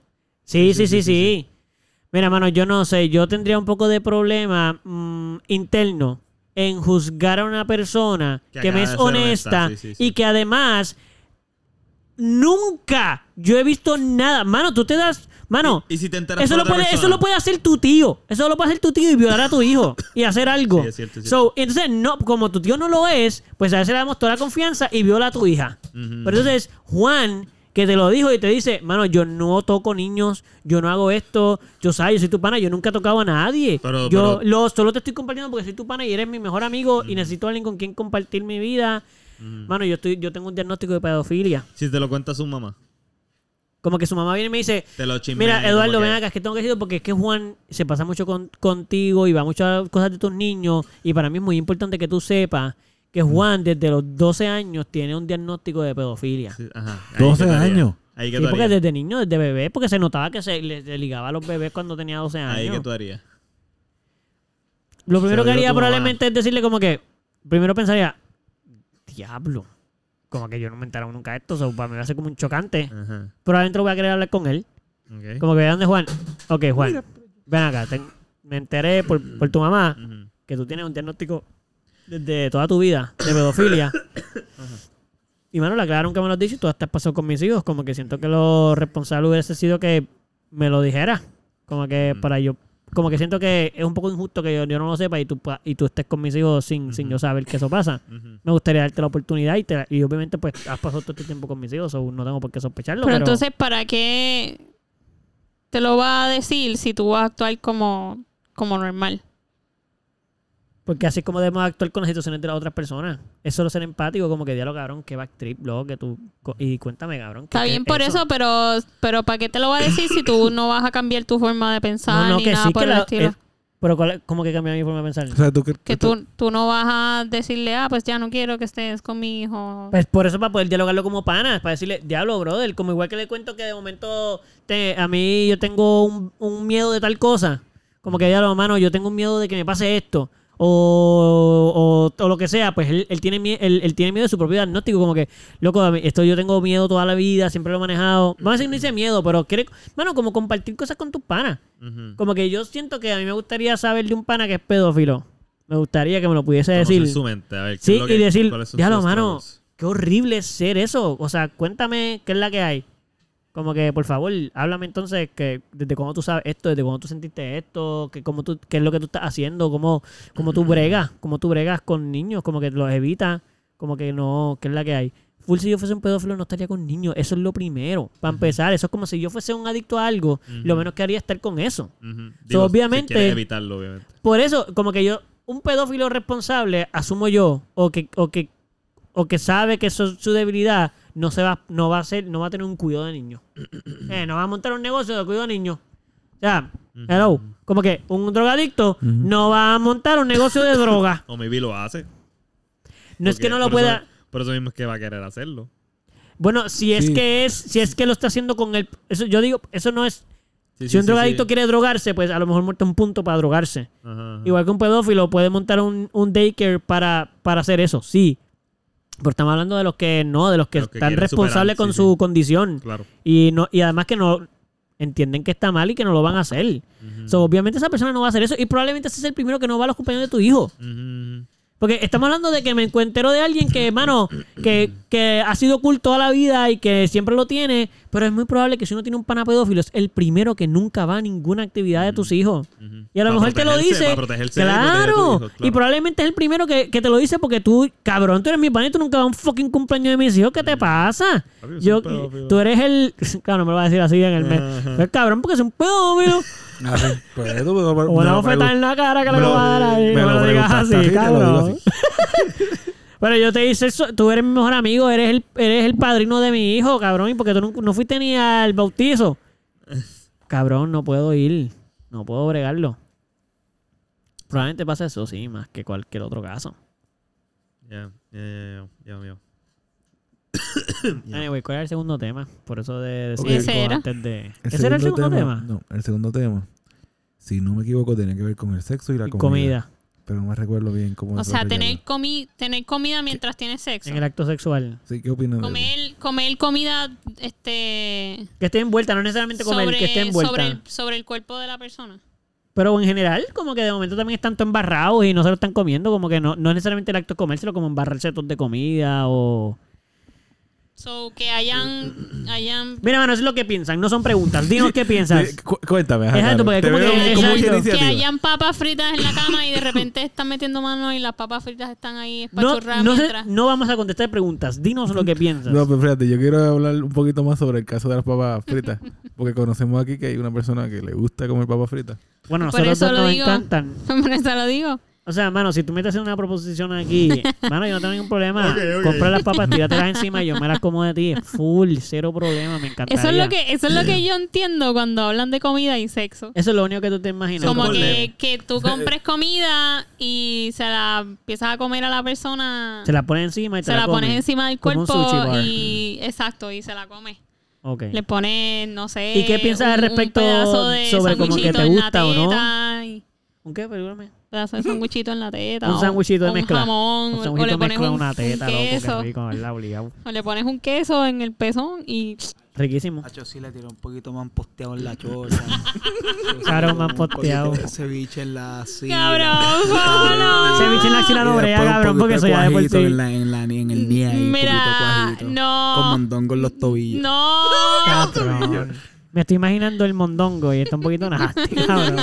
[SPEAKER 1] Sí, sí, sí, sí. Mira, mano, yo no sé, yo tendría un poco de problema mm, interno en juzgar a una persona
[SPEAKER 3] Que
[SPEAKER 1] que, me
[SPEAKER 3] acaba
[SPEAKER 1] es
[SPEAKER 3] de ser
[SPEAKER 1] honesta,
[SPEAKER 3] honesta, sí, sí, sí.
[SPEAKER 1] y que además nunca yo he visto nada. Mano, tú te das, mano,
[SPEAKER 3] Y si te enteras
[SPEAKER 1] eso
[SPEAKER 3] por
[SPEAKER 1] lo,
[SPEAKER 3] otra
[SPEAKER 1] puede,
[SPEAKER 3] persona?
[SPEAKER 1] eso lo puede hacer tu tío. Eso lo puede hacer tu tío y violar a tu hijo y hacer algo.
[SPEAKER 3] Sí, es cierto, es
[SPEAKER 1] So, entonces, no, como tu tío no lo es, pues a veces le damos toda la confianza y viola a tu hija.
[SPEAKER 3] Ujú.
[SPEAKER 1] Pero entonces, Juan, que te lo dijo y te dice, mano, yo no toco niños, yo no hago esto, yo sabes, yo soy tu pana, yo nunca he tocado a nadie.
[SPEAKER 3] Pero-
[SPEAKER 1] yo
[SPEAKER 3] pero-
[SPEAKER 1] lo- solo te estoy compartiendo porque soy tu pana y eres mi mejor amigo y necesito a alguien con quien compartir mi vida. Mano, yo, estoy, yo tengo un diagnóstico de pedofilia.
[SPEAKER 3] Si te lo cuenta su mamá.
[SPEAKER 1] Como que su mamá viene y me dice,
[SPEAKER 3] Te lo chismea.
[SPEAKER 1] Mira,
[SPEAKER 3] como
[SPEAKER 1] Eduardo,
[SPEAKER 3] que-
[SPEAKER 1] ven acá, es que tengo que decirlo porque es que Juan se pasa mucho con- contigo y va mucho a cosas de tus niños. Y para mí es muy importante que tú sepas que
[SPEAKER 3] Mm.
[SPEAKER 1] Juan desde los 12 años tiene un diagnóstico de pedofilia. Sí,
[SPEAKER 3] Sí, ajá. Ahí
[SPEAKER 4] 12
[SPEAKER 3] que te haría.
[SPEAKER 4] años.
[SPEAKER 3] Ahí que tú
[SPEAKER 1] porque
[SPEAKER 3] harías.
[SPEAKER 1] desde niño, desde bebé, porque se notaba que se le, le ligaba a los bebés cuando tenía 12
[SPEAKER 3] Ahí que
[SPEAKER 1] años.
[SPEAKER 3] tú harías.
[SPEAKER 1] Lo primero
[SPEAKER 3] Se
[SPEAKER 1] que
[SPEAKER 3] lo digo
[SPEAKER 1] haría
[SPEAKER 3] a tu mamá.
[SPEAKER 1] probablemente es decirle como que, primero pensaría, diablo, como que yo no me enteraron nunca de esto, so, para mí va a ser como un chocante.
[SPEAKER 3] Ajá.
[SPEAKER 1] Pero adentro voy a querer hablar con él.
[SPEAKER 3] Ok.
[SPEAKER 1] Como que, ¿dónde es Juan? Ok, Juan, ven acá. te- me enteré por, por tu mamá
[SPEAKER 3] Ujú.
[SPEAKER 1] que tú tienes un diagnóstico desde toda tu vida de pedofilia. y mano, la aclararon que me lo has dicho y tú hasta pasó con mis hijos. Como que siento que lo responsable hubiese sido que me lo dijera. Como que para yo. Como que siento que es un poco injusto que yo, yo no lo sepa y tú, pa- y tú estés con mis hijos sin, sin yo saber que eso pasa.
[SPEAKER 3] Ujú.
[SPEAKER 1] Me gustaría darte la oportunidad y, te la- y obviamente pues has pasado todo este tiempo con mis hijos, so no tengo por qué sospecharlo.
[SPEAKER 2] Pero,
[SPEAKER 1] Pero,
[SPEAKER 2] entonces, ¿para qué te lo va a decir si tú vas a actuar como, como normal?
[SPEAKER 1] Porque así es como debemos actuar con las situaciones de las otras personas. Es solo ser empático, como que diálogo, cabrón, que backtrip, luego que tú... co- Y cuéntame, cabrón. ¿qué-
[SPEAKER 2] Está
[SPEAKER 1] qué
[SPEAKER 2] bien
[SPEAKER 1] es
[SPEAKER 2] por eso, pero, pero ¿para qué te lo va a decir si tú no vas a cambiar tu forma de pensar
[SPEAKER 1] No, no,
[SPEAKER 2] ni
[SPEAKER 1] que
[SPEAKER 2] nada
[SPEAKER 1] sí,
[SPEAKER 2] por
[SPEAKER 1] que
[SPEAKER 2] el
[SPEAKER 1] la...
[SPEAKER 2] estilo?
[SPEAKER 1] eh, pero ¿cuál es- ¿cómo que cambia mi forma de pensar?
[SPEAKER 4] O sea, tú que...
[SPEAKER 2] que
[SPEAKER 4] <laughs>
[SPEAKER 2] tú, tú no vas a decirle, ah, pues ya no quiero que estés con mi hijo.
[SPEAKER 1] Pues por eso, para poder dialogarlo como panas, para decirle, diablo, brother, como igual que le cuento que de momento te- a mí yo tengo un, un miedo de tal cosa, como que diablo, mano, yo tengo un miedo de que me pase esto, o, o, o lo que sea, pues él, él tiene, mie- él, él tiene miedo de su propio diagnóstico, como que, loco, a mí- esto yo tengo miedo toda la vida, siempre lo he manejado. Vamos a decir, no dice miedo, pero quiere, mano, como compartir cosas con tus panas.
[SPEAKER 3] Ujú.
[SPEAKER 1] Como que yo siento que a mí me gustaría saber de un pana que es pedófilo. Me gustaría que me lo pudiese decir.
[SPEAKER 3] Conocer su mente, a ver, ¿qué
[SPEAKER 1] Sí,
[SPEAKER 3] es lo
[SPEAKER 1] y
[SPEAKER 3] que-
[SPEAKER 1] decir,
[SPEAKER 3] cuáles son
[SPEAKER 1] ya lo
[SPEAKER 3] sus
[SPEAKER 1] mano,
[SPEAKER 3] struggles?"
[SPEAKER 1] qué horrible es ser eso. O sea, cuéntame qué es la que hay. Como que, por favor, háblame entonces que desde cuándo tú sabes esto, desde cuándo tú sentiste esto, que cómo tú, qué es lo que tú estás haciendo, cómo, cómo tú bregas, cómo tú bregas con niños, como que los evitas, como que no, qué es la que hay. Full, si yo fuese un pedófilo, no estaría con niños. Eso es lo primero. Para empezar, eso es como si yo fuese un adicto a algo. Lo
[SPEAKER 3] Ujú.
[SPEAKER 1] menos que haría es estar con eso.
[SPEAKER 3] Ujú. Digo,
[SPEAKER 1] obviamente-
[SPEAKER 3] Si quieres evitarlo, obviamente.
[SPEAKER 1] Por eso, como que yo, un pedófilo responsable, asumo yo, o que, o que, o que sabe que eso es su debilidad, no se va, no va a ser, no va a tener un cuidado de
[SPEAKER 3] <clears throat>
[SPEAKER 1] niños. Eh, no va a montar un negocio de cuidado de niños. O sea, hello, como que un drogadicto no va a montar un negocio de droga.
[SPEAKER 3] O maybe lo hace.
[SPEAKER 1] No es
[SPEAKER 3] porque
[SPEAKER 1] que no lo
[SPEAKER 3] por eso-
[SPEAKER 1] pueda.
[SPEAKER 3] por eso mismo es que va a querer hacerlo.
[SPEAKER 1] Bueno, si es
[SPEAKER 4] Sí.
[SPEAKER 1] que es, si es que lo está haciendo con el, eso yo digo, eso no es.
[SPEAKER 3] Sí,
[SPEAKER 1] si
[SPEAKER 3] sí,
[SPEAKER 1] un
[SPEAKER 3] sí,
[SPEAKER 1] drogadicto
[SPEAKER 3] sí.
[SPEAKER 1] quiere drogarse, pues a lo mejor monta un punto para drogarse.
[SPEAKER 3] Ajá, ajá.
[SPEAKER 1] Igual que un pedófilo puede montar un, un daycare para, para hacer eso, sí. Pero estamos hablando de los que no, de los que,
[SPEAKER 3] Los que
[SPEAKER 1] están
[SPEAKER 3] quieren
[SPEAKER 1] responsables
[SPEAKER 3] superar,
[SPEAKER 1] con
[SPEAKER 3] sí,
[SPEAKER 1] su
[SPEAKER 3] sí.
[SPEAKER 1] condición.
[SPEAKER 3] Claro.
[SPEAKER 1] Y no y además que no entienden que está mal y que no lo van a hacer. So, obviamente esa persona no va a hacer eso y probablemente ese es el primero que no va a los compañeros de tu hijo.
[SPEAKER 3] Ujú.
[SPEAKER 1] Porque estamos hablando de que me encuentro de alguien que, mano, que, que ha sido cool toda la vida y que siempre lo tiene, pero es muy probable que si uno tiene un pana pedófilo es el primero que nunca va a ninguna actividad de tus hijos.
[SPEAKER 3] Ujú.
[SPEAKER 1] Y a lo
[SPEAKER 3] Para
[SPEAKER 1] mejor te lo
[SPEAKER 3] protegerse,
[SPEAKER 1] dice.
[SPEAKER 3] para protegerse de él y proteger a tu
[SPEAKER 1] Claro.
[SPEAKER 3] hijo, claro.
[SPEAKER 1] Y probablemente es el primero que, que te lo dice porque tú, cabrón, tú eres mi pana y tú nunca vas a un fucking cumpleaños de mis hijos. ¿Qué te pasa?
[SPEAKER 3] Papi, yo soy
[SPEAKER 1] Yo,
[SPEAKER 3] un pedófilo.
[SPEAKER 1] tú eres el. <laughs> Claro, no me lo vas a decir así en el mes. Pero, cabrón, porque es un pedófilo.
[SPEAKER 3] <laughs>
[SPEAKER 4] Ah, sí, pues, tú, pero-
[SPEAKER 1] O <laughs> una
[SPEAKER 4] me lo
[SPEAKER 1] bofetada en la cara que le
[SPEAKER 4] me lo-
[SPEAKER 1] vas a dar ahí.
[SPEAKER 4] me
[SPEAKER 1] No
[SPEAKER 4] lo
[SPEAKER 1] lo digas así,
[SPEAKER 4] preguntaste así, te lo
[SPEAKER 1] cabrón.
[SPEAKER 4] digo
[SPEAKER 1] Pero yo te hice eso. Tú eres mi mejor amigo. Eres el, eres el padrino de mi hijo, cabrón. Y porque tú no, no fuiste ni al <laughs> bautizo. Cabrón, no puedo ir. No puedo bregarlo. Probablemente pasa eso, sí, más que cualquier otro caso.
[SPEAKER 3] Ya, ya, ya, ya, ya, ya. Ya.
[SPEAKER 1] Anyway, ¿cuál era el segundo tema? Por eso de decir
[SPEAKER 4] Ok.
[SPEAKER 1] algo
[SPEAKER 2] Ese era.
[SPEAKER 1] antes de... ¿Ese era el segundo tema?
[SPEAKER 4] No, el segundo tema. Si no me equivoco, tenía que ver con el sexo y la
[SPEAKER 1] Y
[SPEAKER 4] comida.
[SPEAKER 1] comida.
[SPEAKER 4] Pero no me recuerdo bien cómo
[SPEAKER 2] o sea,
[SPEAKER 4] desarrollarla.
[SPEAKER 2] tener, comi tener comida mientras tienes sexo.
[SPEAKER 1] En el acto sexual.
[SPEAKER 4] Sí, ¿qué opinas de eso?
[SPEAKER 2] Comer, comer comida este
[SPEAKER 1] Que esté envuelta, no necesariamente comer,
[SPEAKER 2] sobre,
[SPEAKER 1] que esté envuelta.
[SPEAKER 2] sobre, el, sobre el cuerpo de la persona.
[SPEAKER 1] Pero en general, como que de momento también están todos embarrados y no se lo están comiendo. Como que no, no es necesariamente el acto de comérselo, como embarrarse todos de comida o...
[SPEAKER 2] So, que hayan, hayan
[SPEAKER 1] Mira, mano, eso es lo que piensan. No son preguntas. Dinos
[SPEAKER 4] <laughs>
[SPEAKER 1] qué piensas.
[SPEAKER 4] Sí, cu- cuéntame. ajá,
[SPEAKER 1] Exacto,
[SPEAKER 4] claro.
[SPEAKER 1] porque
[SPEAKER 4] Te
[SPEAKER 1] como
[SPEAKER 4] veo
[SPEAKER 1] que-
[SPEAKER 4] con mucha
[SPEAKER 1] exacto.
[SPEAKER 2] que
[SPEAKER 4] iniciativa.
[SPEAKER 2] hayan papas fritas en la cama y de repente están metiendo mano y las papas fritas están ahí
[SPEAKER 1] No,
[SPEAKER 2] espachurradas
[SPEAKER 1] no, sé-
[SPEAKER 2] mientras. <laughs>
[SPEAKER 1] no vamos a contestar preguntas. Dinos lo
[SPEAKER 4] <laughs>
[SPEAKER 1] que piensas.
[SPEAKER 4] No, pero fíjate, yo quiero hablar un poquito más sobre el caso de las papas fritas. <laughs> Porque conocemos aquí que hay una persona que le gusta comer papas <laughs> fritas.
[SPEAKER 1] bueno,
[SPEAKER 2] Por
[SPEAKER 1] nosotros
[SPEAKER 2] eso
[SPEAKER 1] dos
[SPEAKER 2] lo
[SPEAKER 1] nos
[SPEAKER 2] digo.
[SPEAKER 1] encantan.
[SPEAKER 2] Por eso lo digo.
[SPEAKER 1] O sea, mano, si tú me estás haciendo una proposición
[SPEAKER 2] <laughs>
[SPEAKER 1] aquí, mano, yo no tengo ningún problema. Compra las papas, tíratelas encima y yo me las como de ti. Full, cero problema, me encantaría.
[SPEAKER 2] Eso es lo que, eso es
[SPEAKER 1] <laughs>
[SPEAKER 2] lo que yo entiendo cuando hablan de comida y sexo.
[SPEAKER 1] Eso es lo único que tú te imaginas.
[SPEAKER 2] Como
[SPEAKER 3] como
[SPEAKER 2] que,
[SPEAKER 3] leve.
[SPEAKER 2] que tú compres comida y se la empiezas a comer a la persona,
[SPEAKER 1] Se la pones encima y te
[SPEAKER 2] se la pones
[SPEAKER 1] comes.
[SPEAKER 2] encima del
[SPEAKER 1] Como un sushi
[SPEAKER 2] cuerpo
[SPEAKER 1] bar.
[SPEAKER 2] y exacto, y se la come.
[SPEAKER 1] Ok.
[SPEAKER 2] Le pones, no sé,
[SPEAKER 1] ¿Y qué piensas al respecto
[SPEAKER 2] pedazo de
[SPEAKER 1] sobre como que
[SPEAKER 2] sanguchito
[SPEAKER 1] te
[SPEAKER 2] en la
[SPEAKER 1] gusta o no?
[SPEAKER 2] teta y-
[SPEAKER 1] ¿Un qué? Perdóname.
[SPEAKER 2] Te haces un sanguchito en la teta.
[SPEAKER 1] Un
[SPEAKER 2] o-
[SPEAKER 1] sándwichito de
[SPEAKER 2] o
[SPEAKER 1] mezcla.
[SPEAKER 2] Un jamón.
[SPEAKER 1] Un
[SPEAKER 2] o- o
[SPEAKER 1] sanguchito
[SPEAKER 2] le pones
[SPEAKER 1] mezcla
[SPEAKER 2] un,
[SPEAKER 1] una
[SPEAKER 2] un
[SPEAKER 1] teta, loco, qué
[SPEAKER 2] queso.
[SPEAKER 1] rico, ¿verdad? Obligado.
[SPEAKER 2] o le pones un queso en el pezón y
[SPEAKER 1] Riquísimo.
[SPEAKER 5] Hacho sí le tiró un poquito más posteado en la choza.
[SPEAKER 1] <laughs> Claro, más
[SPEAKER 5] Un poquito
[SPEAKER 1] posteado.
[SPEAKER 5] de Ceviche en la axila. <laughs>
[SPEAKER 2] ¡Cabrón! ¡Pablo!
[SPEAKER 1] Ceviche en la axila
[SPEAKER 5] Y
[SPEAKER 1] no brea,
[SPEAKER 5] después un
[SPEAKER 1] cabrón,
[SPEAKER 5] poquito
[SPEAKER 1] porque
[SPEAKER 5] de
[SPEAKER 1] eso ya de por
[SPEAKER 5] cuajito
[SPEAKER 1] sí.
[SPEAKER 5] En, la, en, la, en el nie ahí, un
[SPEAKER 2] Mira,
[SPEAKER 5] poquito de cuajito.
[SPEAKER 2] no.
[SPEAKER 5] Con mondongo en los <laughs> tobillos.
[SPEAKER 2] ¡No!
[SPEAKER 1] Cabrón. Me estoy imaginando el mondongo y está un poquito
[SPEAKER 2] <laughs>
[SPEAKER 1] nasty, cabrón.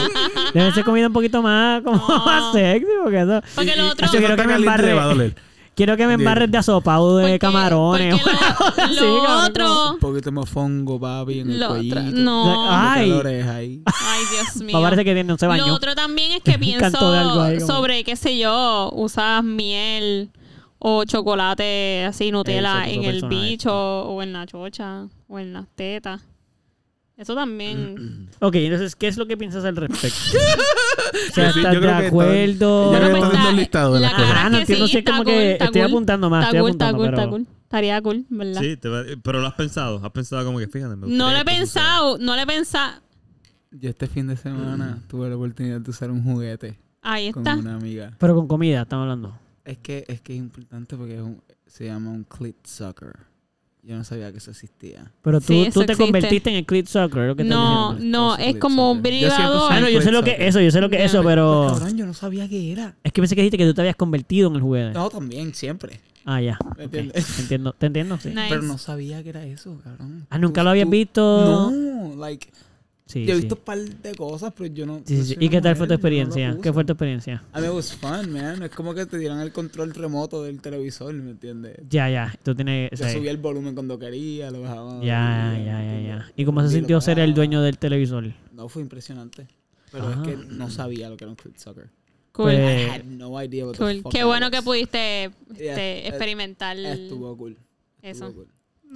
[SPEAKER 1] Debe ser comida un poquito más como
[SPEAKER 2] No.
[SPEAKER 1] más sexy, porque eso.
[SPEAKER 2] Porque lo otro.
[SPEAKER 1] Hacho, quiero que me embarre. Quiero que me embarres de asopado de
[SPEAKER 2] porque-
[SPEAKER 1] camarones. <laughs>
[SPEAKER 2] porque
[SPEAKER 1] Sí,
[SPEAKER 2] lo, lo
[SPEAKER 1] cabrón.
[SPEAKER 2] otro.
[SPEAKER 5] Un poquito más fongo, papi, en el
[SPEAKER 2] Lo
[SPEAKER 5] cuellito.
[SPEAKER 2] otro. No.
[SPEAKER 1] Ah. Ay.
[SPEAKER 5] Ay. ahí.
[SPEAKER 2] Ay, Dios mío.
[SPEAKER 1] Me parece que tiene un se
[SPEAKER 2] Lo
[SPEAKER 1] bañó.
[SPEAKER 2] otro
[SPEAKER 1] <laughs>
[SPEAKER 2] también es que
[SPEAKER 1] Un canto de algo ahí,
[SPEAKER 2] pienso
[SPEAKER 1] como-
[SPEAKER 2] sobre, qué sé yo, usas miel o chocolate así, Nutella
[SPEAKER 1] sexo
[SPEAKER 2] en el
[SPEAKER 1] personal,
[SPEAKER 2] bicho o en la chocha o en las tetas. Eso también.
[SPEAKER 1] Ok, entonces, ¿qué es lo que piensas al
[SPEAKER 2] <laughs>
[SPEAKER 1] respecto? o sea,
[SPEAKER 4] Yo sí-
[SPEAKER 1] ¿estás de
[SPEAKER 4] yo creo que todo-
[SPEAKER 1] acuerdo?
[SPEAKER 2] Bueno,
[SPEAKER 4] Yo creo que
[SPEAKER 2] pues,
[SPEAKER 4] está
[SPEAKER 2] está-
[SPEAKER 4] viendo el listado de
[SPEAKER 2] la
[SPEAKER 4] las cosas.
[SPEAKER 2] cara
[SPEAKER 1] Ah, no
[SPEAKER 2] que
[SPEAKER 1] entiendo
[SPEAKER 2] sí,
[SPEAKER 1] si es
[SPEAKER 2] está
[SPEAKER 1] como
[SPEAKER 2] cool,
[SPEAKER 1] que
[SPEAKER 2] está
[SPEAKER 1] estoy
[SPEAKER 2] cool.
[SPEAKER 1] apuntando más,
[SPEAKER 2] Está
[SPEAKER 1] estoy
[SPEAKER 2] cool, está
[SPEAKER 1] apuntando,
[SPEAKER 2] cool, está
[SPEAKER 1] pero-
[SPEAKER 2] cool. Estaría cool, ¿verdad?
[SPEAKER 3] Sí, te va- eh, pero lo has pensado. Has pensado como que fíjate.
[SPEAKER 2] No
[SPEAKER 3] me
[SPEAKER 2] lo
[SPEAKER 3] gustaría
[SPEAKER 2] he
[SPEAKER 3] que funcione.
[SPEAKER 2] pensado, no lo he pensado.
[SPEAKER 5] Yo este fin de
[SPEAKER 1] Mm.
[SPEAKER 5] semana tuve la oportunidad de usar un juguete
[SPEAKER 2] Ahí
[SPEAKER 5] con
[SPEAKER 2] está.
[SPEAKER 5] una amiga.
[SPEAKER 1] Pero con comida, estamos hablando.
[SPEAKER 5] Es que es que es importante porque es un- se llama un clit sucker. Yo no sabía que eso existía.
[SPEAKER 1] Pero tú,
[SPEAKER 2] Sí,
[SPEAKER 1] tú
[SPEAKER 2] eso
[SPEAKER 1] te
[SPEAKER 2] existe.
[SPEAKER 1] convertiste en el clit soccer, lo que te
[SPEAKER 2] No,
[SPEAKER 1] diciendo.
[SPEAKER 2] no,
[SPEAKER 5] Entonces,
[SPEAKER 2] es
[SPEAKER 5] clit
[SPEAKER 2] como un
[SPEAKER 5] sucker. Yo siempre
[SPEAKER 2] privado.
[SPEAKER 5] usaba
[SPEAKER 1] Ah,
[SPEAKER 5] el
[SPEAKER 1] no, yo sé
[SPEAKER 5] clit
[SPEAKER 1] lo que
[SPEAKER 5] sucker.
[SPEAKER 1] eso, yo sé lo que
[SPEAKER 2] Ya.
[SPEAKER 1] eso,
[SPEAKER 2] pues,
[SPEAKER 1] pero
[SPEAKER 5] Cabrón, yo no sabía qué era.
[SPEAKER 1] es que pensé que dijiste que tú te habías convertido en el juguete.
[SPEAKER 5] No, también, siempre.
[SPEAKER 1] Ah, ya.
[SPEAKER 5] ¿Me
[SPEAKER 1] ok.
[SPEAKER 5] entiendes?
[SPEAKER 1] Entiendo, te entiendo, sí.
[SPEAKER 2] Nice.
[SPEAKER 5] Pero no sabía que era eso, cabrón.
[SPEAKER 1] Ah, nunca
[SPEAKER 5] Tú-
[SPEAKER 1] lo habías
[SPEAKER 5] tú-
[SPEAKER 1] visto.
[SPEAKER 5] No, like,
[SPEAKER 1] Sí,
[SPEAKER 5] yo he
[SPEAKER 1] sí.
[SPEAKER 5] visto un par de cosas, pero yo no.
[SPEAKER 1] Sí,
[SPEAKER 5] yo
[SPEAKER 1] sí, sí.
[SPEAKER 5] soy
[SPEAKER 1] ¿Y
[SPEAKER 5] una
[SPEAKER 1] qué tal fue tu
[SPEAKER 5] mujer, yo no lo
[SPEAKER 1] experiencia? ¿Qué
[SPEAKER 5] uso.
[SPEAKER 1] fue tu experiencia?
[SPEAKER 5] I mean, it was fun, man. Es como que te dieran el control remoto del televisor, ¿me entiendes?
[SPEAKER 1] Ya, ya. Tú tienes.
[SPEAKER 5] Yo
[SPEAKER 1] sí.
[SPEAKER 5] subía el volumen cuando quería, lo
[SPEAKER 1] Ya,
[SPEAKER 5] bajaba. ¿me
[SPEAKER 1] ya, ya, ya.
[SPEAKER 5] entiendes?
[SPEAKER 1] ¿Y cómo se
[SPEAKER 5] Y lo
[SPEAKER 1] sintió ser el
[SPEAKER 5] bajaba.
[SPEAKER 1] dueño del televisor?
[SPEAKER 5] No, fue impresionante. Pero
[SPEAKER 1] Ah.
[SPEAKER 5] es que no sabía lo que era un clit sucker.
[SPEAKER 2] Cool,
[SPEAKER 1] Pues,
[SPEAKER 5] I had no idea what the
[SPEAKER 2] cool.
[SPEAKER 5] fuck
[SPEAKER 2] Qué
[SPEAKER 5] that
[SPEAKER 2] bueno que
[SPEAKER 5] was.
[SPEAKER 2] pudiste
[SPEAKER 5] Yeah,
[SPEAKER 2] este,
[SPEAKER 5] eh,
[SPEAKER 2] experimentar
[SPEAKER 5] Estuvo cool.
[SPEAKER 2] eso. Mm,
[SPEAKER 5] Estuvo cool.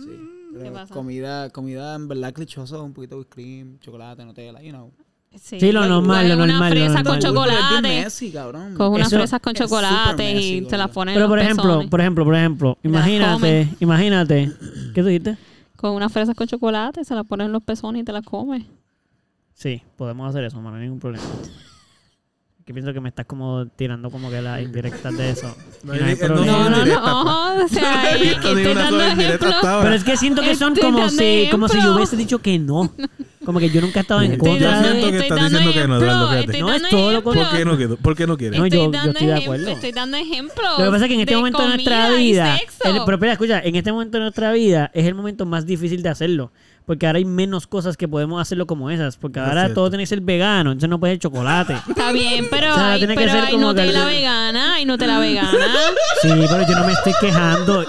[SPEAKER 5] Sí. Pero
[SPEAKER 2] ¿qué pasa?
[SPEAKER 5] Comida, comida en verdad clichoso, un poquito de whipped cream, chocolate, Nutella, you know.
[SPEAKER 1] Sí, lo
[SPEAKER 2] Like,
[SPEAKER 1] normal, lo
[SPEAKER 2] una
[SPEAKER 1] normal, lo
[SPEAKER 2] fresa
[SPEAKER 1] normal.
[SPEAKER 2] con
[SPEAKER 5] Pero es bien
[SPEAKER 2] chocolate.
[SPEAKER 5] messy, cabrón.
[SPEAKER 2] Con unas
[SPEAKER 1] Eso
[SPEAKER 2] fresas con
[SPEAKER 5] es súper
[SPEAKER 2] chocolate y
[SPEAKER 5] messy,
[SPEAKER 2] te las
[SPEAKER 5] gordo.
[SPEAKER 2] ponen
[SPEAKER 1] Pero
[SPEAKER 2] en
[SPEAKER 1] por
[SPEAKER 2] los
[SPEAKER 1] ejemplo,
[SPEAKER 2] pezones.
[SPEAKER 1] por ejemplo, por ejemplo,
[SPEAKER 2] Y las
[SPEAKER 1] imagínate,
[SPEAKER 2] comen.
[SPEAKER 1] imagínate. ¿Qué tú dijiste?
[SPEAKER 2] Con unas fresas con chocolate, se las ponen en los pezones y te las comes.
[SPEAKER 1] Sí, podemos hacer eso, mano, no hay ningún
[SPEAKER 2] <laughs>
[SPEAKER 1] problema. Que pienso que me estás como tirando como que las indirectas de eso. Y no hay
[SPEAKER 4] No, no,
[SPEAKER 1] problema.
[SPEAKER 4] no,
[SPEAKER 2] No, no,
[SPEAKER 4] indirecta,
[SPEAKER 2] no. O sea, es que
[SPEAKER 4] No
[SPEAKER 2] estoy
[SPEAKER 4] digo una
[SPEAKER 2] dando
[SPEAKER 4] sola indirecta
[SPEAKER 2] ejemplos.
[SPEAKER 4] hasta
[SPEAKER 1] Pero
[SPEAKER 4] ahora.
[SPEAKER 1] es que siento que son
[SPEAKER 2] Estoy
[SPEAKER 1] como
[SPEAKER 2] dando
[SPEAKER 1] si, como si yo
[SPEAKER 2] ejemplo.
[SPEAKER 1] hubiese dicho que no. Como que yo nunca he estado en
[SPEAKER 4] Estoy
[SPEAKER 1] contra
[SPEAKER 4] dando-
[SPEAKER 1] de-
[SPEAKER 4] siento que estás diciendo que no, Eduardo, fíjate.
[SPEAKER 2] estoy
[SPEAKER 1] No, es
[SPEAKER 2] dando
[SPEAKER 1] todo lo
[SPEAKER 2] ejemplo.
[SPEAKER 4] ¿Por qué no quedó? ¿Por qué no quiere?
[SPEAKER 1] No,
[SPEAKER 2] Estoy
[SPEAKER 1] yo- yo
[SPEAKER 2] dando
[SPEAKER 1] estoy de
[SPEAKER 2] ejemplo,
[SPEAKER 1] acuerdo.
[SPEAKER 2] Estoy dando ejemplos.
[SPEAKER 1] Lo que pasa es que en este
[SPEAKER 2] de
[SPEAKER 1] momento de nuestra
[SPEAKER 2] comida y
[SPEAKER 1] vida,
[SPEAKER 2] sexo.
[SPEAKER 1] el- pero espera, escucha, en este momento de nuestra vida es el momento más difícil de hacerlo, porque ahora hay menos cosas que podemos hacerlo como esas, porque
[SPEAKER 4] Es
[SPEAKER 1] ahora
[SPEAKER 4] cierto.
[SPEAKER 1] todo tiene que ser vegano, entonces no puede ser chocolate.
[SPEAKER 2] Está bien, pero
[SPEAKER 1] O sea,
[SPEAKER 2] hay,
[SPEAKER 1] tiene que
[SPEAKER 2] pero
[SPEAKER 1] ser
[SPEAKER 2] hay
[SPEAKER 1] como que-
[SPEAKER 2] Nutella vegana, hay Nutella vegana,
[SPEAKER 4] <laughs>
[SPEAKER 1] Sí, pero yo no me estoy quejando.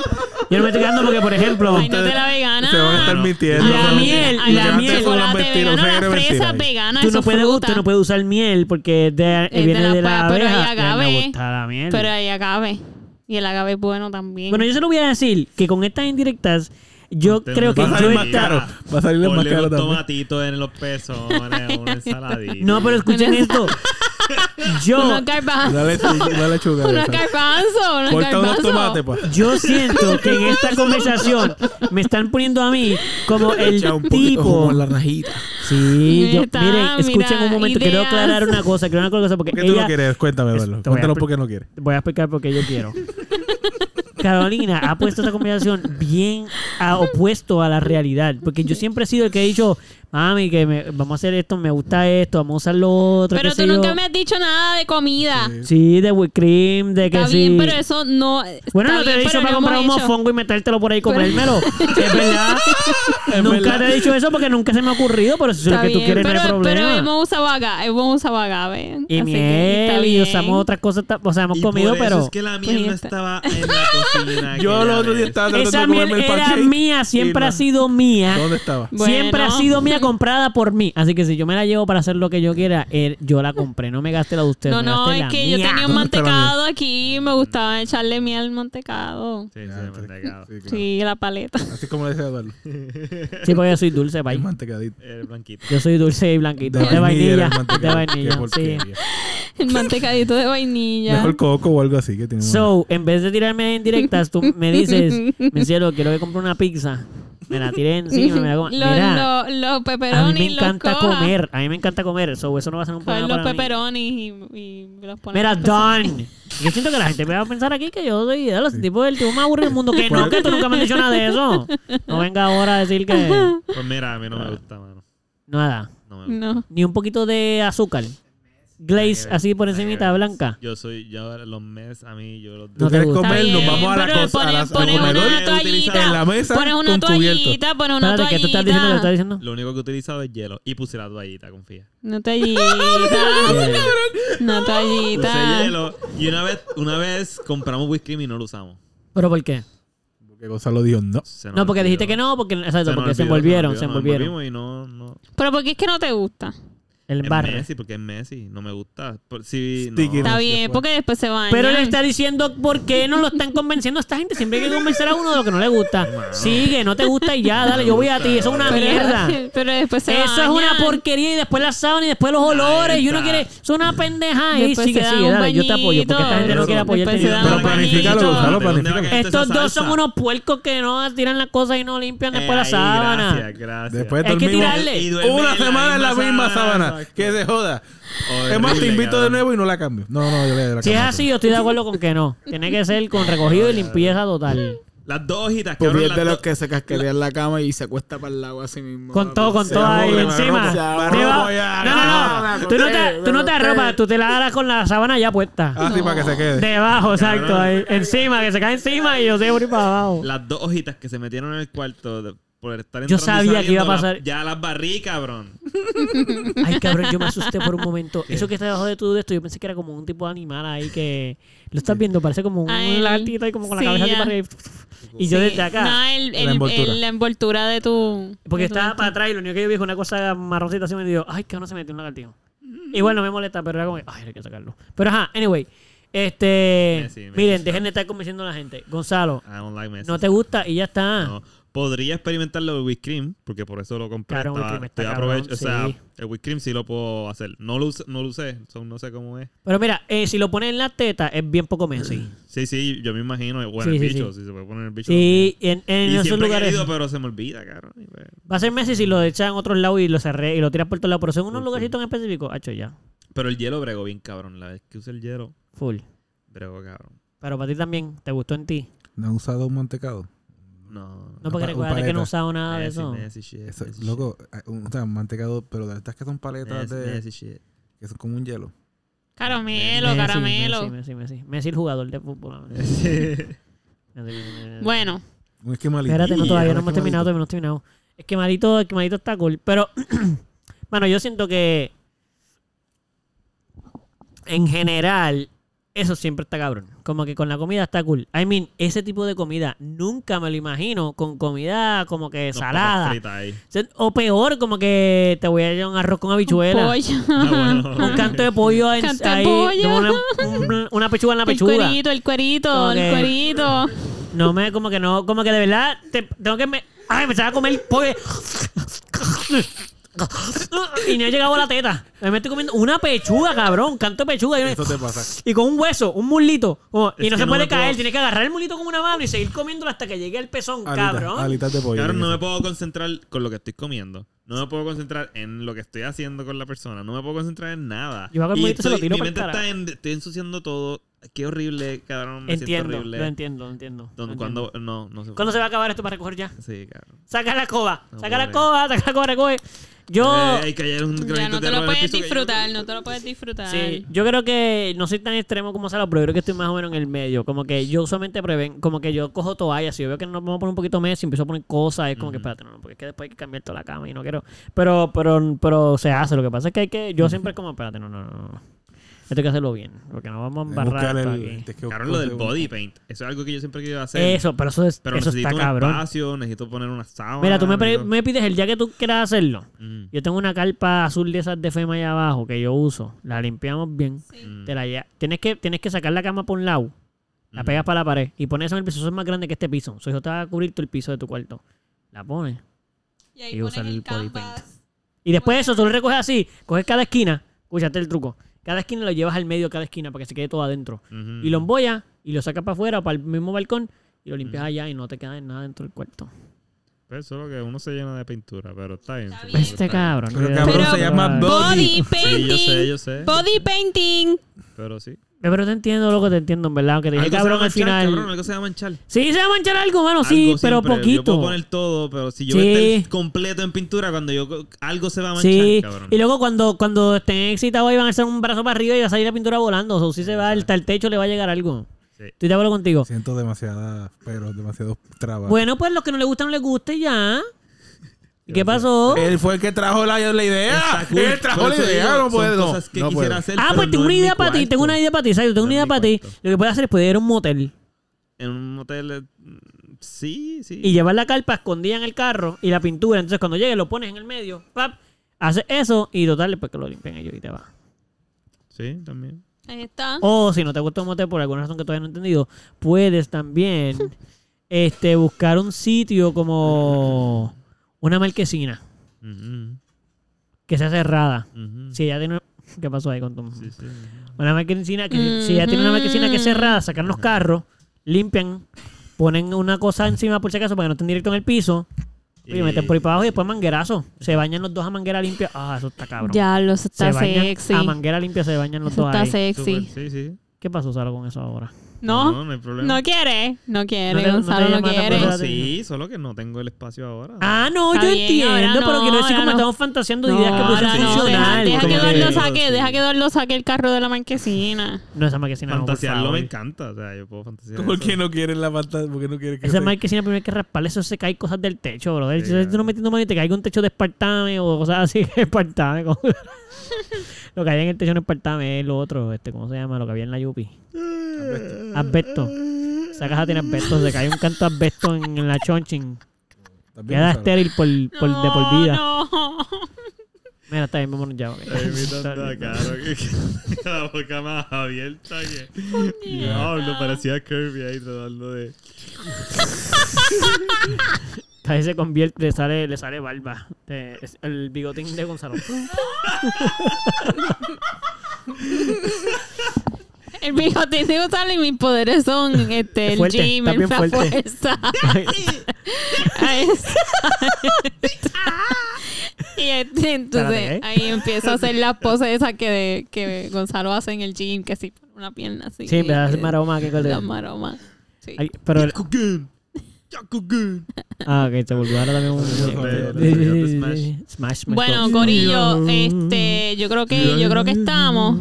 [SPEAKER 1] Yo no me estoy quejando porque, por ejemplo,
[SPEAKER 2] hay Nutella vegana.
[SPEAKER 4] Se van a estar
[SPEAKER 3] Bueno,
[SPEAKER 4] mintiendo.
[SPEAKER 1] la
[SPEAKER 4] son-
[SPEAKER 1] miel,
[SPEAKER 4] lo que
[SPEAKER 1] la
[SPEAKER 4] van a
[SPEAKER 1] miel.
[SPEAKER 4] hacer son las
[SPEAKER 2] chocolate
[SPEAKER 4] mentiras,
[SPEAKER 2] vegano,
[SPEAKER 4] son
[SPEAKER 2] las
[SPEAKER 4] mentiras.
[SPEAKER 2] fresas veganas,
[SPEAKER 1] tú
[SPEAKER 2] eso
[SPEAKER 1] no,
[SPEAKER 2] es
[SPEAKER 1] puedes,
[SPEAKER 2] fruta.
[SPEAKER 1] tú no puedes usar miel porque es de-
[SPEAKER 2] Es
[SPEAKER 1] viene
[SPEAKER 2] de
[SPEAKER 1] de
[SPEAKER 2] la
[SPEAKER 1] la
[SPEAKER 2] pa- pero hay
[SPEAKER 1] abeja. A mí
[SPEAKER 2] agave,
[SPEAKER 1] me gusta la miel.
[SPEAKER 2] Pero hay agave. Y el agave es bueno también.
[SPEAKER 1] Bueno, yo se lo voy a decir que con estas indirectas, yo
[SPEAKER 3] Ponte
[SPEAKER 1] creo que
[SPEAKER 3] una
[SPEAKER 4] Va a salir
[SPEAKER 1] yo
[SPEAKER 4] más
[SPEAKER 3] ensalada,
[SPEAKER 1] estaba-
[SPEAKER 4] caro.
[SPEAKER 3] <laughs>
[SPEAKER 4] Va a salir más
[SPEAKER 3] ponle
[SPEAKER 4] caro
[SPEAKER 3] unos
[SPEAKER 4] también.
[SPEAKER 3] tomatitos en los pezones,
[SPEAKER 1] <laughs>
[SPEAKER 3] una ensaladita.
[SPEAKER 1] No, pero escuchen
[SPEAKER 2] <laughs>
[SPEAKER 1] esto. Yo,
[SPEAKER 2] unos garbanzos. <laughs>
[SPEAKER 4] Dale, dale lechuga.
[SPEAKER 2] Unos garbanzos. Unos
[SPEAKER 4] Corta unos
[SPEAKER 2] garbanzos.
[SPEAKER 4] tomates, pues. pa.
[SPEAKER 1] yo siento que en
[SPEAKER 2] <laughs>
[SPEAKER 1] esta conversación me están poniendo a mí
[SPEAKER 4] <laughs>
[SPEAKER 1] como el
[SPEAKER 5] Echa un poquito de
[SPEAKER 1] tipo.
[SPEAKER 5] humo en la <laughs> rajita.
[SPEAKER 1] Sí, yo,
[SPEAKER 2] Está,
[SPEAKER 1] miren, escuchen
[SPEAKER 2] mira,
[SPEAKER 1] un momento. Quiero
[SPEAKER 2] ideas.
[SPEAKER 1] aclarar una cosa, quiero aclarar una cosa porque
[SPEAKER 4] ¿Por qué tú
[SPEAKER 1] ella
[SPEAKER 4] no quieres? Cuéntame,
[SPEAKER 1] Es-
[SPEAKER 4] Eduardo.
[SPEAKER 1] te voy a
[SPEAKER 4] Cuéntanos
[SPEAKER 1] expli-
[SPEAKER 4] por qué no quieres.
[SPEAKER 1] Voy a explicar por qué yo quiero. Carolina ha puesto esta conversación bien a- opuesto a la realidad. Porque yo siempre he sido el que he dicho, mami, que me- vamos a hacer esto, me gusta esto, vamos a usar lo otro.
[SPEAKER 2] Pero
[SPEAKER 1] qué
[SPEAKER 2] tú
[SPEAKER 1] sé
[SPEAKER 2] nunca
[SPEAKER 1] yo".
[SPEAKER 2] me has dicho nada de comida.
[SPEAKER 1] Sí, de whipped cream, de que
[SPEAKER 2] Está
[SPEAKER 1] sí.
[SPEAKER 2] bien, pero eso no.
[SPEAKER 1] Bueno,
[SPEAKER 2] está
[SPEAKER 1] no te he
[SPEAKER 2] bien,
[SPEAKER 1] dicho
[SPEAKER 2] pero
[SPEAKER 1] para
[SPEAKER 2] lo
[SPEAKER 1] comprar un
[SPEAKER 2] hemos hecho.
[SPEAKER 1] mofongo y metértelo por ahí y
[SPEAKER 2] <laughs>
[SPEAKER 1] comérmelo. es verdad. nunca te he dicho eso porque nunca se me ha ocurrido, pero si es lo
[SPEAKER 2] Está
[SPEAKER 1] que tú
[SPEAKER 2] bien,
[SPEAKER 1] quieres,
[SPEAKER 2] pero,
[SPEAKER 1] no hay
[SPEAKER 2] pero
[SPEAKER 1] problema.
[SPEAKER 2] hemos usado agave. Hemos usado agave.
[SPEAKER 1] y
[SPEAKER 2] así que está
[SPEAKER 1] miel, y
[SPEAKER 2] bien.
[SPEAKER 1] usamos otras cosas, ta- o sea, hemos
[SPEAKER 3] Y
[SPEAKER 1] comido,
[SPEAKER 3] por eso
[SPEAKER 1] pero... pues,
[SPEAKER 3] es que la miel no
[SPEAKER 2] Puñeta.
[SPEAKER 3] estaba en
[SPEAKER 1] <laughs>
[SPEAKER 3] la cocina.
[SPEAKER 4] Yo
[SPEAKER 3] aquella
[SPEAKER 4] el otro día
[SPEAKER 3] vez.
[SPEAKER 4] estaba tratando
[SPEAKER 1] Esa
[SPEAKER 4] de
[SPEAKER 1] miel
[SPEAKER 4] comerme el
[SPEAKER 1] era
[SPEAKER 4] pancake.
[SPEAKER 1] mía, siempre
[SPEAKER 4] y no.
[SPEAKER 1] ha sido mía.
[SPEAKER 4] ¿Dónde estaba?
[SPEAKER 1] Siempre ha
[SPEAKER 2] Bueno.
[SPEAKER 1] sido mía comprada por mí. Así que si yo me la llevo para hacer lo que yo quiera, eh, yo la compré. No me gaste la de ustedes.
[SPEAKER 2] No,
[SPEAKER 1] me
[SPEAKER 2] no,
[SPEAKER 1] gaste
[SPEAKER 2] es
[SPEAKER 1] la
[SPEAKER 2] que yo
[SPEAKER 1] mía.
[SPEAKER 2] tenía un
[SPEAKER 4] ¿Dónde está la
[SPEAKER 2] mantecado aquí y me gustaba echarle miel al mantecado.
[SPEAKER 3] Sí, sí, me pegaba.
[SPEAKER 4] Ah, pues, Sí, claro.
[SPEAKER 2] Sí, la paleta. <laughs>
[SPEAKER 4] Así como le decía Eduardo.
[SPEAKER 1] Sí, porque yo soy dulce,
[SPEAKER 4] El
[SPEAKER 1] bye.
[SPEAKER 4] mantecadito.
[SPEAKER 3] El blanquito.
[SPEAKER 1] Yo soy dulce y blanquito. De,
[SPEAKER 4] era
[SPEAKER 1] vainilla.
[SPEAKER 4] el
[SPEAKER 1] De
[SPEAKER 4] mantecado. Qué
[SPEAKER 1] vainilla. Sí.
[SPEAKER 4] porquería.
[SPEAKER 2] El mantecadito de vainilla.
[SPEAKER 4] Mejor
[SPEAKER 2] <laughs>
[SPEAKER 4] coco o algo así que tiene un-
[SPEAKER 1] So, en vez de tirarme en directas, tú me dices, me cielo, quiero que compre una pizza. Me la tiré encima,
[SPEAKER 2] <laughs>
[SPEAKER 1] me la como.
[SPEAKER 2] Los,
[SPEAKER 1] Mira,
[SPEAKER 2] los, los
[SPEAKER 1] a mí me
[SPEAKER 2] pepperonis, los
[SPEAKER 1] encanta
[SPEAKER 2] cojas.
[SPEAKER 1] comer. A mí me encanta comer. Eso, eso no va a ser un
[SPEAKER 2] Coger
[SPEAKER 1] problema
[SPEAKER 2] los
[SPEAKER 1] para mí.
[SPEAKER 2] peperonis y, y los poner.
[SPEAKER 1] Mira, Don. Yo siento que la gente me va a pensar aquí que yo soy de los tipos del tipo más aburrido del mundo. Que
[SPEAKER 4] Por
[SPEAKER 1] no, que
[SPEAKER 4] algo-
[SPEAKER 1] tú nunca me has dicho nada de eso. No venga ahora a decir que.
[SPEAKER 3] Pues mira, a mí no
[SPEAKER 4] Ah.
[SPEAKER 3] me gusta, mano.
[SPEAKER 1] Nada.
[SPEAKER 3] No me gusta.
[SPEAKER 2] No.
[SPEAKER 1] Ni un poquito de azúcar. Glaze así por encimita blanca.
[SPEAKER 3] Yo soy, yo los mes a mí, yo los
[SPEAKER 4] Tú
[SPEAKER 1] No te
[SPEAKER 4] quieres
[SPEAKER 1] gusta.
[SPEAKER 4] comer,
[SPEAKER 2] Está
[SPEAKER 4] nos
[SPEAKER 2] bien,
[SPEAKER 4] vamos a la
[SPEAKER 2] pero
[SPEAKER 4] cosa, a
[SPEAKER 2] pones-
[SPEAKER 4] la- al
[SPEAKER 2] pones
[SPEAKER 4] comedor.
[SPEAKER 2] una toallita.
[SPEAKER 4] en
[SPEAKER 1] Ah,
[SPEAKER 4] la mesa
[SPEAKER 2] pones una
[SPEAKER 4] con cubierto.
[SPEAKER 2] toallita, pones una
[SPEAKER 1] Espérate, ¿qué tú estás diciendo? ¿Qué estás
[SPEAKER 2] toallita.
[SPEAKER 1] diciendo?
[SPEAKER 3] Lo único que he utilizado es hielo. Y puse la toallita, confía.
[SPEAKER 2] Una
[SPEAKER 4] <laughs>
[SPEAKER 2] toallita. Una
[SPEAKER 3] Puse
[SPEAKER 2] toallita.
[SPEAKER 3] hielo. Y una vez, una vez compramos whisky y no lo usamos.
[SPEAKER 1] ¿Pero por qué?
[SPEAKER 4] Porque Gonzalo dijo no.
[SPEAKER 3] Se nos
[SPEAKER 1] No, porque dijiste
[SPEAKER 3] olvidó.
[SPEAKER 1] que no, porque, exacto,
[SPEAKER 3] nos
[SPEAKER 1] porque se
[SPEAKER 3] olvidó,
[SPEAKER 1] envolvieron,
[SPEAKER 3] nos
[SPEAKER 1] se
[SPEAKER 3] olvidó,
[SPEAKER 1] envolvieron.
[SPEAKER 3] nos envolvimos y no, no.
[SPEAKER 2] Pero ¿por qué es que no te gusta?
[SPEAKER 1] El
[SPEAKER 3] Es
[SPEAKER 1] barrio.
[SPEAKER 3] Messi, porque es Messi. No me gusta. Por- si, no.
[SPEAKER 4] Sticky.
[SPEAKER 2] Está
[SPEAKER 4] Después.
[SPEAKER 2] bien, porque después se bañan.
[SPEAKER 1] Pero este le está diciendo por qué no lo están convenciendo a esta gente. Siempre hay que convencer a uno de lo que no le gusta. Sigue, no te gusta y ya, dale, yo voy a ti. Eso es una
[SPEAKER 2] Pero-
[SPEAKER 1] mierda.
[SPEAKER 2] Ah, <laughs> Pero después se
[SPEAKER 1] Eso es una porquería y después la sábana y después los olores y uno
[SPEAKER 3] está.
[SPEAKER 1] quiere... Es una pendeja y
[SPEAKER 2] Después
[SPEAKER 1] sigue,
[SPEAKER 2] se dan
[SPEAKER 1] sigue,
[SPEAKER 2] un
[SPEAKER 1] dale, yo te apoyo porque esta gente no
[SPEAKER 2] bañito.
[SPEAKER 1] quiere apoyarte.
[SPEAKER 2] Después se dan
[SPEAKER 4] Pero
[SPEAKER 2] un
[SPEAKER 4] planifícalo,
[SPEAKER 2] bañito.
[SPEAKER 4] Gonzalo,
[SPEAKER 3] ¿De dónde va a
[SPEAKER 4] planifícalo.
[SPEAKER 3] quedarte esa
[SPEAKER 1] Estos dos
[SPEAKER 3] salsa?
[SPEAKER 1] son unos puercos que no tiran las cosas y no limpian
[SPEAKER 3] Eh,
[SPEAKER 1] después la
[SPEAKER 3] ahí,
[SPEAKER 1] sábana. Eh,
[SPEAKER 3] Gracias, gracias.
[SPEAKER 4] Después
[SPEAKER 1] Hay que
[SPEAKER 4] dormimos
[SPEAKER 1] tirarle.
[SPEAKER 3] Y duerme
[SPEAKER 4] una semana en la misma sábana.
[SPEAKER 3] exacto.
[SPEAKER 4] Que se joda. es más, te
[SPEAKER 3] Horrible,
[SPEAKER 4] invito de
[SPEAKER 3] cabrón.
[SPEAKER 4] nuevo y no la cambio. No, no, yo le doy la
[SPEAKER 1] Si es
[SPEAKER 4] cambio.
[SPEAKER 1] así, yo estoy de acuerdo con que no. Tiene que ser con recogido y limpieza total.
[SPEAKER 3] Las dos hojitas,
[SPEAKER 5] Porque
[SPEAKER 3] cabrón.
[SPEAKER 5] es de
[SPEAKER 3] Las
[SPEAKER 5] los
[SPEAKER 3] dos.
[SPEAKER 5] que se casquetea en la cama y se acuesta para el lago así mismo.
[SPEAKER 1] Con todo, con
[SPEAKER 5] Se
[SPEAKER 1] todo ahí
[SPEAKER 5] ahoga, me
[SPEAKER 1] encima.
[SPEAKER 5] arropo, se ahoga.
[SPEAKER 1] Te va-
[SPEAKER 4] voy a-
[SPEAKER 1] No, no, no. Tú no te, tú no te arropas, tú te la agarras con la sábana ya puesta.
[SPEAKER 4] Así Ah, para que se quede.
[SPEAKER 1] Debajo, exacto. ahí. Encima, que se cae encima y yo sé por ir para abajo.
[SPEAKER 3] Las dos hojitas que se metieron en el cuarto de- por estar
[SPEAKER 1] Yo
[SPEAKER 3] entrando y
[SPEAKER 1] sabía que iba a
[SPEAKER 3] saliendo,
[SPEAKER 1] pasar.
[SPEAKER 3] las- ya las barrí, cabrón.
[SPEAKER 2] <laughs>
[SPEAKER 1] Ay, cabrón, yo me asusté por un momento. Eso que está debajo de tu de esto, yo pensé que era como un tipo de animal ahí que. Lo estás viendo, parece como un
[SPEAKER 2] Ay,
[SPEAKER 1] latito y como con la
[SPEAKER 2] sí,
[SPEAKER 1] cabeza así
[SPEAKER 2] ya.
[SPEAKER 1] para arriba. Y yo desde acá.
[SPEAKER 2] No, el, el- el- la, envoltura.
[SPEAKER 4] envoltura.
[SPEAKER 2] de tu.
[SPEAKER 1] Porque
[SPEAKER 2] de tu-
[SPEAKER 1] estaba para atrás y lo único que yo vi fue una cosa marroncita así y me digo, ay, que no se metió un lagartijo. Igual no me molesta, pero era como, que, ay, hay que sacarlo. Pero ajá, anyway. Este.
[SPEAKER 3] Messi, Messi,
[SPEAKER 1] miren,
[SPEAKER 3] sí.
[SPEAKER 1] dejen de estar convenciendo a la gente. Gonzalo,
[SPEAKER 3] I don't like Messi.
[SPEAKER 1] no te gusta y ya está.
[SPEAKER 3] No. Podría experimentar lo del whipped cream, porque por eso lo compré.
[SPEAKER 1] Claro,
[SPEAKER 3] Estaba-
[SPEAKER 1] whipped cream está
[SPEAKER 3] estoy
[SPEAKER 1] cabrón,
[SPEAKER 3] aprovecho- O
[SPEAKER 1] sí.
[SPEAKER 3] sea, el whipped cream sí lo puedo hacer. No lo, usé- no lo usé, so no sé cómo es.
[SPEAKER 1] Pero mira, eh, si lo pones en la teta, es bien poco Messi.
[SPEAKER 3] Sí, sí, yo me imagino. Bueno,
[SPEAKER 1] Sí,
[SPEAKER 3] el
[SPEAKER 1] sí,
[SPEAKER 3] bicho,
[SPEAKER 1] sí.
[SPEAKER 3] si se puede poner el bicho.
[SPEAKER 1] Sí, en, en
[SPEAKER 3] también. y
[SPEAKER 1] esos
[SPEAKER 3] siempre he
[SPEAKER 1] lugares.
[SPEAKER 3] querido, pero se me olvida, cabrón. Y pues-
[SPEAKER 1] Va a ser Messi si lo echas en otro lado y lo cerré y lo tiras por todos lados. Pero son unos lugarcitos en específico. Hacho, ya.
[SPEAKER 3] Pero el hielo brego bien, cabrón. La vez que usé el hielo,
[SPEAKER 1] Full.
[SPEAKER 3] brego, cabrón.
[SPEAKER 1] Pero para ti también, ¿te gustó en ti?
[SPEAKER 4] No han usado un mantecado.
[SPEAKER 3] No.
[SPEAKER 1] No, porque
[SPEAKER 4] pa- un
[SPEAKER 1] recuerda que no
[SPEAKER 4] paleta.
[SPEAKER 1] he usado nada de
[SPEAKER 3] Messi,
[SPEAKER 1] eso.
[SPEAKER 3] Messi shit,
[SPEAKER 4] Eso,
[SPEAKER 3] Messi
[SPEAKER 4] loco, eh, un, o sea, un mantecado, pero de estas que son
[SPEAKER 3] shit,
[SPEAKER 4] paletas
[SPEAKER 3] Messi,
[SPEAKER 4] de.
[SPEAKER 3] Messi
[SPEAKER 1] <laughs>
[SPEAKER 3] shit.
[SPEAKER 4] que son como un hielo.
[SPEAKER 2] Caramelo,
[SPEAKER 1] Messi,
[SPEAKER 2] caramelo.
[SPEAKER 1] Messi, Messi, Messi. Messi el jugador de fútbol. Messi, Messi,
[SPEAKER 4] <laughs>
[SPEAKER 1] Messi.
[SPEAKER 2] Bueno,
[SPEAKER 4] Un esquimalito.
[SPEAKER 1] Espérate, no,
[SPEAKER 4] Y-
[SPEAKER 1] todavía
[SPEAKER 4] un
[SPEAKER 1] no hemos terminado, todavía
[SPEAKER 4] esquimalito.
[SPEAKER 1] no hemos terminado. Es que Marito, es que Marito está cool. Pero, <clears throat> bueno, yo siento que en general, eso siempre está cabrón. Como que con la comida está cool. I mean, ese tipo de comida nunca me lo imagino con comida como que
[SPEAKER 3] Unas papas
[SPEAKER 1] salada.
[SPEAKER 3] fritas ahí.
[SPEAKER 1] O peor, como que te voy a llevar un arroz con habichuela. <laughs>
[SPEAKER 2] pollo.
[SPEAKER 3] Ah, bueno.
[SPEAKER 1] Un canto de pollo ahí,
[SPEAKER 2] Canto de
[SPEAKER 1] ahí,
[SPEAKER 2] pollo.
[SPEAKER 1] una, un- una pechuga en la
[SPEAKER 2] El
[SPEAKER 1] pechuga.
[SPEAKER 2] cuerito, el cuerito,
[SPEAKER 1] Ok.
[SPEAKER 2] el cuerito.
[SPEAKER 1] No me, como que no, como que de verdad te- tengo que me. Ay, empezaba a comer pollo. Y no he llegado a la teta. Me estoy comiendo una pechuga, cabrón. Canto de pechuga. Y,
[SPEAKER 4] Eso te pasa.
[SPEAKER 1] y con un hueso, un mulito. como- y
[SPEAKER 3] Es
[SPEAKER 1] no
[SPEAKER 3] que
[SPEAKER 1] se
[SPEAKER 3] no
[SPEAKER 1] puede
[SPEAKER 3] me puedo-
[SPEAKER 1] caer. Tienes que agarrar el mulito con una mano y seguir comiéndolo hasta que llegue al pezón,
[SPEAKER 4] Alitas-
[SPEAKER 1] cabrón.
[SPEAKER 4] Alitas de pollo.
[SPEAKER 3] Cabrón, no me
[SPEAKER 4] eso.
[SPEAKER 3] puedo concentrar con lo que estoy comiendo. No me puedo concentrar en lo que estoy haciendo con la persona. No me puedo concentrar en nada.
[SPEAKER 1] Yo hago el
[SPEAKER 3] Y
[SPEAKER 1] monito y se lo
[SPEAKER 3] estoy-
[SPEAKER 1] tiro
[SPEAKER 3] Mi
[SPEAKER 1] pa'l
[SPEAKER 3] mente
[SPEAKER 1] carajo.
[SPEAKER 3] está en... Estoy ensuciando todo. Qué horrible, cabrón. Me siento
[SPEAKER 1] Entiendo,
[SPEAKER 3] horrible.
[SPEAKER 1] lo entiendo, lo entiendo.
[SPEAKER 3] Don-
[SPEAKER 1] lo
[SPEAKER 3] cuando... No, no sé.
[SPEAKER 1] entiendo. ¿Cuándo se va a acabar esto para recoger ya?
[SPEAKER 3] Sí, cabrón.
[SPEAKER 1] Saca la escoba,
[SPEAKER 3] No
[SPEAKER 1] saca la
[SPEAKER 3] puedo creer.
[SPEAKER 1] escoba, saca la escoba, recoge. Yo.
[SPEAKER 3] Eh, hay que hallar un
[SPEAKER 2] Ya
[SPEAKER 3] granito
[SPEAKER 2] no
[SPEAKER 3] de
[SPEAKER 2] te lo
[SPEAKER 3] arroz en el
[SPEAKER 2] puedes
[SPEAKER 3] piso que yo-
[SPEAKER 2] disfrutar, no te lo puedes disfrutar.
[SPEAKER 1] Sí, yo creo que no soy tan extremo como Salo, pero yo creo que estoy más o menos en el medio. Como que yo usualmente preven, como que yo cojo toallas. Si yo veo que no vamos a poner un poquito más, si empiezo a poner cosas, es como que espérate, no, no, porque es que después hay que cambiar toda la cama y no quiero. Pero, pero, pero se hace. Lo que pasa es que hay que. Yo siempre como, espérate, no, no, no. no. Esto hay que hacerlo bien, porque no vamos a embarrar
[SPEAKER 4] Buscar
[SPEAKER 1] esto
[SPEAKER 4] el-
[SPEAKER 1] aquí.
[SPEAKER 4] tienes que
[SPEAKER 3] Cabrón, lo del
[SPEAKER 4] buscar un-
[SPEAKER 3] body paint. Eso es algo que yo siempre he querido hacer.
[SPEAKER 1] Eso, pero eso, es,
[SPEAKER 3] Pero
[SPEAKER 1] eso
[SPEAKER 3] necesito
[SPEAKER 1] está
[SPEAKER 3] un
[SPEAKER 1] cabrón.
[SPEAKER 3] espacio, necesito poner una sábana.
[SPEAKER 1] Mira, tú me, pre-
[SPEAKER 3] necesito-
[SPEAKER 1] me pides el día que tú quieras hacerlo.
[SPEAKER 3] Mm,
[SPEAKER 1] Yo tengo una carpa azul de esas de FEMA allá abajo que yo uso. La limpiamos bien.
[SPEAKER 3] mm.
[SPEAKER 1] Te la lle- tienes, que, tienes que sacar la cama por un lado. La
[SPEAKER 3] Ujú.
[SPEAKER 1] pegas para la pared y pones eso en el piso. Eso es más grande que este piso. Eso te va a cubrir todo el piso de tu cuarto. La pones.
[SPEAKER 2] Y ahí
[SPEAKER 1] Y
[SPEAKER 2] pones
[SPEAKER 1] usar
[SPEAKER 2] el,
[SPEAKER 1] el body
[SPEAKER 2] canvas.
[SPEAKER 1] Y después de eso, tú lo recoges así. Coges cada esquina. Escúchate el truco. Cada esquina lo llevas al medio de cada esquina para que se quede todo adentro.
[SPEAKER 3] Ujú.
[SPEAKER 1] Y lo embollas y lo sacas para afuera o para el mismo balcón y lo limpias allá y no te queda nada dentro del cuarto.
[SPEAKER 3] Pues solo que uno se llena de pintura, pero está bien.
[SPEAKER 2] Está
[SPEAKER 3] supongo
[SPEAKER 2] bien.
[SPEAKER 3] que
[SPEAKER 1] Este
[SPEAKER 3] está bien.
[SPEAKER 1] cabrón.
[SPEAKER 4] Pero
[SPEAKER 1] Yo-
[SPEAKER 4] cabrón
[SPEAKER 2] se
[SPEAKER 4] llama Body.
[SPEAKER 2] Body painting.
[SPEAKER 3] Sí, yo sé, yo sé.
[SPEAKER 2] Body painting.
[SPEAKER 3] Pero sí.
[SPEAKER 1] Pero te entiendo, loco, te entiendo, en verdad. Que te dije
[SPEAKER 3] Algo se va a
[SPEAKER 1] cabrón al
[SPEAKER 3] manchar,
[SPEAKER 1] final.
[SPEAKER 3] cabrón, algo se va a manchar.
[SPEAKER 1] Sí, se va a manchar algo, mano, sí,
[SPEAKER 3] Algo
[SPEAKER 1] pero
[SPEAKER 3] siempre. Yo
[SPEAKER 1] poquito.
[SPEAKER 3] puedo poner todo, pero si yo
[SPEAKER 1] Sí.
[SPEAKER 3] esté completo en pintura, cuando yo co- algo se va a manchar,
[SPEAKER 1] sí,
[SPEAKER 3] cabrón.
[SPEAKER 1] y luego cuando, cuando estén excitados ahí van a hacer un brazo para arriba y va a salir la pintura volando. O sea, si se va hasta el techo le va a llegar algo.
[SPEAKER 3] Sí.
[SPEAKER 1] Estoy de acuerdo contigo.
[SPEAKER 4] Siento demasiadas, pero demasiados trabas.
[SPEAKER 1] Bueno, pues los que no les gusta, no les guste ya. ¿Y qué pasó?
[SPEAKER 4] Él fue el que trajo la, la idea.
[SPEAKER 3] Está cool.
[SPEAKER 4] Él trajo
[SPEAKER 3] Por
[SPEAKER 4] la
[SPEAKER 3] eso
[SPEAKER 4] idea.
[SPEAKER 3] digo,
[SPEAKER 4] No puede,
[SPEAKER 3] son
[SPEAKER 4] no.
[SPEAKER 3] cosas que
[SPEAKER 4] no
[SPEAKER 3] quisiera
[SPEAKER 4] puedo.
[SPEAKER 3] hacer,
[SPEAKER 1] Ah,
[SPEAKER 3] pero
[SPEAKER 1] pues tengo
[SPEAKER 3] no
[SPEAKER 1] una
[SPEAKER 3] en mi
[SPEAKER 1] idea para ti,
[SPEAKER 3] cuarto.
[SPEAKER 1] tengo una idea para ti, ¿sabes? Tengo
[SPEAKER 3] No
[SPEAKER 1] una
[SPEAKER 3] en
[SPEAKER 1] idea
[SPEAKER 3] mi
[SPEAKER 1] para ti.
[SPEAKER 3] cuarto.
[SPEAKER 1] Lo que puedes hacer es poder ir a un motel
[SPEAKER 3] En un motel, eh, mm, sí, sí.
[SPEAKER 1] y llevar la carpa escondida en el carro y la pintura. Entonces cuando llegue lo pones en el medio, pap, haces eso y total, después que lo limpien ellos y te va.
[SPEAKER 3] Sí, también.
[SPEAKER 2] Ahí está.
[SPEAKER 1] O si no te gusta un motel por alguna razón que todavía no he entendido, puedes
[SPEAKER 2] <laughs>
[SPEAKER 1] también este, buscar un sitio como una marquesina
[SPEAKER 3] Ujú,
[SPEAKER 1] que sea cerrada.
[SPEAKER 3] ujú.
[SPEAKER 1] Si ella tiene... ¿Qué pasó ahí con tu...
[SPEAKER 3] Sí, sí.
[SPEAKER 1] Una marquesina que si- si ella tiene una marquesina que es cerrada, sacan los carros, limpian, ponen una cosa encima por si acaso para que no estén directo en el piso. Y, meten por ahí para abajo y después manguerazo. Se bañan los dos a manguera limpia. Ah, eso está cabrón.
[SPEAKER 2] Ya, lo eso
[SPEAKER 1] se
[SPEAKER 2] está
[SPEAKER 1] bañan
[SPEAKER 2] sexy.
[SPEAKER 1] a manguera limpia, se bañan los
[SPEAKER 2] Eso
[SPEAKER 1] dos
[SPEAKER 2] está
[SPEAKER 1] ahí.
[SPEAKER 2] sexy.
[SPEAKER 3] Súper, Sí, sí.
[SPEAKER 1] ¿Qué pasó, Saro, con eso ahora?
[SPEAKER 2] No,
[SPEAKER 3] No,
[SPEAKER 2] no,
[SPEAKER 3] no hay problema.
[SPEAKER 2] quiere. No quiere,
[SPEAKER 1] No te- no te
[SPEAKER 2] Gonzalo, no,
[SPEAKER 1] llaman a
[SPEAKER 2] quiere.
[SPEAKER 1] poder-
[SPEAKER 3] No, sí, solo que no tengo el espacio ahora.
[SPEAKER 1] Ah, no,
[SPEAKER 2] Está
[SPEAKER 1] yo
[SPEAKER 2] bien,
[SPEAKER 1] entiendo,
[SPEAKER 2] ahora
[SPEAKER 1] pero quiero decir
[SPEAKER 2] no,
[SPEAKER 1] como
[SPEAKER 2] ahora no.
[SPEAKER 1] estamos fantaseando de
[SPEAKER 2] No,
[SPEAKER 1] ideas que pueden
[SPEAKER 2] ahora
[SPEAKER 1] ser
[SPEAKER 2] no, deja,
[SPEAKER 1] funcionales.
[SPEAKER 2] deja que
[SPEAKER 1] como
[SPEAKER 3] Eduardo
[SPEAKER 2] Eduardo
[SPEAKER 3] que-
[SPEAKER 2] saque,
[SPEAKER 3] Sí.
[SPEAKER 2] deja que Eduardo saque el carro de la marquesina.
[SPEAKER 1] No, esa marquesina no, por
[SPEAKER 3] Fantasearlo
[SPEAKER 1] favor.
[SPEAKER 3] me encanta. O sea, yo puedo fantasear.
[SPEAKER 4] ¿Por
[SPEAKER 3] eso.
[SPEAKER 4] qué no quiere la pantalla? ¿Por qué no quiere que
[SPEAKER 1] Esa
[SPEAKER 4] se-
[SPEAKER 1] marquesina primero hay que rasparle, eso se cae cosas del techo, bro.
[SPEAKER 3] Sí,
[SPEAKER 1] si estás
[SPEAKER 3] claro.
[SPEAKER 1] no metiendo mano y te caiga un techo de espartame o cosas así, <laughs> espartame. como-
[SPEAKER 2] <laughs>
[SPEAKER 1] lo que había en el techo no es espartame, es lo otro, este, ¿cómo se llama? Lo que había en la yupi. Asbesto. Esa caja tiene asbesto, se cae un canto de asbesto en, en la chonchin. <laughs>
[SPEAKER 4] ¿Estás bien,
[SPEAKER 1] Queda
[SPEAKER 4] Gonzalo?
[SPEAKER 1] estéril por, por- de por vida.
[SPEAKER 2] No.
[SPEAKER 1] Mira, está bien, vámonos ya. ok.
[SPEAKER 3] Estoy imitando a Caro, que- que tiene la boca más abierta que. Diablo, parecía Kirby ahí tratando de.
[SPEAKER 1] Ahí se convierte, le sale, le sale barba. Eh, es el bigotín de Gonzalo.
[SPEAKER 2] El bigote de Gonzalo y mis poderes son este, el
[SPEAKER 1] Fuerte,
[SPEAKER 2] gym,
[SPEAKER 1] está
[SPEAKER 2] el
[SPEAKER 1] bien
[SPEAKER 2] la
[SPEAKER 1] fuerte. <laughs>
[SPEAKER 2] fuerza. <laughs> Ahí está. y este, entonces
[SPEAKER 1] Espérate, ¿eh?
[SPEAKER 2] ahí empiezo a hacer las poses esas que, de- que Gonzalo hace en el gym, que sí, pone una pierna así.
[SPEAKER 1] Sí, pero hace
[SPEAKER 2] que-
[SPEAKER 1] maroma que
[SPEAKER 2] La
[SPEAKER 1] con
[SPEAKER 2] maroma. Sí.
[SPEAKER 1] Ay, Pero el-
[SPEAKER 3] ¡Yakugan! ¡Yakugan!
[SPEAKER 1] Ah, ok, se volvió ahora también un...
[SPEAKER 3] Dios, Dios, Dios,
[SPEAKER 1] Smash. Smash. Smash
[SPEAKER 2] Bueno,
[SPEAKER 1] Bros.
[SPEAKER 2] Corillo, este, yo creo que, yo creo que estamos.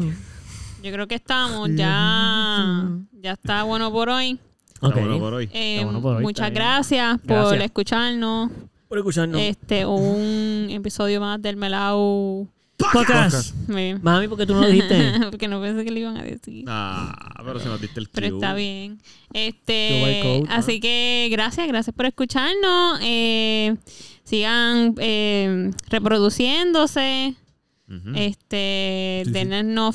[SPEAKER 2] Yo creo que estamos. Ya, ya está bueno por hoy.
[SPEAKER 1] Ok.
[SPEAKER 3] Está bueno por hoy.
[SPEAKER 2] Eh,
[SPEAKER 1] Está bueno por hoy,
[SPEAKER 2] muchas
[SPEAKER 1] está bien.
[SPEAKER 2] gracias por
[SPEAKER 1] Gracias.
[SPEAKER 2] escucharnos.
[SPEAKER 1] Por escucharnos.
[SPEAKER 2] Este, un episodio más del Melau.
[SPEAKER 1] Podcast.
[SPEAKER 2] Me-
[SPEAKER 1] Mami, porque tú no lo dijiste.
[SPEAKER 2] <laughs> Porque no pensé que le iban a decir.
[SPEAKER 3] Ah, pero se nos diste el
[SPEAKER 2] Pero
[SPEAKER 3] cue.
[SPEAKER 2] está bien.
[SPEAKER 1] QR
[SPEAKER 2] Este,
[SPEAKER 1] code, ¿no?
[SPEAKER 2] así que gracias, gracias por escucharnos. Eh, sigan eh, reproduciéndose.
[SPEAKER 3] Ujú.
[SPEAKER 2] Este,
[SPEAKER 4] Sí, sí.
[SPEAKER 2] dennos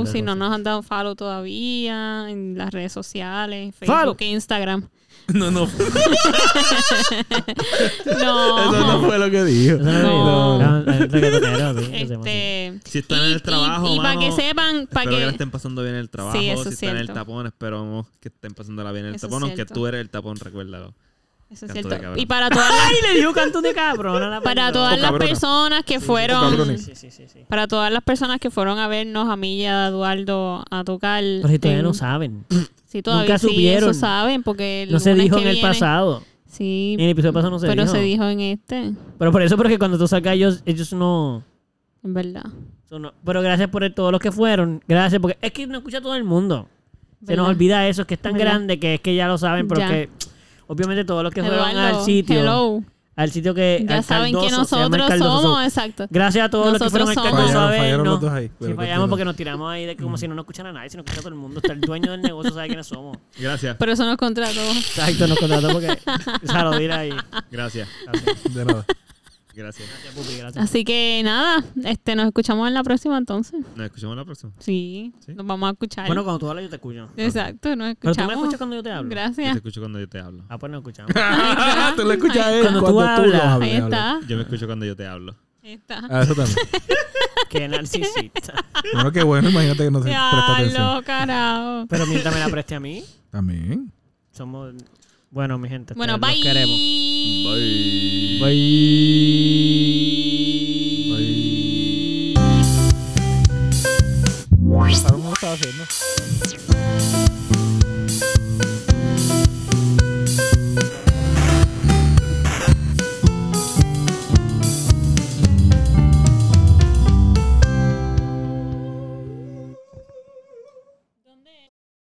[SPEAKER 1] Sí, sí, sí,
[SPEAKER 2] si
[SPEAKER 1] la
[SPEAKER 2] no
[SPEAKER 1] cosa.
[SPEAKER 2] nos han dado follow todavía en las redes sociales, Facebook,
[SPEAKER 1] Follow.
[SPEAKER 2] Instagram.
[SPEAKER 4] No, no. Eso no
[SPEAKER 2] <laughs> No.
[SPEAKER 4] fue lo que dijo.
[SPEAKER 1] Eso
[SPEAKER 2] No.
[SPEAKER 1] no lo dijiste.
[SPEAKER 2] Este,
[SPEAKER 3] Si están en
[SPEAKER 2] y-
[SPEAKER 3] el trabajo,
[SPEAKER 2] y, para
[SPEAKER 3] mano,
[SPEAKER 2] que sepan, para
[SPEAKER 3] Espero que... la
[SPEAKER 2] que
[SPEAKER 3] estén pasando bien en el trabajo.
[SPEAKER 2] Sí, eso
[SPEAKER 3] si
[SPEAKER 2] es
[SPEAKER 3] están en el
[SPEAKER 2] cierto.
[SPEAKER 3] tapón, esperamos que estén pasándola bien en el
[SPEAKER 2] Eso es
[SPEAKER 3] tapón. Aunque
[SPEAKER 2] cierto.
[SPEAKER 3] tú eres el tapón, recuérdalo.
[SPEAKER 2] eso es
[SPEAKER 3] Canto de
[SPEAKER 2] cierto.
[SPEAKER 3] cabrón.
[SPEAKER 2] Y para todas las,
[SPEAKER 1] <laughs> Ay, le dio canto de cabrón. a la
[SPEAKER 2] para
[SPEAKER 1] persona.
[SPEAKER 2] todas las
[SPEAKER 4] cabrona.
[SPEAKER 2] personas que fueron
[SPEAKER 4] cabrones.
[SPEAKER 1] Sí, sí, sí. sí.
[SPEAKER 2] para todas las personas que fueron a vernos a mí y a Eduardo a tocar.
[SPEAKER 1] Pero si todavía
[SPEAKER 2] en-
[SPEAKER 1] no saben.
[SPEAKER 2] sí, todavía
[SPEAKER 1] nunca
[SPEAKER 2] sí,
[SPEAKER 1] supieron.
[SPEAKER 2] eso saben porque el
[SPEAKER 1] No se
[SPEAKER 2] lunes
[SPEAKER 1] dijo
[SPEAKER 2] que
[SPEAKER 1] en el
[SPEAKER 2] viene-
[SPEAKER 1] pasado.
[SPEAKER 2] Sí.
[SPEAKER 1] En el episodio pasado no se
[SPEAKER 2] pero
[SPEAKER 1] dijo.
[SPEAKER 2] se dijo en este,
[SPEAKER 1] Pero por eso, porque cuando tú salgas, ellos, ellos no.
[SPEAKER 2] en verdad.
[SPEAKER 1] eso no- Pero gracias por el- todos los que fueron. Gracias, porque es que no escucha todo el mundo. Se nos
[SPEAKER 2] ¿Verdad?
[SPEAKER 1] olvida eso, es que es tan
[SPEAKER 2] ¿Verdad?
[SPEAKER 1] grande que es que ya lo saben, pero
[SPEAKER 2] Ya.
[SPEAKER 1] que obviamente todos los que fueron
[SPEAKER 2] Eduardo,
[SPEAKER 1] al sitio.
[SPEAKER 2] hello.
[SPEAKER 1] Al sitio que.
[SPEAKER 2] Ya
[SPEAKER 1] al
[SPEAKER 2] saben que
[SPEAKER 1] Cardoso, se llama el
[SPEAKER 2] nosotros
[SPEAKER 1] Cardoso.
[SPEAKER 2] somos, exacto.
[SPEAKER 1] Gracias a todos los que
[SPEAKER 2] Nosotros
[SPEAKER 1] fueron al
[SPEAKER 2] somos.
[SPEAKER 1] Cardoso a
[SPEAKER 4] Fallaron, fallaron
[SPEAKER 1] vernos.
[SPEAKER 4] los dos ahí.
[SPEAKER 1] Sí,
[SPEAKER 4] Pero
[SPEAKER 1] fallamos
[SPEAKER 4] continúa.
[SPEAKER 1] porque nos tiramos ahí de que como si no nos escuchara nadie, si nos escucha todo el mundo. Hasta el dueño del negocio sabe quiénes somos.
[SPEAKER 3] Gracias,
[SPEAKER 2] Pero eso nos contrató.
[SPEAKER 1] Exacto, nos contrató <laughs> porque. se lo dirá ahí.
[SPEAKER 2] <laughs>
[SPEAKER 3] gracias,
[SPEAKER 4] De nada.
[SPEAKER 3] gracias.
[SPEAKER 1] Gracias, Pupi, gracias.
[SPEAKER 2] Así que nada, este nos escuchamos en la próxima entonces.
[SPEAKER 3] Nos escuchamos la próxima.
[SPEAKER 2] Sí,
[SPEAKER 3] Sí.
[SPEAKER 2] nos vamos a escuchar.
[SPEAKER 1] Bueno, cuando tú hablas, yo te escucho.
[SPEAKER 2] Exacto, nos
[SPEAKER 1] Pero
[SPEAKER 2] escuchamos.
[SPEAKER 1] tú me escuchas cuando yo te hablo.
[SPEAKER 3] Yo
[SPEAKER 2] Gracias.
[SPEAKER 3] te escucho cuando yo te hablo.
[SPEAKER 1] Ah, pues nos escuchamos.
[SPEAKER 4] <laughs> tú lo escuchas a él
[SPEAKER 1] Cuando
[SPEAKER 4] cuando,
[SPEAKER 1] tú
[SPEAKER 4] tú,
[SPEAKER 1] hablas,
[SPEAKER 4] lo hablas.
[SPEAKER 2] Ahí está.
[SPEAKER 3] Yo me escucho cuando yo te hablo.
[SPEAKER 2] Ahí está.
[SPEAKER 4] Ah, eso también.
[SPEAKER 1] Qué narcisista.
[SPEAKER 4] <laughs> Bueno, qué bueno, imagínate
[SPEAKER 1] <laughs>
[SPEAKER 4] que no se presta atención.
[SPEAKER 2] Diablo, carajo.
[SPEAKER 1] Pero mientras me la preste a mí,
[SPEAKER 4] También.
[SPEAKER 1] somos. Bueno, mi gente.
[SPEAKER 2] Bueno,
[SPEAKER 1] ustedes los
[SPEAKER 2] bye.
[SPEAKER 1] queremos.
[SPEAKER 3] Bye.
[SPEAKER 1] Bye.